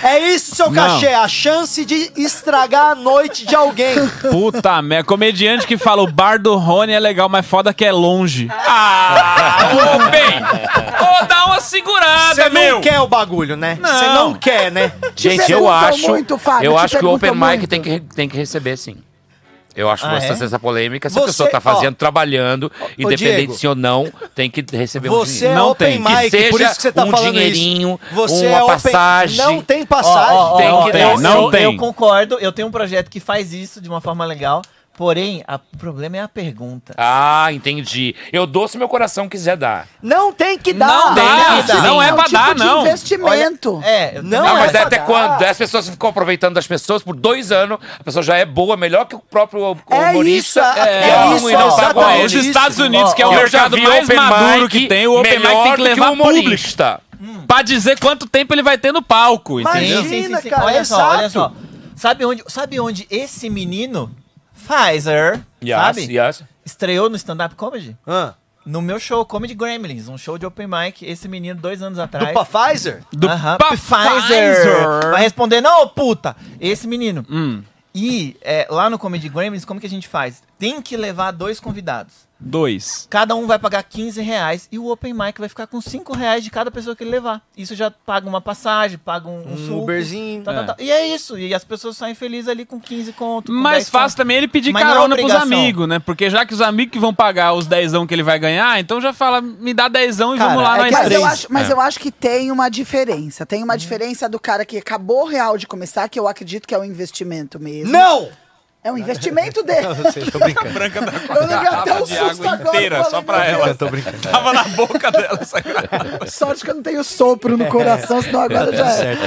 Speaker 1: é isso, seu
Speaker 2: Não.
Speaker 1: cachê, a chance de estragar a noite de alguém.
Speaker 2: Puta merda. Comediante que fala o bar do Rony é legal, mas foda que é longe. Ah, ô, bem! Ô, dá uma segurada,
Speaker 1: Você
Speaker 2: meu!
Speaker 1: não quer o bagulho, né? Você
Speaker 2: Não.
Speaker 1: não quer, né?
Speaker 7: Gente, eu
Speaker 5: perguntam
Speaker 7: acho.
Speaker 5: muito, Fábio,
Speaker 7: eu
Speaker 5: te
Speaker 7: acho que o Open
Speaker 5: perguntam
Speaker 7: Mic
Speaker 5: muito.
Speaker 7: tem que, tem que receber, sim. Eu acho que
Speaker 3: Ah,
Speaker 7: essa,
Speaker 3: é?
Speaker 7: essa polêmica, se a
Speaker 1: Você-
Speaker 7: pessoa tá fazendo,
Speaker 1: ó.
Speaker 7: trabalhando,
Speaker 1: Diego.
Speaker 7: independente se ou não, tem que receber um
Speaker 1: Você
Speaker 7: dinheiro.
Speaker 1: é
Speaker 2: Não
Speaker 1: open
Speaker 2: tem.
Speaker 7: Que
Speaker 1: mic,
Speaker 7: seja
Speaker 1: por isso que você tá
Speaker 7: um
Speaker 1: falando
Speaker 7: dinheirinho,
Speaker 1: isso. Você
Speaker 7: uma
Speaker 1: é open,
Speaker 7: passagem.
Speaker 1: Não tem
Speaker 3: Ó,
Speaker 1: passagem.
Speaker 3: ó, ó,
Speaker 7: Tem
Speaker 3: ó,
Speaker 7: que ter,
Speaker 3: eu-
Speaker 2: não
Speaker 3: eu-
Speaker 2: tem.
Speaker 3: Eu concordo, eu tenho um projeto que faz isso de uma forma legal, porém, a- o problema é a pergunta.
Speaker 7: Ah, entendi. Eu dou se meu coração quiser dar.
Speaker 1: Não tem que dar.
Speaker 2: Não dá,
Speaker 1: tem que dar.
Speaker 2: não é
Speaker 5: um
Speaker 2: pra
Speaker 5: tipo
Speaker 2: dar,
Speaker 5: de
Speaker 2: não.
Speaker 5: investimento.
Speaker 3: É, eu
Speaker 1: Não,
Speaker 7: Ah,
Speaker 3: também
Speaker 7: mas
Speaker 1: é
Speaker 7: é
Speaker 3: acho.
Speaker 7: até
Speaker 1: pra
Speaker 7: quando?
Speaker 1: dar.
Speaker 7: As pessoas ficam aproveitando das pessoas por dois anos. A pessoa já é boa, melhor que o próprio
Speaker 1: É
Speaker 7: humorista.
Speaker 1: isso, é-
Speaker 7: e
Speaker 1: é
Speaker 7: ela
Speaker 2: um
Speaker 1: isso,
Speaker 7: e não tá com
Speaker 1: exatamente.
Speaker 7: ele.
Speaker 2: Os Estados Unidos,
Speaker 3: Ó,
Speaker 2: que é o
Speaker 3: ó,
Speaker 7: Eu já
Speaker 2: mercado
Speaker 7: vi
Speaker 2: mais
Speaker 7: open
Speaker 2: maduro
Speaker 7: mic
Speaker 2: que tem, o Open Mic
Speaker 7: melhor
Speaker 2: tem que
Speaker 7: do o
Speaker 2: levar público.
Speaker 7: humorista.
Speaker 2: Pra dizer quanto tempo ele vai ter no palco, entendeu?
Speaker 1: Imagina, cara,
Speaker 3: Olha só, olha
Speaker 1: exato.
Speaker 3: só. Sabe onde, sabe onde esse menino, Pfizer,
Speaker 7: Yes,
Speaker 3: sabe?
Speaker 7: yes.
Speaker 3: Estreou no stand-up comedy?
Speaker 1: Ah,
Speaker 3: No meu show, Comedy Gremlins, um show de open mic. Esse menino, dois anos
Speaker 1: do
Speaker 3: atrás.
Speaker 1: pa- Pfizer?
Speaker 2: Do
Speaker 3: Aham,
Speaker 2: pa- Pfizer.
Speaker 3: Pfizer. Vai responder, não, ô puta. Esse menino. E é, lá no Comedy Gremlins, como que a gente faz? Tem que levar dois convidados.
Speaker 2: Dois.
Speaker 3: Cada um vai pagar 15 reais e o Open Mic vai ficar com 5 reais de cada pessoa que ele levar. Isso já paga uma passagem, paga um, um suco,
Speaker 1: Uberzinho.
Speaker 3: tá, tá,
Speaker 2: É.
Speaker 3: tá. E é isso. E as pessoas saem felizes ali com 15 conto. com 10
Speaker 2: Mais
Speaker 3: conto.
Speaker 2: fácil também ele pedir
Speaker 3: Mas não é
Speaker 2: carona pros
Speaker 3: obrigação.
Speaker 2: amigos, né? Porque já que os amigos que vão pagar os dezão que ele vai ganhar, então já fala, me dá dezão e
Speaker 1: Cara,
Speaker 2: vamos lá
Speaker 1: é
Speaker 2: nós
Speaker 1: que-
Speaker 5: Mas,
Speaker 2: três.
Speaker 5: eu acho, mas
Speaker 2: É.
Speaker 5: eu acho que tem uma diferença. Tem uma diferença do cara que acabou real de começar, que eu acredito que é um investimento mesmo.
Speaker 1: Não!
Speaker 5: É um investimento dele.
Speaker 1: tô brincando.
Speaker 5: Eu levei até um susto agora. eu falei, meu Deus,
Speaker 1: tô brincando.
Speaker 2: Tava na boca dela essa cara.
Speaker 5: Sorte que eu não tenho sopro no coração, senão
Speaker 7: Tá
Speaker 5: agora já é.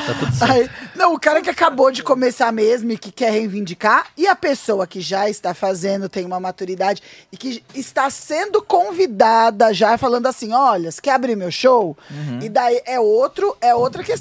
Speaker 5: Aí- não, o cara que acabou de começar mesmo e que quer reivindicar, e a pessoa que já está fazendo, tem uma maturidade e que está sendo convidada já, falando assim: olha, você quer abrir meu show?
Speaker 7: Uhum.
Speaker 5: E daí é outro, é outra questão.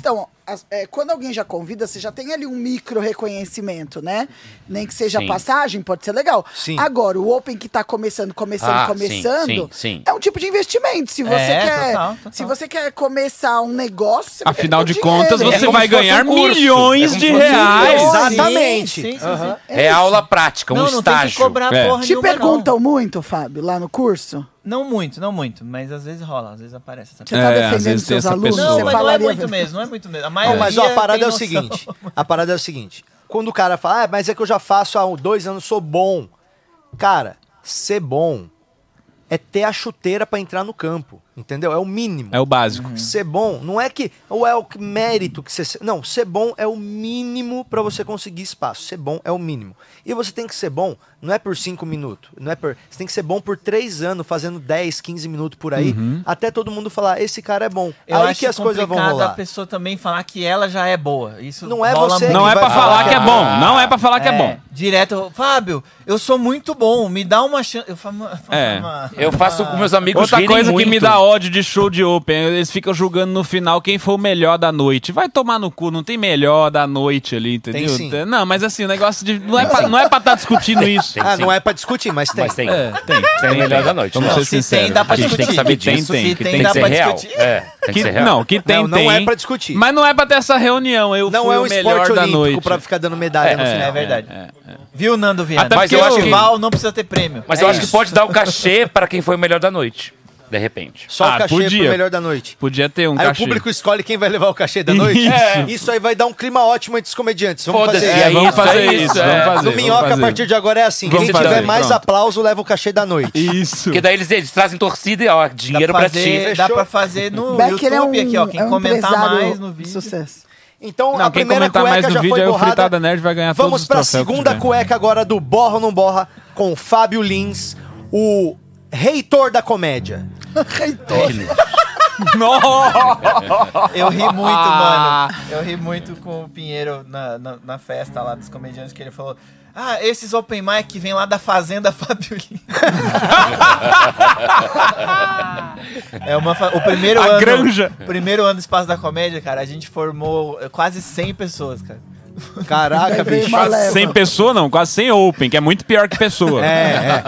Speaker 5: As- é, quando alguém já convida, você já tem ali um micro reconhecimento, né? Nem que seja
Speaker 7: Sim.
Speaker 5: passagem, pode ser legal.
Speaker 1: Sim.
Speaker 5: Agora, o Open que tá começando, começando,
Speaker 7: Ah, sim,
Speaker 5: começando,
Speaker 7: sim, sim.
Speaker 5: é um tipo de investimento. Se você
Speaker 3: É,
Speaker 5: quer.
Speaker 3: total, total.
Speaker 5: Se você quer começar um negócio, você vai
Speaker 2: Afinal
Speaker 5: perder
Speaker 2: de contas,
Speaker 5: dinheiro.
Speaker 2: você
Speaker 7: como
Speaker 2: vai
Speaker 7: se fosse um
Speaker 2: ganhar
Speaker 7: curso. É
Speaker 2: milhões
Speaker 7: como
Speaker 2: de
Speaker 7: se fosse um
Speaker 2: reais.
Speaker 1: curso.
Speaker 3: Sim,
Speaker 1: Exatamente.
Speaker 3: sim, sim, sim.
Speaker 1: Aham.
Speaker 7: É aula prática, um
Speaker 3: Não, não tem que
Speaker 7: estágio.
Speaker 3: cobrar
Speaker 2: É.
Speaker 3: porra
Speaker 5: Te
Speaker 3: nenhuma,
Speaker 5: perguntam muito, Fábio, lá no curso?
Speaker 3: Não. não muito, não muito. Mas às vezes rola, às vezes aparece. Essa
Speaker 5: Você tá
Speaker 2: É, às
Speaker 5: defendendo
Speaker 2: vezes tem
Speaker 5: seus
Speaker 2: essa
Speaker 5: alunos?
Speaker 2: pessoa.
Speaker 3: Não,
Speaker 5: você
Speaker 3: mas não é
Speaker 5: falaria-
Speaker 3: muito mesmo, não é muito mesmo. A
Speaker 1: Não,
Speaker 3: maioria
Speaker 1: mas ó, a parada
Speaker 3: tem
Speaker 1: é o
Speaker 3: noção.
Speaker 1: seguinte. A parada é o seguinte. Quando o cara fala, ah, mas é que eu já faço há dois anos, sou bom. Cara, ser bom é ter a chuteira pra entrar no campo, entendeu? É o mínimo.
Speaker 2: É o básico.
Speaker 1: Ser bom não é que ou é o que- mérito que você se- não ser bom é o mínimo pra você conseguir espaço. Ser bom é o mínimo e você tem que ser bom não é por cinco minutos, não é por você tem que ser bom por três anos fazendo 10, 15 minutos por aí
Speaker 2: Uhum.
Speaker 1: até todo mundo falar esse cara é bom.
Speaker 3: Eu
Speaker 1: aí
Speaker 3: acho
Speaker 1: que as coisas vão
Speaker 3: complicado
Speaker 1: rolar.
Speaker 3: a pessoa também falar que ela já é boa. Isso
Speaker 1: Não é
Speaker 3: rola
Speaker 1: você
Speaker 3: muito.
Speaker 2: Não
Speaker 1: que
Speaker 2: é
Speaker 1: vai
Speaker 2: pra falar que é bom. Não é pra falar que é bom.
Speaker 3: Direto, Fábio, eu sou muito bom, me dá uma chance. Eu falo, uma-
Speaker 2: É.
Speaker 3: uma-
Speaker 7: Eu faço com meus amigos
Speaker 2: Outra
Speaker 7: rirem
Speaker 2: coisa
Speaker 7: muito.
Speaker 2: que me dá ódio de show de Open, eles ficam julgando no final quem foi o melhor da noite. Vai tomar no cu, não tem melhor da noite ali, entendeu?
Speaker 1: Tem sim.
Speaker 2: Não, mas assim, o negócio de. Não é pra não é pra tá discutindo isso.
Speaker 7: Tem
Speaker 1: Ah,
Speaker 7: sim.
Speaker 1: não é pra discutir, mas tem.
Speaker 7: Mas tem.
Speaker 2: É, tem.
Speaker 7: Tem melhor da noite.
Speaker 2: Vamos
Speaker 7: né?
Speaker 2: ser
Speaker 3: se tem,
Speaker 2: sinceros.
Speaker 3: dá pra
Speaker 7: A gente tem que
Speaker 3: discutir.
Speaker 7: saber
Speaker 2: Que tem,
Speaker 7: disso.
Speaker 2: tem.
Speaker 7: que
Speaker 2: Que
Speaker 7: tem,
Speaker 3: tem, dá
Speaker 7: que ser
Speaker 3: pra
Speaker 7: real.
Speaker 3: discutir.
Speaker 7: É, tem que
Speaker 2: Que-
Speaker 7: ser real.
Speaker 2: não, que tem,
Speaker 1: Não, não
Speaker 2: tem.
Speaker 1: é pra discutir.
Speaker 2: Mas não é pra ter essa reunião. Eu
Speaker 1: Não
Speaker 2: fui
Speaker 1: é um
Speaker 2: o melhor
Speaker 1: esporte
Speaker 2: da
Speaker 1: olímpico
Speaker 2: noite.
Speaker 1: pra ficar dando medalha no
Speaker 3: É,
Speaker 1: final.
Speaker 3: é verdade. Viu, Nando Viana?
Speaker 2: Até
Speaker 7: porque eu acho que-
Speaker 3: festival não precisa ter prêmio.
Speaker 7: Mas
Speaker 3: É
Speaker 7: eu acho
Speaker 3: isso.
Speaker 7: que pode dar o cachê para quem foi o melhor da noite. de repente.
Speaker 1: Só
Speaker 2: Ah,
Speaker 1: o cachê
Speaker 2: podia.
Speaker 1: pro melhor da noite.
Speaker 2: Podia ter um
Speaker 1: aí
Speaker 2: cachê.
Speaker 1: o público escolhe quem vai levar o cachê da noite.
Speaker 2: Isso.
Speaker 1: É. Isso aí vai dar um clima ótimo entre os comediantes. Vamos
Speaker 7: Foda-se,
Speaker 1: fazer
Speaker 7: e aí
Speaker 1: isso.
Speaker 2: vamos
Speaker 7: isso,
Speaker 2: fazer
Speaker 7: é
Speaker 2: isso,
Speaker 7: isso,
Speaker 2: vamos
Speaker 7: é.
Speaker 2: fazer.
Speaker 1: No
Speaker 2: vamos
Speaker 1: Minhoca, a
Speaker 2: fazer.
Speaker 1: partir de agora é assim.
Speaker 2: Vamos
Speaker 1: quem
Speaker 2: fazer,
Speaker 1: tiver mais
Speaker 2: pronto.
Speaker 1: aplauso, leva o cachê da noite.
Speaker 2: Isso.
Speaker 7: Porque daí eles, eles trazem torcida e ó, dinheiro pra ti.
Speaker 3: fazer, dá pra fazer no
Speaker 5: Becker é um,
Speaker 3: YouTube aqui, ó. Quem
Speaker 5: é um
Speaker 3: comentar
Speaker 5: empresário
Speaker 3: mais no vídeo.
Speaker 5: Sucesso.
Speaker 1: Então,
Speaker 2: Não,
Speaker 1: a
Speaker 2: quem
Speaker 1: primeira
Speaker 2: comentar
Speaker 1: cueca
Speaker 2: mais
Speaker 1: já
Speaker 2: no
Speaker 1: foi
Speaker 2: vídeo, aí o
Speaker 1: borrada.
Speaker 2: Fritada Nerd vai ganhar todos
Speaker 1: Vamos
Speaker 2: os
Speaker 1: pra
Speaker 2: troféus que
Speaker 1: segunda
Speaker 2: tiver.
Speaker 1: cueca agora do Borra ou Não Borra com Fábio Lins, o reitor da comédia.
Speaker 3: Eu ri muito,
Speaker 1: Ah.
Speaker 3: mano. Eu ri muito com o Pinheiro na, na, na festa lá dos comediantes que ele falou. Ah, esses open mic que vem lá da Fazenda Fábio Lima." é uma fa- o primeiro
Speaker 2: A
Speaker 3: ano,
Speaker 2: granja.
Speaker 3: primeiro ano do Espaço da Comédia, cara, a gente formou eh, quase 100 pessoas, cara.
Speaker 1: Caraca,
Speaker 5: Vai ver
Speaker 1: bicho.
Speaker 5: uma
Speaker 1: Quase-
Speaker 5: leva.
Speaker 2: Sem pessoa, não, quase sem open, que é muito pior que pessoa.
Speaker 1: É,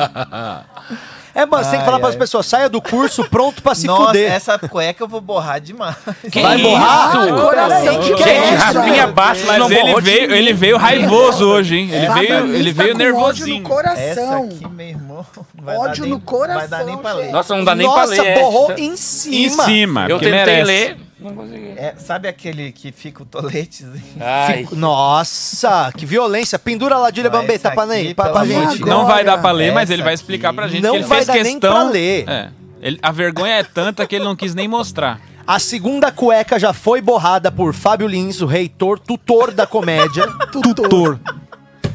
Speaker 1: é. É, mano, você tem que
Speaker 3: Ai,
Speaker 1: falar para as
Speaker 3: ai.
Speaker 1: pessoas, saia do curso pronto pra se
Speaker 3: Nossa,
Speaker 1: fuder.
Speaker 3: essa cueca eu vou borrar demais.
Speaker 1: Vai
Speaker 2: Ah,
Speaker 1: borrar?
Speaker 7: isso?
Speaker 5: Ah, Coração de é,
Speaker 7: Gente,
Speaker 5: guerra.
Speaker 7: Rafinha Bastos
Speaker 2: Mas
Speaker 7: não
Speaker 2: ele
Speaker 7: borrou
Speaker 2: veio,
Speaker 7: de mim.
Speaker 2: ele veio raivoso hoje, hein? Ele
Speaker 5: Fábio
Speaker 2: veio,
Speaker 5: Lins
Speaker 2: ele
Speaker 5: tá
Speaker 2: veio
Speaker 5: com Ódio
Speaker 2: nervosinho.
Speaker 5: no
Speaker 3: Essa
Speaker 5: coração.
Speaker 3: aqui, meu irmão, não vai
Speaker 5: Ódio
Speaker 3: dar nem,
Speaker 5: no coração,
Speaker 3: Vai dar nem pra ler.
Speaker 5: gente.
Speaker 7: Nossa, não dá nem pra
Speaker 1: Nossa,
Speaker 7: ler. tá esta.
Speaker 1: borrou em
Speaker 2: Em
Speaker 1: cima.
Speaker 2: cima,
Speaker 7: Eu
Speaker 2: porque
Speaker 7: tentei
Speaker 2: merece.
Speaker 7: ler, não consegui.
Speaker 3: É, sabe aquele que fica o assim? toletezinho?
Speaker 7: Ai,
Speaker 1: Nossa, que violência. Pendura a ladilha
Speaker 3: Não,
Speaker 1: bambeta
Speaker 3: essa
Speaker 1: pra,
Speaker 3: aqui,
Speaker 1: nem, pra,
Speaker 3: pelo
Speaker 1: pra
Speaker 5: amor
Speaker 1: gente.
Speaker 5: de Deus.
Speaker 2: Não vai dar pra ler, mas
Speaker 3: Essa
Speaker 2: ele vai
Speaker 3: aqui.
Speaker 2: explicar pra gente.
Speaker 1: Não
Speaker 2: que ele
Speaker 1: vai
Speaker 2: fez
Speaker 1: dar nem
Speaker 2: questão.
Speaker 1: pra ler.
Speaker 2: É. Ele- a vergonha é tanta que ele não quis nem mostrar.
Speaker 1: A segunda cueca já foi borrada por Fábio Lins, o reitor, tutor da comédia.
Speaker 2: Tutor.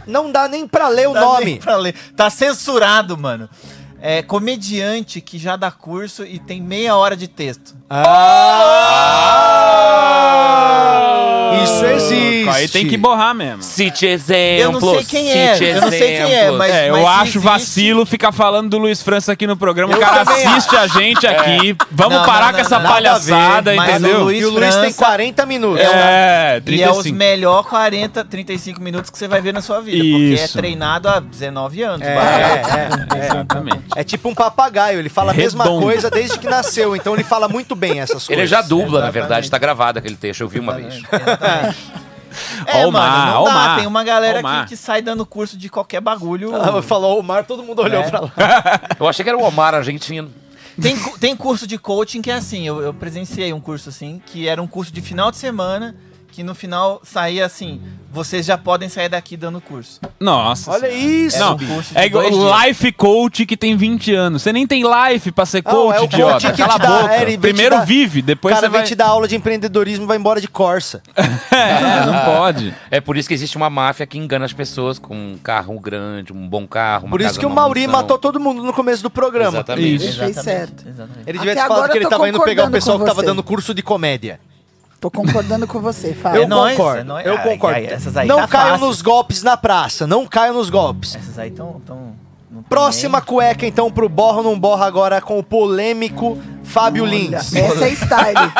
Speaker 1: Não dá nem pra ler o
Speaker 3: Dá nem
Speaker 1: nome.
Speaker 3: pra ler. Tá censurado, mano. É comediante que já dá curso e tem meia hora de texto.
Speaker 1: Isso existe.
Speaker 2: Aí tem que borrar mesmo.
Speaker 7: cite exemplos.
Speaker 3: Eu não sei quem é,
Speaker 7: cite
Speaker 3: eu não sei quem é,
Speaker 7: exemplos.
Speaker 3: mas-
Speaker 2: É, eu
Speaker 3: se
Speaker 2: acho
Speaker 3: existe-
Speaker 2: vacilo ficar falando do Luiz França aqui no programa.
Speaker 3: Eu
Speaker 2: o cara
Speaker 3: também
Speaker 2: assiste a gente aqui. Vamos
Speaker 3: Não,
Speaker 2: parar
Speaker 3: não,
Speaker 2: com
Speaker 3: não,
Speaker 2: essa
Speaker 3: nada a ver,
Speaker 2: palhaçada,
Speaker 3: mas
Speaker 2: entendeu?
Speaker 3: o Luiz
Speaker 1: E o Luiz um- tem
Speaker 3: França-
Speaker 1: 40 minutos.
Speaker 2: É,
Speaker 3: E é os
Speaker 2: 35.
Speaker 3: melhor 40, 35 minutos que você vai ver na sua vida. Porque é
Speaker 2: Isso.
Speaker 3: treinado há 19 anos.
Speaker 1: É,
Speaker 3: barato.
Speaker 1: é, é.
Speaker 2: Exatamente.
Speaker 1: É tipo um papagaio, ele fala a mesma
Speaker 2: Redondo.
Speaker 1: coisa desde que nasceu, então ele fala muito bem essas coisas.
Speaker 7: Ele é já dubla, na
Speaker 3: Exatamente.
Speaker 7: verdade, tá gravado aquele texto, eu vi uma vez.
Speaker 3: É,
Speaker 2: Ó o Mar,
Speaker 3: mano,
Speaker 2: ó
Speaker 3: não
Speaker 2: o
Speaker 3: dá.
Speaker 2: Mar,
Speaker 3: Tem uma
Speaker 2: ó
Speaker 3: galera
Speaker 2: o Mar.
Speaker 3: que, que sai dando curso de qualquer bagulho.
Speaker 1: Ah, Falou o mar, todo mundo olhou
Speaker 3: É.
Speaker 1: pra lá.
Speaker 7: Eu achei que era o Omar argentino.
Speaker 3: Tem, cu- tem curso de coaching que é assim, eu, eu presenciei um curso assim, que era um curso de final de semana, que no final saía assim, vocês já podem sair daqui dando curso.
Speaker 2: Nossa.
Speaker 1: Olha isso.
Speaker 2: Não,
Speaker 3: um curso de
Speaker 2: é igual
Speaker 3: dois dias.
Speaker 2: life coach que tem 20 anos. Você nem tem life pra ser
Speaker 1: Não,
Speaker 2: coach,
Speaker 1: é o coach
Speaker 2: idiota.
Speaker 1: que te
Speaker 2: Cala a
Speaker 1: dá-
Speaker 2: boca.
Speaker 1: é, ele vem te
Speaker 2: Primeiro
Speaker 1: dar-
Speaker 2: vive,
Speaker 1: O
Speaker 2: depois
Speaker 1: cara
Speaker 2: você
Speaker 1: vem
Speaker 2: vai...
Speaker 1: te dar aula de empreendedorismo e vai embora de Corsa.
Speaker 2: É, não pode.
Speaker 7: É por isso que existe uma máfia que engana as pessoas com um carro grande, um bom carro, uma
Speaker 1: Por isso
Speaker 7: casa,
Speaker 1: que o
Speaker 7: uma
Speaker 1: Mauri
Speaker 7: mansão.
Speaker 1: matou todo mundo no começo do programa.
Speaker 7: Exatamente.
Speaker 2: Isso.
Speaker 5: Ele fez certo.
Speaker 3: Exatamente.
Speaker 1: Ele devia
Speaker 5: Até
Speaker 1: ter falado
Speaker 5: agora
Speaker 1: que ele
Speaker 5: eu tô
Speaker 1: tava indo pegar o
Speaker 5: concordando
Speaker 1: pessoal
Speaker 5: com
Speaker 1: que tava
Speaker 5: você.
Speaker 1: dando curso de comédia.
Speaker 5: Tô concordando com você,
Speaker 1: Eu
Speaker 5: Fábio.
Speaker 3: não- nóis,
Speaker 1: concordo.
Speaker 3: é nóis.
Speaker 1: Eu
Speaker 3: Ai,
Speaker 1: concordo.
Speaker 3: ai, essas aí
Speaker 1: não
Speaker 3: tá
Speaker 1: caiam
Speaker 3: fácil.
Speaker 1: nos golpes na praça. Não caiam nos golpes.
Speaker 3: Essas aí estão... Tão, não tão
Speaker 1: Próxima
Speaker 3: bem.
Speaker 1: cueca, então, pro Borra ou Não Borra agora com o polêmico Fábio Lins.
Speaker 5: Essa é style.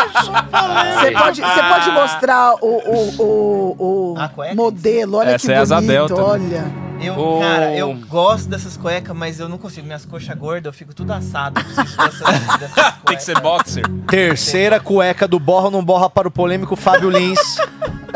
Speaker 5: Você pode, você pode mostrar o, o, o, o
Speaker 3: A cueca?
Speaker 5: modelo, olha
Speaker 2: Essa
Speaker 5: que
Speaker 2: é a
Speaker 5: bonito,
Speaker 2: Asa Delta, né?
Speaker 5: olha.
Speaker 3: Eu,
Speaker 7: Oh.
Speaker 3: Cara, eu gosto dessas cuecas, mas eu não consigo. Minhas coxas gordas, eu fico tudo assado. Eu preciso dessas, dessas cuecas.
Speaker 2: Tem que ser boxer.
Speaker 1: Terceira cueca do Borra ou Não Borra para o polêmico Fábio Lins.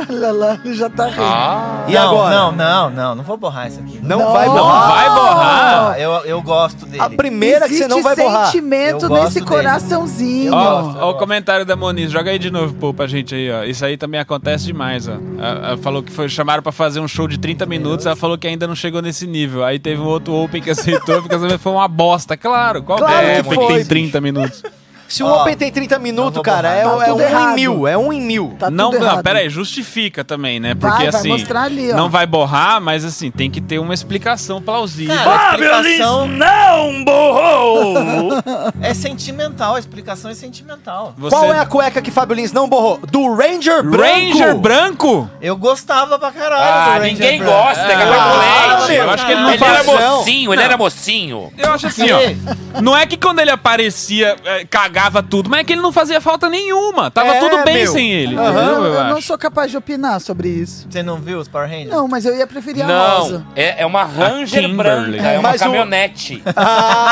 Speaker 5: Olha lá, ele já tá rindo.
Speaker 7: Ah,
Speaker 1: E
Speaker 3: não,
Speaker 1: agora?
Speaker 3: Não, não, não. Não vou borrar isso aqui.
Speaker 1: Não,
Speaker 5: Não.
Speaker 1: vai
Speaker 5: Não
Speaker 1: borrar.
Speaker 2: Vai borrar.
Speaker 3: Ah, eu, eu gosto dele.
Speaker 1: A primeira que você não vai borrar.
Speaker 5: sentimento
Speaker 3: Eu gosto
Speaker 5: nesse
Speaker 3: dele.
Speaker 5: coraçãozinho.
Speaker 2: Ó,
Speaker 3: gosto, eu
Speaker 2: ó o
Speaker 3: gosto.
Speaker 2: comentário da Moniz, joga aí de novo pô, pra gente aí, ó. Isso aí também acontece demais, ó. A- a- falou que foi, chamaram pra fazer um show de 30 minutos, ela falou que ainda não chegou nesse nível. Aí teve um outro Open que aceitou, porque essa vez foi uma bosta. Claro, qual
Speaker 1: Claro
Speaker 2: é,
Speaker 1: que
Speaker 2: Open
Speaker 1: foi,
Speaker 2: tem 30 minutos?
Speaker 1: Se o
Speaker 3: Ó,
Speaker 1: Open tem 30 minutos,
Speaker 3: vou
Speaker 1: cara,
Speaker 3: borrar.
Speaker 1: é,
Speaker 5: Tá
Speaker 1: é
Speaker 5: tudo
Speaker 1: um em
Speaker 5: errado.
Speaker 1: mil. É um em mil.
Speaker 5: Tá
Speaker 2: não,
Speaker 5: tudo
Speaker 2: não,
Speaker 5: errado.
Speaker 2: pera aí, justifica também, né?
Speaker 5: Vai,
Speaker 2: Porque
Speaker 5: vai
Speaker 2: assim,
Speaker 5: mostrar ali, ó.
Speaker 2: não vai borrar, mas assim, tem que ter uma explicação plausível.
Speaker 3: Cara, a explicação
Speaker 7: não borrou!
Speaker 3: é sentimental. A explicação é sentimental.
Speaker 2: Você-
Speaker 1: Qual é a cueca que Fábio Lins não borrou? Do Ranger Branco.
Speaker 2: Ranger branco?
Speaker 3: Eu gostava pra caralho
Speaker 7: ah,
Speaker 3: do Ranger
Speaker 7: ninguém
Speaker 3: Branco.
Speaker 7: gosta, daqui a
Speaker 1: Ah,
Speaker 7: pouco
Speaker 1: meu,
Speaker 7: lente.
Speaker 2: eu acho que ele não
Speaker 7: Ele era
Speaker 2: faz
Speaker 1: não.
Speaker 7: mocinho, ele era mocinho.
Speaker 2: Eu acho assim, ó. Não é que quando ele aparecia, eh, cagava tudo, mas é que ele não fazia falta nenhuma. Tava
Speaker 1: É,
Speaker 2: tudo bem
Speaker 1: meu.
Speaker 2: sem ele.
Speaker 1: Aham.
Speaker 2: entendeu?
Speaker 5: Eu,
Speaker 2: eu
Speaker 5: eu não
Speaker 2: acho.
Speaker 5: sou capaz de opinar sobre isso.
Speaker 3: Você não viu os Power Rangers?
Speaker 5: Não, mas eu ia preferir a rosa.
Speaker 7: Não, é, é uma Ranger
Speaker 2: Kimberly.
Speaker 7: branca, é uma
Speaker 1: Mas o-
Speaker 7: caminhonete.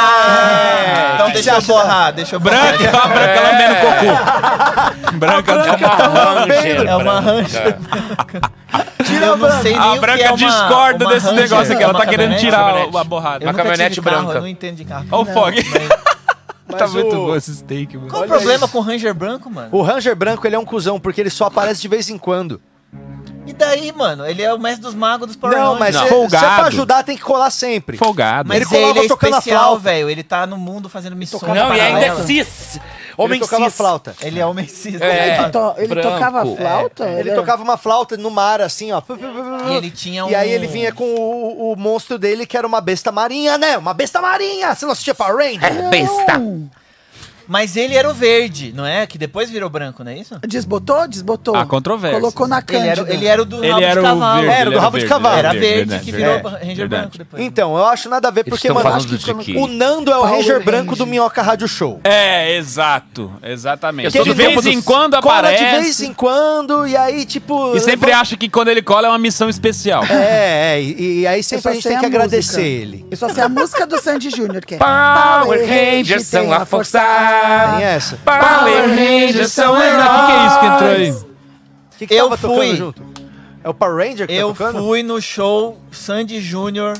Speaker 1: Ah,
Speaker 3: Então
Speaker 1: que
Speaker 3: deixa eu
Speaker 1: você acha
Speaker 3: borrar, deixa eu borrar.
Speaker 2: Branca, a É, branca lambendo cocô. Branca, tipo,
Speaker 7: É uma Ranger
Speaker 3: É uma
Speaker 7: branca.
Speaker 3: eu não sei nem
Speaker 2: a
Speaker 3: o que
Speaker 2: branca
Speaker 3: é uma-
Speaker 2: discorda
Speaker 3: uma
Speaker 2: desse
Speaker 3: Ranger,
Speaker 2: negócio aqui. Ela
Speaker 3: uma
Speaker 2: tá querendo
Speaker 3: caminhonete.
Speaker 2: tirar
Speaker 7: caminhonete.
Speaker 2: o- a borrada.
Speaker 3: Eu
Speaker 7: Uma
Speaker 3: nunca
Speaker 7: caminhonete
Speaker 3: tive carro,
Speaker 7: branca.
Speaker 3: Eu não entendo de carro.
Speaker 2: Olha o fog.
Speaker 3: Mas
Speaker 2: tá
Speaker 1: Mas
Speaker 2: muito
Speaker 1: o-
Speaker 2: bom esse steak, mano.
Speaker 3: Qual o
Speaker 1: Olha
Speaker 3: problema
Speaker 1: isso.
Speaker 3: com o Ranger branco, mano?
Speaker 1: O Ranger branco, ele é um cuzão, porque ele só aparece de vez em quando.
Speaker 3: E daí, mano? Ele é o mestre dos magos dos Power
Speaker 1: Não, mas
Speaker 3: Rangers.
Speaker 2: Não.
Speaker 1: se se é
Speaker 2: Folgado.
Speaker 1: pra ajudar, tem que colar sempre.
Speaker 2: Folgado.
Speaker 3: Mas
Speaker 1: ele
Speaker 3: ele,
Speaker 1: colava
Speaker 3: é
Speaker 1: tocando a
Speaker 3: especial,
Speaker 1: flauta.
Speaker 3: velho. Ele tá no mundo fazendo missões.
Speaker 7: Não, e ainda é
Speaker 3: paralelas.
Speaker 7: cis.
Speaker 1: Ele
Speaker 7: Homem
Speaker 1: tocava
Speaker 7: cis.
Speaker 1: flauta.
Speaker 3: Ele é homem cis.
Speaker 7: É.
Speaker 3: né?
Speaker 5: Ele, to- ele
Speaker 7: branco,
Speaker 5: tocava
Speaker 7: é.
Speaker 5: flauta?
Speaker 1: Ele tocava uma flauta no mar, assim, ó.
Speaker 3: E ele tinha um...
Speaker 1: E aí ele vinha com o, o- o monstro dele, que era uma besta marinha, né? Uma besta marinha! Você não assistia Power Ranger?
Speaker 7: É, besta.
Speaker 3: Mas ele era o verde, não é? Que depois virou branco, não é isso?
Speaker 5: Desbotou? Desbotou.
Speaker 2: Há controvérsia.
Speaker 5: Colocou na
Speaker 3: Ele
Speaker 5: cândida.
Speaker 3: era, ele era o do rabo
Speaker 2: Ele era
Speaker 3: de
Speaker 2: o
Speaker 3: cavalo.
Speaker 2: verde.
Speaker 1: Era,
Speaker 2: ele
Speaker 1: do rabo de
Speaker 2: verde,
Speaker 1: cavalo.
Speaker 2: ele
Speaker 3: Era verde
Speaker 2: verdade,
Speaker 3: que virou
Speaker 2: verdade,
Speaker 3: Ranger
Speaker 2: verdade.
Speaker 3: branco depois.
Speaker 1: Então, eu acho nada a ver, porque,
Speaker 7: tão
Speaker 1: mano,
Speaker 7: falando
Speaker 1: acho
Speaker 7: de
Speaker 1: que
Speaker 7: quê?
Speaker 1: o Nando é o
Speaker 5: Power
Speaker 1: Ranger
Speaker 5: Ranger.
Speaker 1: branco do Minhoca Rádio Show.
Speaker 2: É, exato. Exatamente.
Speaker 7: Eu sou
Speaker 2: de
Speaker 7: do tempo dos-
Speaker 2: vez em quando
Speaker 1: Cola de vez
Speaker 2: aparece.
Speaker 1: em quando, e aí, tipo...
Speaker 2: E sempre
Speaker 1: levanta-
Speaker 2: acha que quando ele cola é uma missão especial.
Speaker 1: É, é, e, e aí
Speaker 5: Eu
Speaker 1: sempre
Speaker 5: só
Speaker 1: a gente
Speaker 5: sei
Speaker 1: tem que
Speaker 5: música.
Speaker 1: agradecer ele.
Speaker 5: Eu só sei a música do Sandy Júnior, que é...
Speaker 7: Power Rangers são a força.
Speaker 1: Tem essa?
Speaker 7: Power Rangers são
Speaker 2: O que é
Speaker 7: heróis.
Speaker 2: isso que entrou aí?
Speaker 1: O que, que
Speaker 3: Eu
Speaker 1: tava tocando
Speaker 3: fui.
Speaker 1: junto? É o Power Ranger que
Speaker 3: Eu
Speaker 1: tá tocando?
Speaker 3: fui no show Sandy Júnior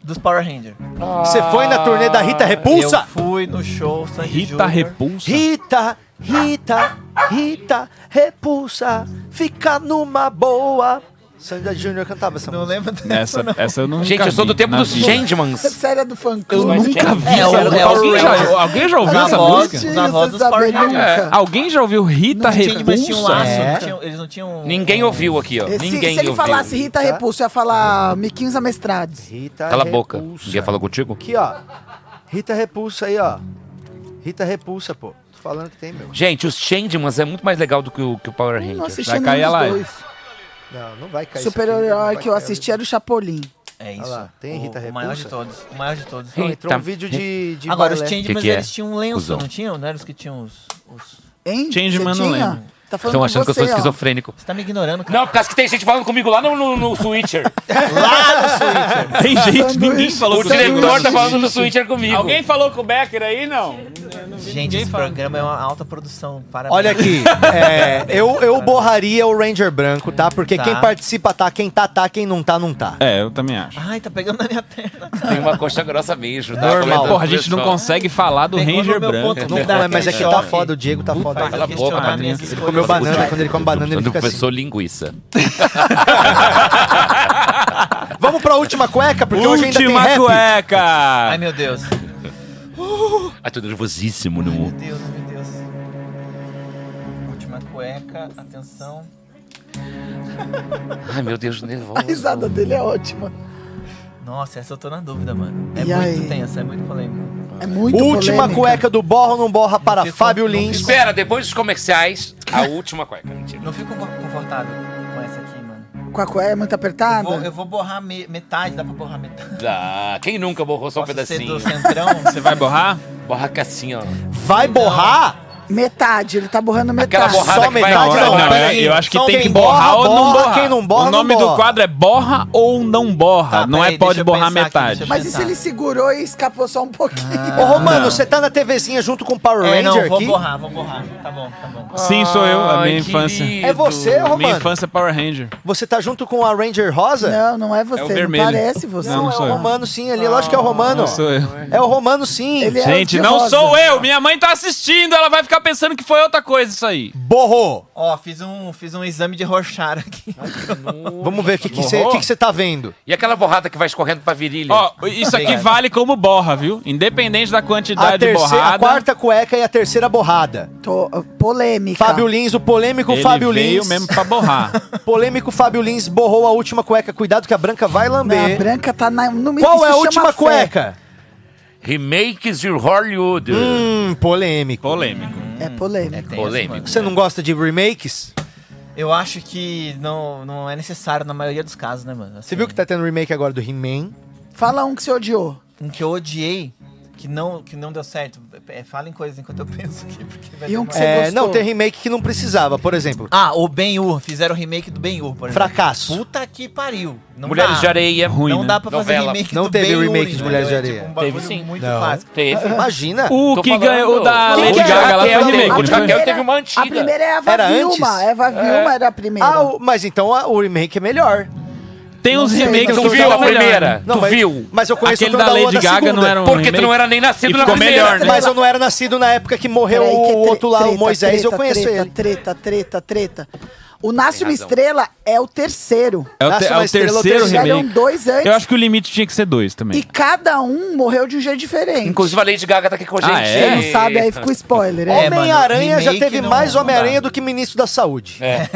Speaker 3: dos Power Rangers.
Speaker 1: Você foi na turnê da Rita
Speaker 3: Eu
Speaker 1: Repulsa?
Speaker 3: fui no show Sandy
Speaker 2: Rita
Speaker 3: Júnior.
Speaker 2: Repulsa.
Speaker 1: Rita, Rita, Rita Repulsa, fica numa boa. Sandra Júnior cantava essa
Speaker 3: Não
Speaker 1: música.
Speaker 3: lembro dessa,
Speaker 2: Essa,
Speaker 3: não.
Speaker 2: essa eu não
Speaker 7: Gente, eu sou do tempo dos Changemans.
Speaker 5: Você era do fã
Speaker 7: Eu
Speaker 5: clube.
Speaker 7: nunca vi.
Speaker 3: É,
Speaker 7: isso,
Speaker 3: o-
Speaker 7: era do
Speaker 3: é o-
Speaker 7: Power
Speaker 2: Alguém
Speaker 7: Rangers.
Speaker 2: já, alguém já ouviu
Speaker 3: Na
Speaker 2: essa
Speaker 3: voz,
Speaker 2: múnica?
Speaker 3: na voz dos
Speaker 1: né?
Speaker 5: Sem
Speaker 3: Power
Speaker 5: saber
Speaker 3: Rangers.
Speaker 5: nunca.
Speaker 2: É, Alguém já ouviu Rita
Speaker 3: Mas tinha um
Speaker 2: Repulsa?
Speaker 3: laço,
Speaker 1: É.
Speaker 3: não tinha- eles não tinham... um- é
Speaker 7: Ninguém ouviu aqui, ó.
Speaker 5: Se,
Speaker 7: Então, Ninguém
Speaker 5: se ele
Speaker 7: ouviu.
Speaker 5: falasse Rita Repulso, eu ia falar Miquinhos Amestrados.
Speaker 1: Rita
Speaker 7: Cala a boca.
Speaker 1: Repulsa.
Speaker 7: Ninguém falou contigo?
Speaker 1: Aqui, ó. Rita Repulsa aí, ó. Rita Repulsa, pô. Tô falando que tem, meu.
Speaker 7: Gente, os Changemans é muito mais legal do que o, que o Power
Speaker 5: Não
Speaker 7: Rangers.
Speaker 5: assisti
Speaker 2: Vai
Speaker 5: nenhum
Speaker 2: cair a
Speaker 5: dos
Speaker 2: live.
Speaker 5: dois.
Speaker 1: Não, não vai cair. isso aqui, não
Speaker 5: Super-herói
Speaker 1: vai
Speaker 5: que eu
Speaker 1: cair.
Speaker 5: assisti era o Chapolin.
Speaker 3: É isso.
Speaker 1: Olha lá, tem Rita
Speaker 3: o, o maior de
Speaker 1: Repulsa?
Speaker 3: todos. O maior de todos.
Speaker 1: Então, entrou um
Speaker 7: Eita.
Speaker 1: vídeo de, de
Speaker 3: Agora, os
Speaker 1: balé.
Speaker 3: Changemans,
Speaker 7: Que que é?
Speaker 3: eles tinham um lenço,
Speaker 7: Cusão.
Speaker 3: não tinham? Não eram os que tinham os... os...
Speaker 5: Hein?
Speaker 2: Changeman
Speaker 5: Você
Speaker 2: não
Speaker 5: tinha?
Speaker 2: lembro.
Speaker 5: Tá falando
Speaker 7: Estão
Speaker 5: com
Speaker 7: achando que eu sou
Speaker 5: você, ó.
Speaker 7: esquizofrênico.
Speaker 3: Você tá me ignorando, cara.
Speaker 7: Não, por causa que tem gente falando comigo lá no, no, no Switcher.
Speaker 2: Tem gente, ninguém
Speaker 5: Sanduíche.
Speaker 2: falou
Speaker 7: o
Speaker 2: comigo.
Speaker 7: diretor tá falando no Switcher comigo.
Speaker 2: Alguém falou com o Becker aí, não?
Speaker 3: Gente, esse programa é uma alta produção. Parabéns.
Speaker 1: Olha aqui, é, eu, eu borraria o Ranger branco, tá? Porque
Speaker 3: Tá.
Speaker 1: quem participa tá, quem tá, tá, quem não tá, não tá.
Speaker 2: É, eu também acho.
Speaker 3: Ai, tá pegando na minha perna.
Speaker 7: Tem uma coxa grossa mesmo, tá?
Speaker 1: Normal.
Speaker 7: Comentando
Speaker 2: Porra, a
Speaker 7: com o
Speaker 2: gente não
Speaker 7: pessoal.
Speaker 2: consegue falar do
Speaker 3: Pegou no
Speaker 2: Ranger
Speaker 3: meu
Speaker 2: branco.
Speaker 3: ponto,
Speaker 1: Não,
Speaker 3: dá
Speaker 1: é, mas é que
Speaker 3: aquele
Speaker 1: tá
Speaker 3: choque.
Speaker 1: foda, o Diego tá foda.
Speaker 3: Faz eu
Speaker 7: Cala a boca,
Speaker 3: questionar
Speaker 7: Patrícia.
Speaker 3: minhas
Speaker 7: Ele
Speaker 1: Comeu
Speaker 3: escolhas.
Speaker 1: banana, quando ele come banana ele
Speaker 7: Usando o
Speaker 1: fica assim.
Speaker 7: um professor linguiça.
Speaker 1: assim. Vamos pra última cueca, porque hoje ainda tem
Speaker 2: Última
Speaker 1: rap.
Speaker 3: Ai,
Speaker 2: cueca!
Speaker 3: meu Deus. Meu
Speaker 7: Ai, tô nervosíssimo. No...
Speaker 3: Deus, meu Deus. Última cueca, atenção.
Speaker 7: Ai, meu Deus, nervoso.
Speaker 5: A risada dele é ótima.
Speaker 3: Nossa, essa eu tô na dúvida, mano. É
Speaker 5: E
Speaker 3: muito
Speaker 5: aí?
Speaker 3: tensa, é muito polêmica.
Speaker 5: É muito
Speaker 1: Última
Speaker 5: polêmica.
Speaker 1: cueca do Borro Não Borra para
Speaker 3: fico-
Speaker 1: Fábio
Speaker 3: não
Speaker 1: Lins.
Speaker 3: fico-
Speaker 7: Espera, depois dos comerciais, a última cueca. Mentira.
Speaker 3: Não fico confortável com essa aqui, mano.
Speaker 5: Com a cueca é muito
Speaker 3: Eu
Speaker 5: apertada?
Speaker 3: vou, eu vou borrar me- metade, dá pra borrar metade.
Speaker 7: Ah, quem nunca borrou só um
Speaker 3: Posso ser
Speaker 7: pedacinho?
Speaker 3: do centrão?
Speaker 2: Você vai borrar?
Speaker 7: Borraca assim, ó.
Speaker 1: Vai
Speaker 2: é
Speaker 1: borrar?
Speaker 5: Metade, ele tá borrando metade.
Speaker 7: Aquela borrada
Speaker 1: Só
Speaker 7: que vai
Speaker 1: metade
Speaker 7: embora.
Speaker 1: não,
Speaker 7: né?
Speaker 1: pera
Speaker 2: é-
Speaker 1: aí.
Speaker 2: eu acho que
Speaker 1: Só
Speaker 2: tem
Speaker 1: quem
Speaker 2: que borrar
Speaker 1: borra,
Speaker 2: ou não
Speaker 1: borra,
Speaker 2: borrar.
Speaker 1: quem não borra,
Speaker 2: o nome
Speaker 1: não
Speaker 2: do
Speaker 1: borra.
Speaker 2: quadro é borra ou não borra.
Speaker 3: Tá,
Speaker 2: não é
Speaker 3: peraí, deixa
Speaker 2: pode
Speaker 3: eu
Speaker 2: borrar
Speaker 3: pensar aqui,
Speaker 2: metade.
Speaker 3: deixa
Speaker 5: Mas e se ele segurou e escapou só um pouquinho?
Speaker 1: Ô, Romano,
Speaker 2: Ah, Não.
Speaker 1: você tá na TVzinha junto com o Power
Speaker 3: É, não,
Speaker 1: Ranger
Speaker 3: vou
Speaker 1: aqui?
Speaker 3: borrar, vou borrar. Tá bom, tá bom.
Speaker 2: Sim, sou eu, a minha
Speaker 7: Ai,
Speaker 2: infância.
Speaker 7: querido.
Speaker 1: É você,
Speaker 2: A minha
Speaker 1: Romano?
Speaker 2: infância é Power Ranger.
Speaker 1: Você tá junto com a Ranger Rosa?
Speaker 5: Não, não é você,
Speaker 2: É o
Speaker 5: não
Speaker 2: vermelho.
Speaker 5: parece você.
Speaker 2: Não,
Speaker 1: é
Speaker 2: sou
Speaker 1: o
Speaker 2: eu.
Speaker 1: Romano sim ali, lógico que é o Romano.
Speaker 2: Não sou eu.
Speaker 1: É o Romano sim.
Speaker 5: Ele é o
Speaker 2: Gente,
Speaker 5: de
Speaker 2: não
Speaker 5: rosa.
Speaker 2: sou eu! Minha mãe tá assistindo, ela vai ficar pensando que foi outra coisa isso aí.
Speaker 1: Borrou.
Speaker 3: Ó, fiz um, fiz um exame de rochar aqui.
Speaker 1: Vamos ver o que que você
Speaker 2: Borrou?
Speaker 1: que que você tá vendo.
Speaker 7: E aquela borrada que vai escorrendo pra virilha?
Speaker 2: Ó, isso aqui
Speaker 3: Obrigado.
Speaker 2: vale como borra, viu? Independente da
Speaker 1: A,
Speaker 2: quantidade
Speaker 1: terceira, a
Speaker 2: borrada.
Speaker 1: quarta cueca e a terceira borrada.
Speaker 5: Tô- uh, polêmica.
Speaker 1: Fábio Lins, o polêmico
Speaker 2: ele
Speaker 1: Fábio
Speaker 2: veio
Speaker 1: Lins.
Speaker 2: mesmo pra borrar.
Speaker 1: Polêmico Fábio Lins borrou a última cueca. Cuidado que a branca vai
Speaker 5: Não, a
Speaker 1: lamber.
Speaker 5: branca tá na, no
Speaker 1: Qual
Speaker 5: isso
Speaker 1: é a
Speaker 5: chama
Speaker 1: última
Speaker 5: fé.
Speaker 1: cueca?
Speaker 7: Remakes de Hollywood.
Speaker 1: Hum, polêmico.
Speaker 2: Polêmico.
Speaker 5: É polêmica.
Speaker 3: Tem
Speaker 7: Polêmico.
Speaker 1: Você não gosta de remakes?
Speaker 3: Eu acho que não, não é necessário na maioria dos casos, né, mano? Assim,
Speaker 1: Você viu que tá tendo remake agora do He-Man?
Speaker 5: Fala um que você odiou.
Speaker 3: Um que eu odiei, que não, que não deu certo. É, fala em coisas enquanto eu penso aqui, porque vai
Speaker 5: E um
Speaker 3: demorar.
Speaker 5: que você
Speaker 1: É,
Speaker 5: gostou?
Speaker 1: não, tem remake que não precisava, por exemplo.
Speaker 3: Ah, o Ben-Hur. Fizeram o remake do Ben-Hur, por exemplo.
Speaker 1: Fracasso.
Speaker 3: Puta que pariu. Não
Speaker 7: Mulheres
Speaker 3: dá.
Speaker 7: de Areia.
Speaker 2: Ruim.
Speaker 3: Não
Speaker 2: né?
Speaker 3: dá pra fazer
Speaker 7: Novela.
Speaker 3: remake
Speaker 1: Não
Speaker 3: do
Speaker 1: teve
Speaker 3: Ben-Hur,
Speaker 1: remake de Mulheres de
Speaker 3: entendeu? É
Speaker 1: Areia.
Speaker 3: tipo um
Speaker 7: Teve
Speaker 3: bagulho
Speaker 7: sim.
Speaker 3: Muito
Speaker 1: Não.
Speaker 3: fácil.
Speaker 7: Teve.
Speaker 1: Imagina.
Speaker 2: O
Speaker 7: Tô
Speaker 2: que
Speaker 7: falando-
Speaker 2: ganhou da
Speaker 7: Que
Speaker 2: Lady
Speaker 1: que é?
Speaker 2: Gaga lá foi
Speaker 7: Raquel,
Speaker 2: o remake, né?
Speaker 7: a
Speaker 2: não foi?
Speaker 7: Raquel teve uma
Speaker 5: A
Speaker 7: antiga.
Speaker 5: primeira é a Eva
Speaker 1: Era
Speaker 5: Vilma.
Speaker 1: antes?
Speaker 5: Eva Vilma era a primeira.
Speaker 1: Ah, o- mas então ah, o remake é melhor.
Speaker 2: Tem uns
Speaker 1: sei,
Speaker 2: remakes
Speaker 1: mas
Speaker 7: Tu
Speaker 2: que
Speaker 1: eu
Speaker 7: viu
Speaker 2: são
Speaker 7: a
Speaker 2: melhores.
Speaker 7: primeira?
Speaker 1: Não,
Speaker 7: Tu
Speaker 1: mas,
Speaker 7: viu?
Speaker 1: Mas eu conheço
Speaker 2: Aquele
Speaker 1: o
Speaker 2: da
Speaker 1: Dona Lua
Speaker 2: Lady Gaga
Speaker 1: segunda.
Speaker 2: não era um
Speaker 7: Porque tu
Speaker 2: remake.
Speaker 7: não era nem nascido
Speaker 2: E
Speaker 7: na
Speaker 2: ficou
Speaker 7: primeira.
Speaker 2: melhor, né?
Speaker 1: Mas eu não era nascido na época que morreu
Speaker 5: Peraí, que
Speaker 1: o
Speaker 5: tre-
Speaker 1: outro lá, o
Speaker 5: treta,
Speaker 1: Moisés,
Speaker 5: treta,
Speaker 1: eu conheço
Speaker 5: treta,
Speaker 1: ele.
Speaker 5: Treta, treta, treta, O Nasce uma Estrela é o terceiro.
Speaker 2: É o, te-
Speaker 1: Nasce
Speaker 2: é
Speaker 1: uma
Speaker 2: o
Speaker 1: estrela,
Speaker 2: terceiro
Speaker 1: outro
Speaker 2: remake.
Speaker 5: Tiveram dois antes.
Speaker 2: Eu acho que o limite tinha que ser dois também.
Speaker 5: E cada um morreu de um jeito diferente.
Speaker 7: Inclusive a Lady Gaga tá aqui com a gente.
Speaker 2: Ah,
Speaker 5: Quem
Speaker 2: é?
Speaker 5: não sabe, aí fica o spoiler.
Speaker 3: É,
Speaker 5: É.
Speaker 3: mano,
Speaker 1: Homem-Aranha já
Speaker 3: remake
Speaker 1: teve
Speaker 3: não-
Speaker 1: mais
Speaker 3: não
Speaker 1: Homem-Aranha
Speaker 3: dá.
Speaker 1: do que ministro da Saúde.
Speaker 2: É,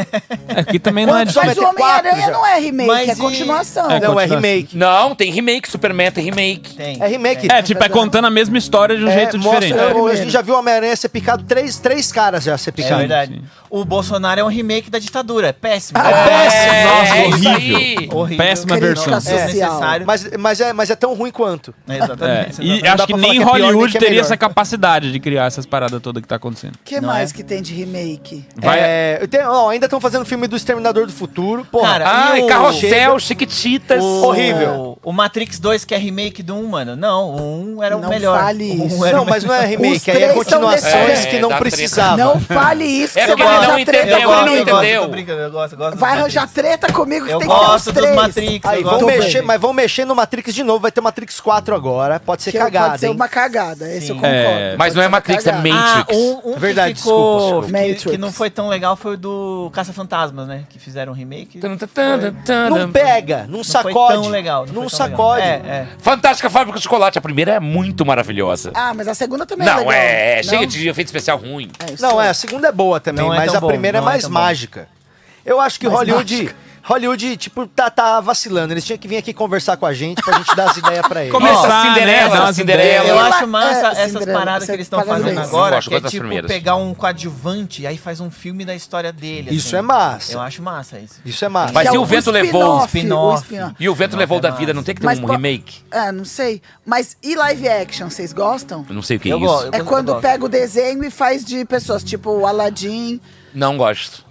Speaker 2: Aqui também não é
Speaker 1: Quantos
Speaker 2: difícil.
Speaker 5: Mas
Speaker 1: Vai
Speaker 5: o
Speaker 1: ter quatro
Speaker 5: Homem-Aranha
Speaker 1: já.
Speaker 5: não é remake,
Speaker 3: Mas
Speaker 5: é
Speaker 3: e-
Speaker 5: continuação.
Speaker 2: É,
Speaker 1: Não, é
Speaker 2: continuação.
Speaker 1: remake.
Speaker 7: Não, tem remake. Superman tem remake.
Speaker 3: Tem.
Speaker 1: É remake.
Speaker 2: É, tipo, é contando a mesma história de um
Speaker 1: É,
Speaker 2: jeito
Speaker 1: mostra-
Speaker 2: diferente.
Speaker 1: eu-
Speaker 5: É.
Speaker 1: a gente já viu o Homem-Aranha ser picado três, três caras já ser
Speaker 3: É
Speaker 1: picado.
Speaker 3: verdade. O Bolsonaro é um remake da ditadura. É péssimo.
Speaker 1: Ah,
Speaker 2: Péssimo, nossa,
Speaker 7: é isso aí.
Speaker 2: horrível.
Speaker 3: Horrível.
Speaker 2: Péssima
Speaker 5: Crítica
Speaker 2: versão.
Speaker 5: social.
Speaker 3: Desnecessário.
Speaker 1: É. Mas, mas, é, mas é tão ruim quanto.
Speaker 3: É,
Speaker 2: É,
Speaker 3: Exatamente.
Speaker 2: e
Speaker 3: exatamente.
Speaker 2: acho
Speaker 1: dá
Speaker 2: que
Speaker 1: pra falar
Speaker 2: nem
Speaker 1: que é pior, nem
Speaker 2: Hollywood
Speaker 1: que é
Speaker 2: teria
Speaker 1: melhor.
Speaker 2: essa capacidade de criar essas paradas todas que tá acontecendo.
Speaker 5: O que mais que tem de remake?
Speaker 2: Vai-
Speaker 1: É, eu tenho- ó, ainda estão fazendo filme do Exterminador do Futuro. Porra,
Speaker 3: Cara,
Speaker 7: Ai,
Speaker 3: e o-
Speaker 7: Carrossel, Chiquititas.
Speaker 1: horrível.
Speaker 3: O Matrix 2, que é remake do 1, mano. Não, o 1 era o
Speaker 5: Não
Speaker 3: melhor.
Speaker 5: fale
Speaker 3: O um
Speaker 5: isso.
Speaker 3: era
Speaker 1: não,
Speaker 3: o
Speaker 1: mas não é remake,
Speaker 5: Os
Speaker 1: aí é
Speaker 5: três são
Speaker 1: continuações
Speaker 5: desse-
Speaker 1: que
Speaker 7: É,
Speaker 1: não
Speaker 7: dá treta.
Speaker 1: precisava.
Speaker 5: Não fale isso,
Speaker 7: É
Speaker 5: que você
Speaker 7: porque
Speaker 5: vai
Speaker 7: ele não
Speaker 5: arranjar treta.
Speaker 7: entendeu, ele não
Speaker 5: comigo.
Speaker 3: eu gosto,
Speaker 7: entendeu.
Speaker 3: tô brincando, eu gosto, eu gosto do
Speaker 5: Vai
Speaker 3: Matrix.
Speaker 5: arranjar treta comigo que
Speaker 3: Eu
Speaker 5: tem que ter os
Speaker 3: gosto dos
Speaker 5: três.
Speaker 3: Matrix.
Speaker 1: Aí,
Speaker 3: Eu
Speaker 1: vão
Speaker 3: gosto do
Speaker 1: mexer,
Speaker 3: remake.
Speaker 1: mas vão mexer no Matrix de novo, vai ter Matrix 4 agora. Pode ser
Speaker 5: Que é,
Speaker 1: cagada,
Speaker 5: pode ser
Speaker 1: hein?
Speaker 5: uma cagada, esse eu concordo.
Speaker 2: É,
Speaker 7: Mas não é Matrix, é
Speaker 5: Cagada.
Speaker 7: Matrix.
Speaker 3: Ah, um, um que
Speaker 1: Verdade, desculpa,
Speaker 3: ficou, que-
Speaker 5: desculpa.
Speaker 3: Que,
Speaker 5: Matrix.
Speaker 3: não foi tão legal foi o do Caça-Fantasmas, né? Que fizeram um remake.
Speaker 7: Tan, tan, tan, tan,
Speaker 1: Não
Speaker 7: tan.
Speaker 1: pega, não,
Speaker 3: Não foi
Speaker 1: sacode.
Speaker 3: tão
Speaker 1: Não,
Speaker 3: legal. foi tão
Speaker 1: sacode.
Speaker 3: legal. É, é.
Speaker 7: Fantástica Fábrica de Chocolate. A primeira é muito maravilhosa.
Speaker 5: Ah, mas a segunda também é
Speaker 7: não,
Speaker 5: legal.
Speaker 7: é, é
Speaker 5: não?
Speaker 7: cheia de efeito especial ruim.
Speaker 5: isso
Speaker 1: Não, é, a segunda é boa também,
Speaker 3: Não é
Speaker 1: mas
Speaker 3: tão
Speaker 1: a
Speaker 3: bom,
Speaker 1: primeira é
Speaker 3: não é
Speaker 1: mais
Speaker 3: tão bom.
Speaker 1: mágica. Eu acho que Hollywood. Hollywood, tipo, tá, tá vacilando. Eles tinham que vir aqui conversar com a gente pra gente dar as ideias pra eles.
Speaker 2: Começar, né, dar
Speaker 7: Cinderela,
Speaker 2: umas
Speaker 7: Cinderela.
Speaker 3: Eu
Speaker 5: Ela-
Speaker 3: acho massa
Speaker 5: é,
Speaker 3: essas
Speaker 5: Cinderela,
Speaker 3: paradas
Speaker 5: você
Speaker 3: que eles estão
Speaker 5: paga as
Speaker 3: fazendo
Speaker 5: leis.
Speaker 3: agora,
Speaker 7: Eu gosto,
Speaker 3: que é
Speaker 7: gosto das
Speaker 3: tipo
Speaker 7: primeiras.
Speaker 3: pegar um coadjuvante e aí faz um filme da história dele.
Speaker 1: Isso
Speaker 3: assim.
Speaker 1: é massa.
Speaker 3: Eu acho massa isso.
Speaker 1: Isso é massa.
Speaker 7: Vai
Speaker 5: Que
Speaker 7: ser
Speaker 5: é
Speaker 7: o vento levou,
Speaker 5: spin-off,
Speaker 3: spin-off.
Speaker 5: o spin-off.
Speaker 7: E o vento
Speaker 3: Não,
Speaker 7: levou
Speaker 3: é
Speaker 7: da
Speaker 3: massa.
Speaker 7: vida, não tem que ter
Speaker 5: Mas
Speaker 7: um
Speaker 5: po-
Speaker 7: remake?
Speaker 5: É, não sei. Mas e live action, vocês gostam?
Speaker 7: Eu não sei o que é
Speaker 3: Eu
Speaker 7: isso.
Speaker 3: gosto.
Speaker 5: É quando
Speaker 3: gosto.
Speaker 5: pega o desenho e faz de pessoas, tipo o Aladdin.
Speaker 7: Não gosto.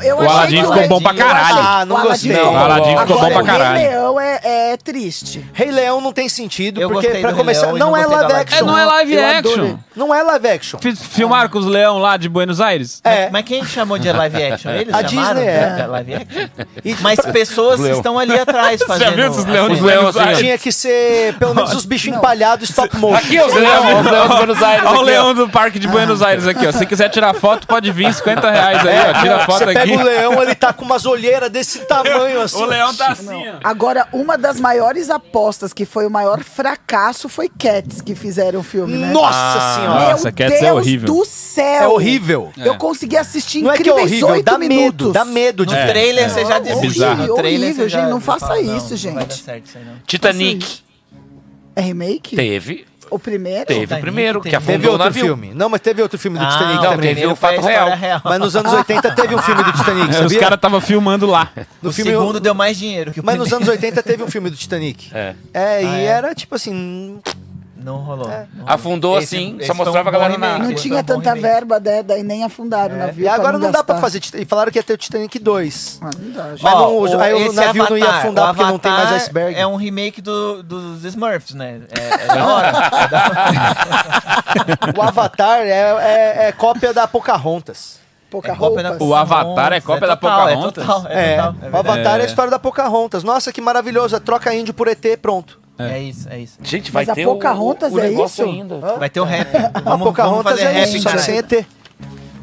Speaker 5: Eu
Speaker 2: O Aladdin ficou
Speaker 5: Rei-
Speaker 2: bom pra
Speaker 5: eu
Speaker 2: caralho.
Speaker 5: achei-
Speaker 1: Ah, não
Speaker 5: o Aladdin
Speaker 1: gostei.
Speaker 5: ficou
Speaker 7: Não,
Speaker 5: bom.
Speaker 7: o Aladdin ficou
Speaker 5: Agora,
Speaker 7: bom pra
Speaker 5: O Rei
Speaker 2: caralho.
Speaker 5: Leão é, é triste.
Speaker 1: Rei Leão não tem sentido,
Speaker 3: Eu
Speaker 1: porque
Speaker 3: gostei
Speaker 1: pra
Speaker 3: do
Speaker 1: começar.
Speaker 3: Rei Leão e
Speaker 1: não
Speaker 3: não
Speaker 1: é
Speaker 3: gostei da
Speaker 1: live
Speaker 3: live
Speaker 1: action.
Speaker 2: É, não é live
Speaker 1: Eu
Speaker 2: action.
Speaker 1: adorei. Não é live action.
Speaker 2: Fiz- Filmaram com os leão lá de Buenos Aires?
Speaker 1: É.
Speaker 3: Mas quem chamou de live action? Eles
Speaker 1: A
Speaker 3: chamaram
Speaker 1: Disney é.
Speaker 3: de live action?
Speaker 1: E-
Speaker 3: Mas pessoas
Speaker 7: Leão.
Speaker 3: estão ali atrás fazendo.
Speaker 2: viu esses
Speaker 3: a
Speaker 2: leões?
Speaker 3: cena.
Speaker 7: Leão, assim,
Speaker 1: Tinha que ser pelo menos os bichos empalhados stop motion.
Speaker 7: Aqui,
Speaker 2: é
Speaker 7: os leões, os leões de Buenos Aires.
Speaker 2: Olha o
Speaker 7: aqui, ó.
Speaker 2: leão do Parque de Buenos Aires aqui, ó. Se quiser tirar foto, pode vir, 50 reais aí, ó. Tira a
Speaker 1: É,
Speaker 2: foto
Speaker 1: Você
Speaker 2: aqui.
Speaker 1: pega o leão, ele tá com umas olheiras desse tamanho assim.
Speaker 2: O leão tá assim, ó.
Speaker 5: Agora, uma das maiores apostas, que foi o maior fracasso, foi Cats, que fizeram o filme, né?
Speaker 1: Nossa
Speaker 5: Meu
Speaker 3: Ah,
Speaker 1: senhora!
Speaker 2: Nossa, Cats é
Speaker 5: Deus
Speaker 2: horrível.
Speaker 5: do céu!
Speaker 1: É horrível.
Speaker 5: Eu consegui assistir
Speaker 1: Não é que é
Speaker 5: incríveis
Speaker 1: horrível,
Speaker 5: oito
Speaker 1: dá
Speaker 5: minutos.
Speaker 1: medo, dá medo
Speaker 3: No
Speaker 1: de ver.
Speaker 3: trailer você já desiste.
Speaker 2: bizarro.
Speaker 3: No trailer
Speaker 5: Horrível,
Speaker 3: você já
Speaker 5: gente, não faça
Speaker 3: fala,
Speaker 5: isso,
Speaker 3: Não vai
Speaker 5: gente.
Speaker 3: dar certo isso aí, não.
Speaker 7: Titanic.
Speaker 5: É remake?
Speaker 7: Teve.
Speaker 5: O primeiro?
Speaker 7: Teve o primeiro, que
Speaker 1: Teve
Speaker 7: afundou o
Speaker 1: outro
Speaker 7: navio.
Speaker 1: filme. Não, mas teve outro filme do Titanic
Speaker 3: Ah,
Speaker 7: não,
Speaker 1: também.
Speaker 7: teve o
Speaker 3: primeiro foi a
Speaker 7: fato
Speaker 3: história
Speaker 7: real.
Speaker 1: Mas nos anos 80 teve um filme do Titanic,
Speaker 2: Os
Speaker 1: sabia?
Speaker 2: caras estavam filmando lá.
Speaker 1: No
Speaker 3: o
Speaker 1: filme-
Speaker 3: segundo deu mais dinheiro que o
Speaker 1: Mas nos
Speaker 3: primeiro.
Speaker 1: anos 80 teve um filme do Titanic.
Speaker 7: É.
Speaker 1: É,
Speaker 3: Ah,
Speaker 1: e
Speaker 3: é?
Speaker 1: era tipo assim.
Speaker 3: Não rolou.
Speaker 1: É.
Speaker 3: não rolou.
Speaker 7: Afundou
Speaker 3: Esse-
Speaker 7: assim,
Speaker 3: esse
Speaker 7: só
Speaker 3: foi um
Speaker 7: mostrava a
Speaker 3: bom
Speaker 7: galera na
Speaker 3: remake.
Speaker 5: Não
Speaker 7: água.
Speaker 3: Esse
Speaker 5: tinha
Speaker 3: foi um bom
Speaker 5: tanta
Speaker 3: remake.
Speaker 5: verba, né? Daí nem afundaram o
Speaker 1: É. E
Speaker 5: navio. pra
Speaker 1: agora não dá pra
Speaker 5: gastar.
Speaker 1: fazer. Titanic. E falaram que ia ter o Titanic 2.
Speaker 5: Ah, não dá, gente.
Speaker 1: Mas
Speaker 3: Ó,
Speaker 1: não- aí o
Speaker 3: esse
Speaker 1: navio não ia
Speaker 3: Avatar,
Speaker 1: afundar
Speaker 3: o
Speaker 1: porque não tem mais
Speaker 3: Avatar
Speaker 1: iceberg.
Speaker 3: É um remake do, dos Smurfs, né? É, é da hora.
Speaker 1: O Avatar é, é- é cópia da Pocahontas.
Speaker 5: Pouca
Speaker 3: É
Speaker 5: roupa.
Speaker 3: cópia da
Speaker 2: O Avatar é cópia da
Speaker 3: total,
Speaker 2: Pocahontas?
Speaker 3: É total, é,
Speaker 1: É.
Speaker 3: total, é
Speaker 1: o
Speaker 3: verdade.
Speaker 1: Avatar é a história da Pocahontas. Nossa, que maravilhoso. É Troca índio por ET, pronto.
Speaker 3: É isso, é isso.
Speaker 7: Gente, vai
Speaker 5: Mas a
Speaker 7: ter o,
Speaker 5: Pocahontas
Speaker 7: o
Speaker 5: é
Speaker 7: negócio
Speaker 5: isso?
Speaker 7: ainda.
Speaker 3: Vai ter o rap.
Speaker 1: A
Speaker 3: Vamos, vamos
Speaker 1: Pocahontas
Speaker 3: fazer
Speaker 1: é
Speaker 3: rap, então.
Speaker 1: isso, só
Speaker 3: cara.
Speaker 1: que sem ET.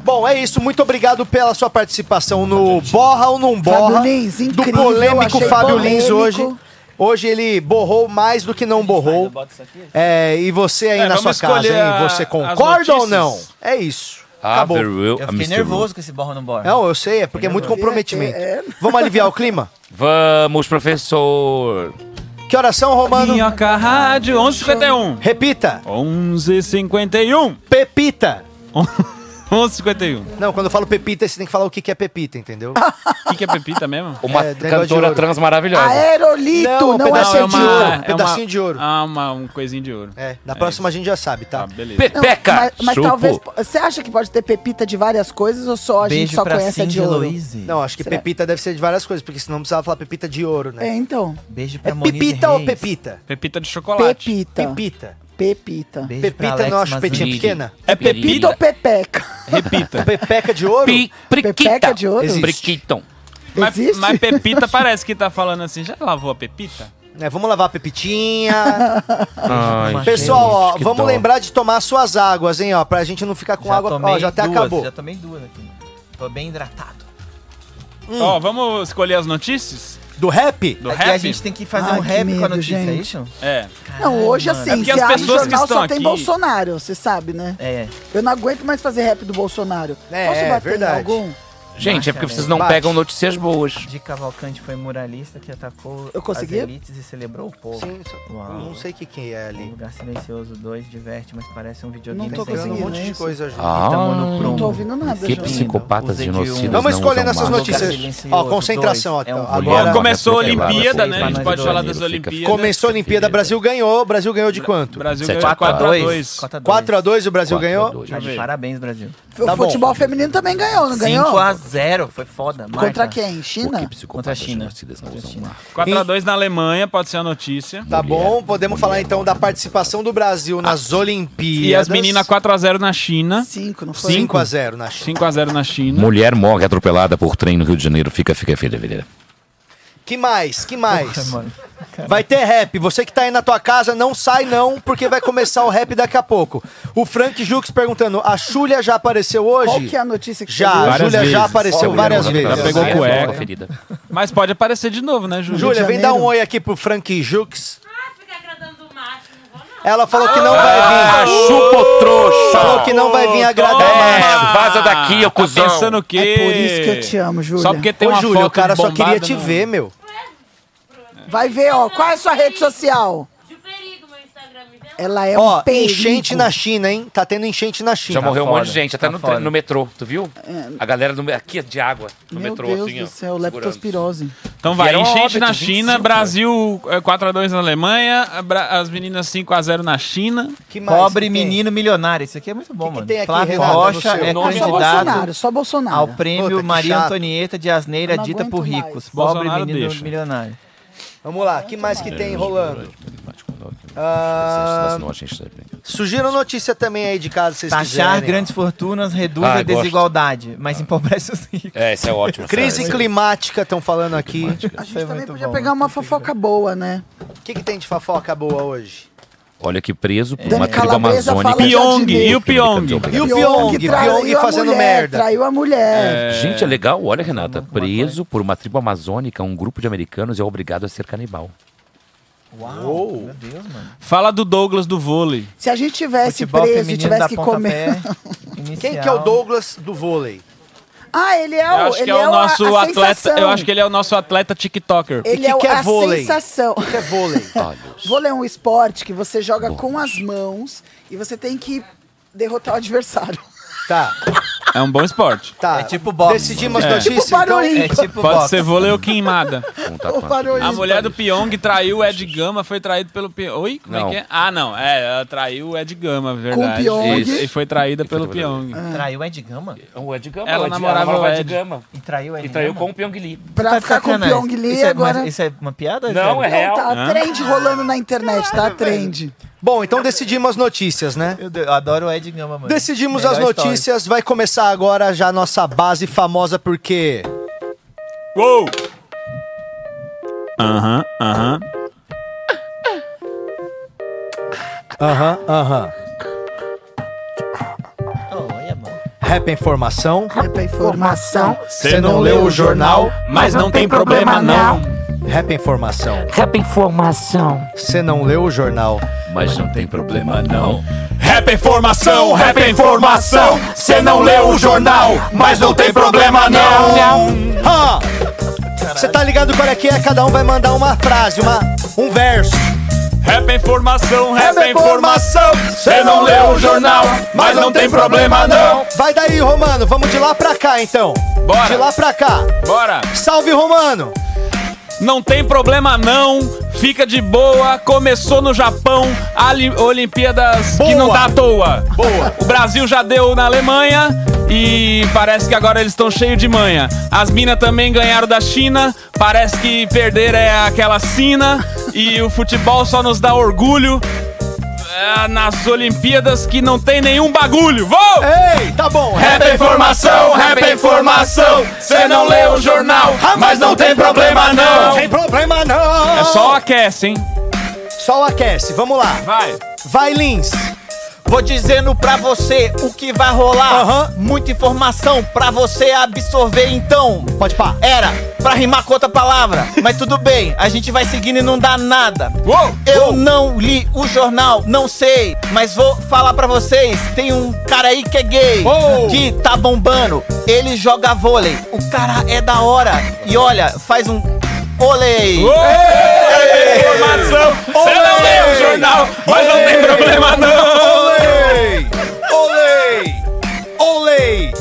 Speaker 1: Bom, é isso. Muito obrigado pela sua participação no Borra ou Não Borra.
Speaker 5: Fábio Lins,
Speaker 1: do
Speaker 5: incrível,
Speaker 1: polêmico
Speaker 5: achei
Speaker 1: Fábio Lins
Speaker 5: polêmico.
Speaker 1: hoje. Hoje ele borrou mais do que não borrou. É, e você aí
Speaker 2: É,
Speaker 1: na sua
Speaker 2: vamos
Speaker 1: casa,
Speaker 2: escolher
Speaker 1: hein?
Speaker 2: a-
Speaker 1: Você
Speaker 2: as
Speaker 1: concorda ou
Speaker 2: notícias.
Speaker 1: não? É isso.
Speaker 7: Ah,
Speaker 1: Acabou.
Speaker 7: very well,
Speaker 3: Eu
Speaker 7: ah,
Speaker 3: fiquei
Speaker 7: Mr.
Speaker 3: nervoso com esse borra no borra.
Speaker 1: Não, eu sei, é porque é muito comprometimento.
Speaker 5: é,
Speaker 1: Vamos aliviar o clima?
Speaker 7: Will. Vamos, professor.
Speaker 1: Que horas são, Romano?
Speaker 2: Minhoca Rádio, 11h51.
Speaker 1: Repita.
Speaker 2: 11h51.
Speaker 1: Pepita.
Speaker 2: 11h51.
Speaker 1: Não, quando eu falo pepita, você tem que falar o que que é pepita, entendeu?
Speaker 5: Ah.
Speaker 2: O que, que é Pepita mesmo?
Speaker 7: Uma
Speaker 1: É, negócio de
Speaker 7: cantora
Speaker 1: ouro.
Speaker 7: trans maravilhosa.
Speaker 5: Ah, é? Aerolito, não,
Speaker 1: Não,
Speaker 5: é
Speaker 1: pedaço
Speaker 5: ser
Speaker 1: é
Speaker 5: de
Speaker 1: uma-
Speaker 5: ouro.
Speaker 1: um pedacinho de ouro.
Speaker 2: Ah, uma, um coisinho de ouro.
Speaker 1: É, na próxima a gente já sabe, tá?
Speaker 2: Tá, beleza.
Speaker 5: Não,
Speaker 7: Pepeca!
Speaker 5: mas mas
Speaker 7: Chupo.
Speaker 5: talvez. Você acha que pode ter pepita de várias coisas ou só a gente
Speaker 3: Beijo
Speaker 5: só
Speaker 3: pra
Speaker 5: conhece a
Speaker 3: Cindy
Speaker 5: de ouro?
Speaker 3: Louise.
Speaker 1: Não, acho que
Speaker 5: Será?
Speaker 1: pepita deve ser de várias coisas, porque senão precisava falar pepita de ouro,
Speaker 5: É,
Speaker 1: né?
Speaker 5: então.
Speaker 3: Beijo
Speaker 1: É,
Speaker 3: pra Monique
Speaker 1: pepita ou
Speaker 3: Reis.
Speaker 1: pepita?
Speaker 2: Pepita de chocolate.
Speaker 5: Pepita.
Speaker 1: Pepita.
Speaker 5: Pepita.
Speaker 3: Beijo pra
Speaker 1: Pepita
Speaker 3: Alex
Speaker 1: não acho
Speaker 3: Mazzini.
Speaker 1: petinha pequena?
Speaker 2: É
Speaker 5: Pepita ou pepeca?
Speaker 2: Repita.
Speaker 1: Pepeca de ouro?
Speaker 7: Pi- Priquita.
Speaker 5: Pepeca é de ouro?
Speaker 7: Existe. Priquitam.
Speaker 2: Mas,
Speaker 5: Existe?
Speaker 2: mas Pepita parece que tá falando assim, já lavou a Pepita?
Speaker 1: É, vamos lavar a pepitinha.
Speaker 7: Ai,
Speaker 1: Pessoal, ó,
Speaker 7: gente, que
Speaker 1: vamos
Speaker 7: dó.
Speaker 1: lembrar de tomar suas águas, hein, ó, pra gente não ficar com água. Ó, já até
Speaker 3: duas,
Speaker 1: acabou.
Speaker 3: Já tomei duas aqui. Tô bem hidratado.
Speaker 2: Ó, vamos escolher as notícias
Speaker 1: Do rap?
Speaker 2: do
Speaker 3: Aqui
Speaker 2: rap?
Speaker 3: a gente tem que fazer
Speaker 5: Ai,
Speaker 3: um
Speaker 5: que
Speaker 3: rap com a
Speaker 5: medo,
Speaker 3: notícia, é
Speaker 5: gente.
Speaker 3: isso?
Speaker 2: É.
Speaker 3: Caralho,
Speaker 5: Não, hoje
Speaker 3: mano.
Speaker 5: assim,
Speaker 2: É porque
Speaker 5: se
Speaker 2: as
Speaker 5: abre o
Speaker 2: pessoas que
Speaker 5: jornal
Speaker 2: estão
Speaker 5: só tem
Speaker 2: aqui-
Speaker 5: Bolsonaro, você sabe, né?
Speaker 3: É.
Speaker 5: Eu não aguento mais fazer rap do Bolsonaro.
Speaker 1: É,
Speaker 5: Posso
Speaker 1: é
Speaker 5: bater em
Speaker 1: verdade.
Speaker 5: algum?
Speaker 7: Gente, é porque vocês não
Speaker 1: Bate.
Speaker 7: pegam notícias boas.
Speaker 3: De Cavalcante foi muralista que atacou
Speaker 5: Eu consegui?
Speaker 3: as elites e celebrou o povo.
Speaker 1: Sim, só-
Speaker 3: Uau.
Speaker 1: não sei o que, que é
Speaker 3: Um
Speaker 1: ali.
Speaker 3: lugar silencioso 2 diverte, mas parece um videogame.
Speaker 5: Não tô
Speaker 3: sem
Speaker 1: Pegando um
Speaker 5: conseguindo,
Speaker 1: monte de
Speaker 5: isso.
Speaker 1: coisa junto.
Speaker 7: Ah,
Speaker 3: Tamo no
Speaker 5: Então, Não tô
Speaker 3: prumo.
Speaker 5: ouvindo nada,
Speaker 7: que
Speaker 5: João.
Speaker 7: psicopatas
Speaker 3: Usei de um.
Speaker 7: genocidas.
Speaker 3: Vamos
Speaker 7: não
Speaker 1: escolher
Speaker 7: usam
Speaker 1: essas
Speaker 7: máscara.
Speaker 1: notícias. Ó, concentração, ó,
Speaker 7: tá.
Speaker 1: então,
Speaker 3: agora.
Speaker 1: agora-
Speaker 2: Bom, começou a
Speaker 7: Olha,
Speaker 2: Olimpíada, né?
Speaker 7: vocês,
Speaker 2: A gente
Speaker 7: mas
Speaker 2: pode
Speaker 7: o
Speaker 2: falar das
Speaker 7: Danilo fica-
Speaker 2: Olimpíadas.
Speaker 1: Começou a Olimpíada, Brasil ganhou. Brasil ganhou de quanto?
Speaker 2: Brasil
Speaker 7: Sete
Speaker 2: ganhou
Speaker 7: a
Speaker 2: 4x2.
Speaker 3: 4x2.
Speaker 1: 4x2 o Brasil ganhou?
Speaker 7: Quatro a dois.
Speaker 3: Tá de Parabéns, Brasil.
Speaker 5: O
Speaker 1: Tá bom.
Speaker 5: futebol feminino também ganhou, não ganhou?
Speaker 3: 5x0, foi foda. Marca.
Speaker 5: Contra quem?
Speaker 7: Por
Speaker 5: China?
Speaker 7: que
Speaker 3: Contra a
Speaker 7: psicopatas
Speaker 3: China.
Speaker 7: genocidas não usam máscara?
Speaker 2: 4x2 na Alemanha, pode ser a notícia.
Speaker 1: Tá
Speaker 7: Mulher,
Speaker 1: bom, podemos
Speaker 7: mulher,
Speaker 1: falar então da participação do Brasil nas Olimpíadas.
Speaker 2: E as meninas 4x0 na China.
Speaker 5: Cinco, não foi?
Speaker 1: 5x0 na China.
Speaker 2: 5x0 na China.
Speaker 7: Mulher morre atropelada por trem no Rio de Janeiro. Fica, fica, filha, filha.
Speaker 1: Que mais? Que
Speaker 3: Porra,
Speaker 1: mais?
Speaker 3: mano.
Speaker 1: Vai ter rap. Você que tá aí na tua casa, não sai não, porque vai começar o rap daqui a pouco. O Frank Jux perguntando, a Júlia já apareceu hoje?
Speaker 5: Qual que é a notícia que
Speaker 1: Já,
Speaker 5: você deu?
Speaker 1: a Júlia já
Speaker 2: vezes.
Speaker 1: apareceu
Speaker 7: Olha,
Speaker 1: várias
Speaker 7: mulher
Speaker 1: vezes.
Speaker 7: morre
Speaker 2: Já pegou
Speaker 7: atropelada,
Speaker 2: cueca.
Speaker 7: fica ferida.
Speaker 2: Mas pode aparecer de novo, né, Júlia?
Speaker 1: Júlia,
Speaker 5: de
Speaker 1: vem dar um
Speaker 5: Janeiro.
Speaker 1: oi aqui pro Frank Jux.
Speaker 8: Ah, fica agradando o macho, não vou não.
Speaker 1: Ela falou que não vai
Speaker 7: Ah,
Speaker 1: vir.
Speaker 7: chupa o trouxa!
Speaker 1: Falou que não vai vir agradar
Speaker 7: toma!
Speaker 1: mais.
Speaker 7: É, vaza daqui, ô
Speaker 2: Tá
Speaker 7: cuzão.
Speaker 2: pensando o quê?
Speaker 5: É por isso que eu te amo, Júlia.
Speaker 2: Só porque tem
Speaker 1: Ô,
Speaker 2: uma
Speaker 1: Júlia,
Speaker 2: foto
Speaker 1: o cara
Speaker 2: de
Speaker 1: só queria
Speaker 2: bombada
Speaker 1: te
Speaker 2: no-
Speaker 1: ver, meu.
Speaker 5: Vai ver, ó. Qual é a sua rede social?
Speaker 8: Juperigo, meu Instagram, me vê lá.
Speaker 5: Ela é
Speaker 1: Ó,
Speaker 5: um perigo.
Speaker 1: enchente na China, hein? Tá tendo enchente na China.
Speaker 7: Já morreu um
Speaker 3: foda,
Speaker 7: monte de gente, até
Speaker 3: tá
Speaker 7: no, tre-
Speaker 3: foda.
Speaker 7: no metrô, tu viu? A galera do, me- aqui é de água, no
Speaker 5: É. Meu
Speaker 7: metrô,
Speaker 5: Deus
Speaker 7: assim, ó.
Speaker 5: do céu,
Speaker 7: segurando.
Speaker 5: leptospirose.
Speaker 2: Então vai,
Speaker 7: Vieram
Speaker 2: enchente
Speaker 7: óbito,
Speaker 2: na
Speaker 7: 25,
Speaker 2: China,
Speaker 7: cara.
Speaker 2: Brasil é, 4x2 na Alemanha, a Bra- as meninas 5x0 na China.
Speaker 1: Que mais
Speaker 3: Pobre
Speaker 1: que tem?
Speaker 3: menino milionário. Isso aqui é muito bom,
Speaker 1: que
Speaker 3: mano.
Speaker 1: tem aqui,
Speaker 3: Flávio
Speaker 1: Renato, no
Speaker 3: Rocha
Speaker 1: seu
Speaker 3: é
Speaker 2: nome?
Speaker 5: Ah, Só
Speaker 3: candidato
Speaker 5: Bolsonaro, só Bolsonaro.
Speaker 3: ao prêmio
Speaker 1: Puta, que
Speaker 3: Maria
Speaker 1: chato.
Speaker 3: Antonieta de Asneira,
Speaker 5: Eu não
Speaker 3: dita
Speaker 5: aguento
Speaker 3: por
Speaker 5: mais.
Speaker 3: ricos. Pobre
Speaker 2: Bolsonaro
Speaker 3: menino
Speaker 2: deixa.
Speaker 3: milionário.
Speaker 1: Vamos lá, que mais que tem rolando? Ah,
Speaker 7: Senão a gente sai bem.
Speaker 1: Sugiram notícia também aí de casa, se vocês
Speaker 3: Taxar
Speaker 1: quiserem.
Speaker 3: grandes fortunas reduz
Speaker 7: Ah,
Speaker 3: a
Speaker 7: eu gosto. Ah.
Speaker 3: desigualdade, mas empobrece os ricos.
Speaker 7: É, isso é ótimo.
Speaker 1: Crise
Speaker 3: né?
Speaker 7: sabe?
Speaker 1: climática estão falando aqui.
Speaker 5: A gente
Speaker 3: Foi
Speaker 5: também
Speaker 3: muito
Speaker 5: podia
Speaker 3: bom,
Speaker 5: pegar uma
Speaker 3: muito
Speaker 5: fofoca boa, né?
Speaker 1: O que, que tem de fofoca boa hoje?
Speaker 7: Olha que preso por
Speaker 5: Dani
Speaker 7: É, uma tribo
Speaker 5: Calabresa fala
Speaker 7: amazônica.
Speaker 5: de
Speaker 2: Pyong, e o
Speaker 5: Adnet.
Speaker 2: Pyong?
Speaker 1: E o Pyong,
Speaker 5: Pyong traiu
Speaker 1: Pyong
Speaker 5: a
Speaker 1: fazendo
Speaker 5: mulher,
Speaker 1: merda.
Speaker 5: Traiu a mulher.
Speaker 7: Gente, é legal. Olha, Renata, preso por uma tribo amazônica, um grupo de americanos é obrigado a ser canibal.
Speaker 3: Uau, meu Deus, mano.
Speaker 2: Fala do Douglas do vôlei.
Speaker 5: Se a gente
Speaker 7: É.
Speaker 5: tivesse
Speaker 3: Futebol
Speaker 5: preso e
Speaker 3: feminino
Speaker 5: tivesse
Speaker 3: da
Speaker 5: que comer.
Speaker 3: pontapé. Inicial.
Speaker 1: Quem que é o Douglas do vôlei?
Speaker 5: Ah, ele é
Speaker 2: Eu
Speaker 5: o.
Speaker 2: acho
Speaker 5: Ele
Speaker 2: que é o nosso
Speaker 5: a, a
Speaker 2: atleta.
Speaker 5: sensação.
Speaker 2: Eu acho que ele é o nosso atleta TikToker.
Speaker 5: Ele
Speaker 1: que
Speaker 5: é, o-
Speaker 1: que é
Speaker 5: a
Speaker 1: vôlei?
Speaker 5: sensação.
Speaker 1: O que é vôlei?
Speaker 7: Olhos.
Speaker 5: Vôlei é um esporte que você joga com as mãos e você tem que derrotar o adversário.
Speaker 1: Tá,
Speaker 2: É um bom esporte.
Speaker 1: tá.
Speaker 3: É tipo boxe.
Speaker 1: Decidimos as
Speaker 2: É.
Speaker 1: notícias,
Speaker 5: Tipo
Speaker 1: então?
Speaker 5: barulhinho.
Speaker 3: É tipo
Speaker 2: Pode
Speaker 3: boxe.
Speaker 2: ser vôlei ou queimada.
Speaker 7: com tatuagem.
Speaker 5: barulho.
Speaker 2: A mulher do Pyong traiu o Ed Gama, foi traído pelo Pyong. Oi? Como
Speaker 7: Não.
Speaker 2: é que é? Ah, não. É, ela traiu o Ed Gama, verdade.
Speaker 5: Pyong.
Speaker 2: Isso, E foi traída pelo
Speaker 7: foi traída.
Speaker 2: Pyong.
Speaker 3: Traiu o Ed Gama?
Speaker 7: O Ed Gama,
Speaker 2: Ela
Speaker 7: o Ed-
Speaker 2: namorava
Speaker 7: namorava
Speaker 2: o
Speaker 7: o Ed
Speaker 2: Ed.
Speaker 7: Gama.
Speaker 3: E traiu o Ed
Speaker 7: E traiu
Speaker 3: Gama?
Speaker 7: com o Pyong Lee.
Speaker 5: Pra
Speaker 3: Tá de
Speaker 5: ficar com o
Speaker 3: sacanagem.
Speaker 5: Pyong Lee
Speaker 3: Isso é- mas
Speaker 5: agora.
Speaker 3: Isso é uma piada?
Speaker 7: Não, é
Speaker 3: sério?
Speaker 7: real.
Speaker 5: Tá trend rolando na internet, tá? Trend.
Speaker 1: Bom, então decidimos as notícias, né?
Speaker 3: Meu Deus, eu adoro o Ed Gama, mano.
Speaker 1: Decidimos
Speaker 3: Melhor
Speaker 1: as
Speaker 3: story.
Speaker 1: notícias. Vai começar agora já a nossa base famosa, porque...
Speaker 2: Uou! Aham, aham.
Speaker 1: Aham, aham.
Speaker 3: Olha, mano.
Speaker 1: Rap é informação.
Speaker 5: Rap é informação.
Speaker 1: Você não leu o jornal,
Speaker 2: mas não tem problema não.
Speaker 1: Rap é informação.
Speaker 4: Rap informação.
Speaker 1: Você não leu o jornal.
Speaker 7: Mas não tem problema, não.
Speaker 2: Rap é informação, rap é informação. Cê não leu o jornal, mas não tem problema não.
Speaker 1: Você tá ligado qual é que é? Cada um vai mandar uma frase, uma, um verso.
Speaker 2: Rap é informação, rap
Speaker 1: é
Speaker 2: é informação. Cê não leu o jornal, mas não tem problema não.
Speaker 1: Vai daí, Romano. Vamos de lá pra cá, então.
Speaker 2: Bora.
Speaker 1: De lá pra cá.
Speaker 2: Bora!
Speaker 1: Salve, Romano.
Speaker 2: Não tem problema não, fica de boa. Começou no Japão, a Oli- Olimpíadas que
Speaker 1: Boa.
Speaker 2: não tá à toa.
Speaker 1: Boa.
Speaker 2: O Brasil já deu na Alemanha e parece que agora eles estão cheios de manha. As minas também ganharam da China, parece que perder é aquela sina e o futebol só nos dá orgulho. ah, nas Olimpíadas que não tem nenhum bagulho. Vou!
Speaker 1: Ei, tá bom.
Speaker 9: Rap é informação, rap é informação. Cê não lê o jornal, mas não tem problema não.
Speaker 1: Sem problema não.
Speaker 2: É só aquece, hein?
Speaker 1: Só aquece, vamos lá.
Speaker 2: Vai.
Speaker 1: Vai, Lins.
Speaker 3: Vou dizendo pra você o que vai rolar.
Speaker 1: Aham.
Speaker 3: Muita informação pra você absorver então.
Speaker 1: Pode pá.
Speaker 3: Era pra rimar com outra palavra, mas tudo bem, a gente vai seguindo e não dá nada.
Speaker 2: Uou,
Speaker 3: Eu não li o jornal, não sei, mas vou falar pra vocês. Tem um cara aí que é gay,
Speaker 1: Uou.
Speaker 3: que tá bombando. Ele joga vôlei. O cara é da hora. E olha, faz um olei.
Speaker 2: Informação. Você não lê o jornal, mas não tem problema não.
Speaker 1: Olei! Olei! Olei!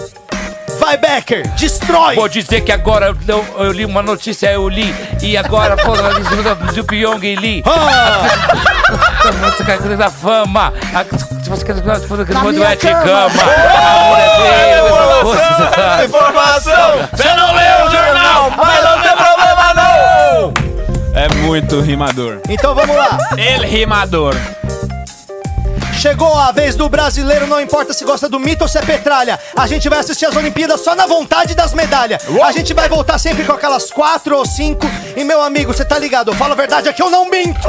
Speaker 1: Vai, Becker! Destrói!
Speaker 7: Vou dizer que agora eu, eu li uma notícia, eu li, e agora porra, do Pyong Lee.
Speaker 1: Ah,
Speaker 7: Você quer coisa da fama? A- Se você quer coisa
Speaker 5: Na
Speaker 7: do
Speaker 5: minha
Speaker 7: Ed
Speaker 5: cama.
Speaker 7: Gama. é A mulher dele, essa coisa.
Speaker 9: Informação, cê não lê o jornal, mas não tem problema não.
Speaker 2: É muito rimador.
Speaker 1: então vamos lá!
Speaker 2: Ele rimador.
Speaker 1: Chegou a vez do brasileiro, não importa se gosta do mito ou se é petralha. A gente vai assistir as Olimpíadas só na vontade das medalhas. A gente vai voltar sempre com aquelas quatro ou cinco. E meu amigo, você tá ligado? Eu falo a verdade aqui, eu não minto!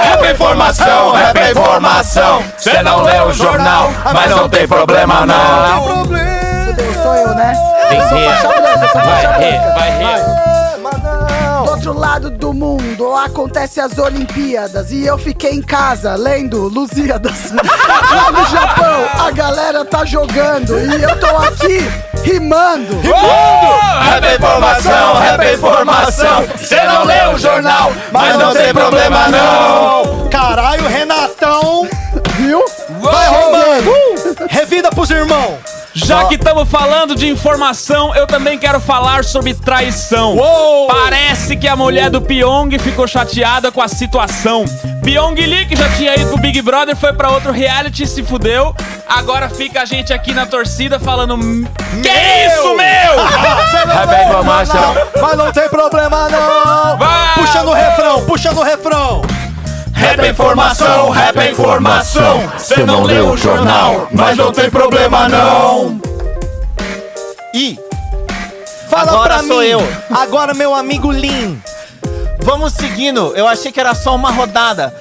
Speaker 9: Rap é informação, rap é informação. Cê não lê o jornal, mas não tem problema não.
Speaker 1: Não tem problema,
Speaker 5: Fudeu, sou eu, né?
Speaker 7: Tem
Speaker 5: Eu sou
Speaker 7: ré.
Speaker 5: faixa branca, eu sou
Speaker 7: Vai
Speaker 5: faixa
Speaker 7: rir,
Speaker 5: branca.
Speaker 7: vai rir.
Speaker 1: não!
Speaker 5: Do outro lado do mundo acontece as Olimpíadas e eu fiquei em casa lendo Lusíadas. Lá no Japão a galera tá jogando e eu tô aqui rimando.
Speaker 9: Rap é informação, rap é informação. Cê não lê o jornal, mas não tem problema não.
Speaker 1: Caralho, Renatão!
Speaker 5: Viu?
Speaker 1: Vai roubando! Revida pros irmãos!
Speaker 2: Já que estamos falando de informação, eu também quero falar sobre traição.
Speaker 1: Uou!
Speaker 2: Parece que a mulher do Pyong ficou chateada com a situação. Pyong Lee, que já tinha ido pro Big Brother, foi pra outro reality e se fudeu. Agora fica a gente aqui na torcida falando. Que é isso, meu?
Speaker 9: Rap é informação.
Speaker 1: Mas não tem problema não!
Speaker 2: Vai!
Speaker 1: Puxa no refrão, puxa no refrão!
Speaker 9: Rap é informação, rap é informação. Cê não lê o jornal, mas não tem problema não.
Speaker 3: E
Speaker 1: Fala
Speaker 3: Agora
Speaker 1: pra
Speaker 3: sou
Speaker 1: mim!
Speaker 3: eu.
Speaker 1: Agora meu amigo Lin!
Speaker 3: vamos seguindo. Eu achei que era só uma rodada,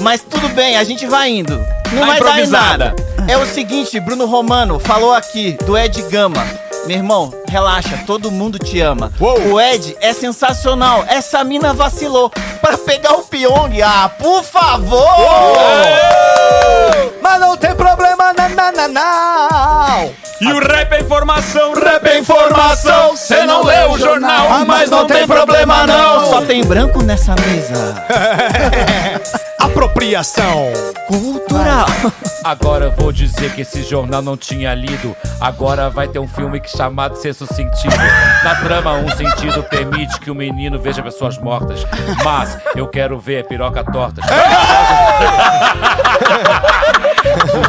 Speaker 3: mas tudo bem, a gente vai indo. Não
Speaker 2: Na
Speaker 3: vai dar em
Speaker 2: improvisada.
Speaker 3: nada. É o seguinte, Bruno Romano falou aqui do Ed Gama. Meu irmão, relaxa, todo mundo te ama. O Ed é sensacional. Essa mina vacilou pra pegar o Pyong. Ah, por favor!
Speaker 1: Mas não tem problema não, não, não, não.
Speaker 2: E o rap é informação, Ah,
Speaker 9: Rap é informação, cê não lê o jornal, Ah, mas não tem problema não.
Speaker 3: Só tem branco nessa mesa.
Speaker 1: Apropriação!
Speaker 3: Cultural.
Speaker 7: Agora eu vou dizer que esse jornal não tinha lido. Agora vai ter um filme que chamado Sexto Sentido. Na trama, um sentido permite que o menino veja pessoas mortas. Mas eu quero ver piroca tortas.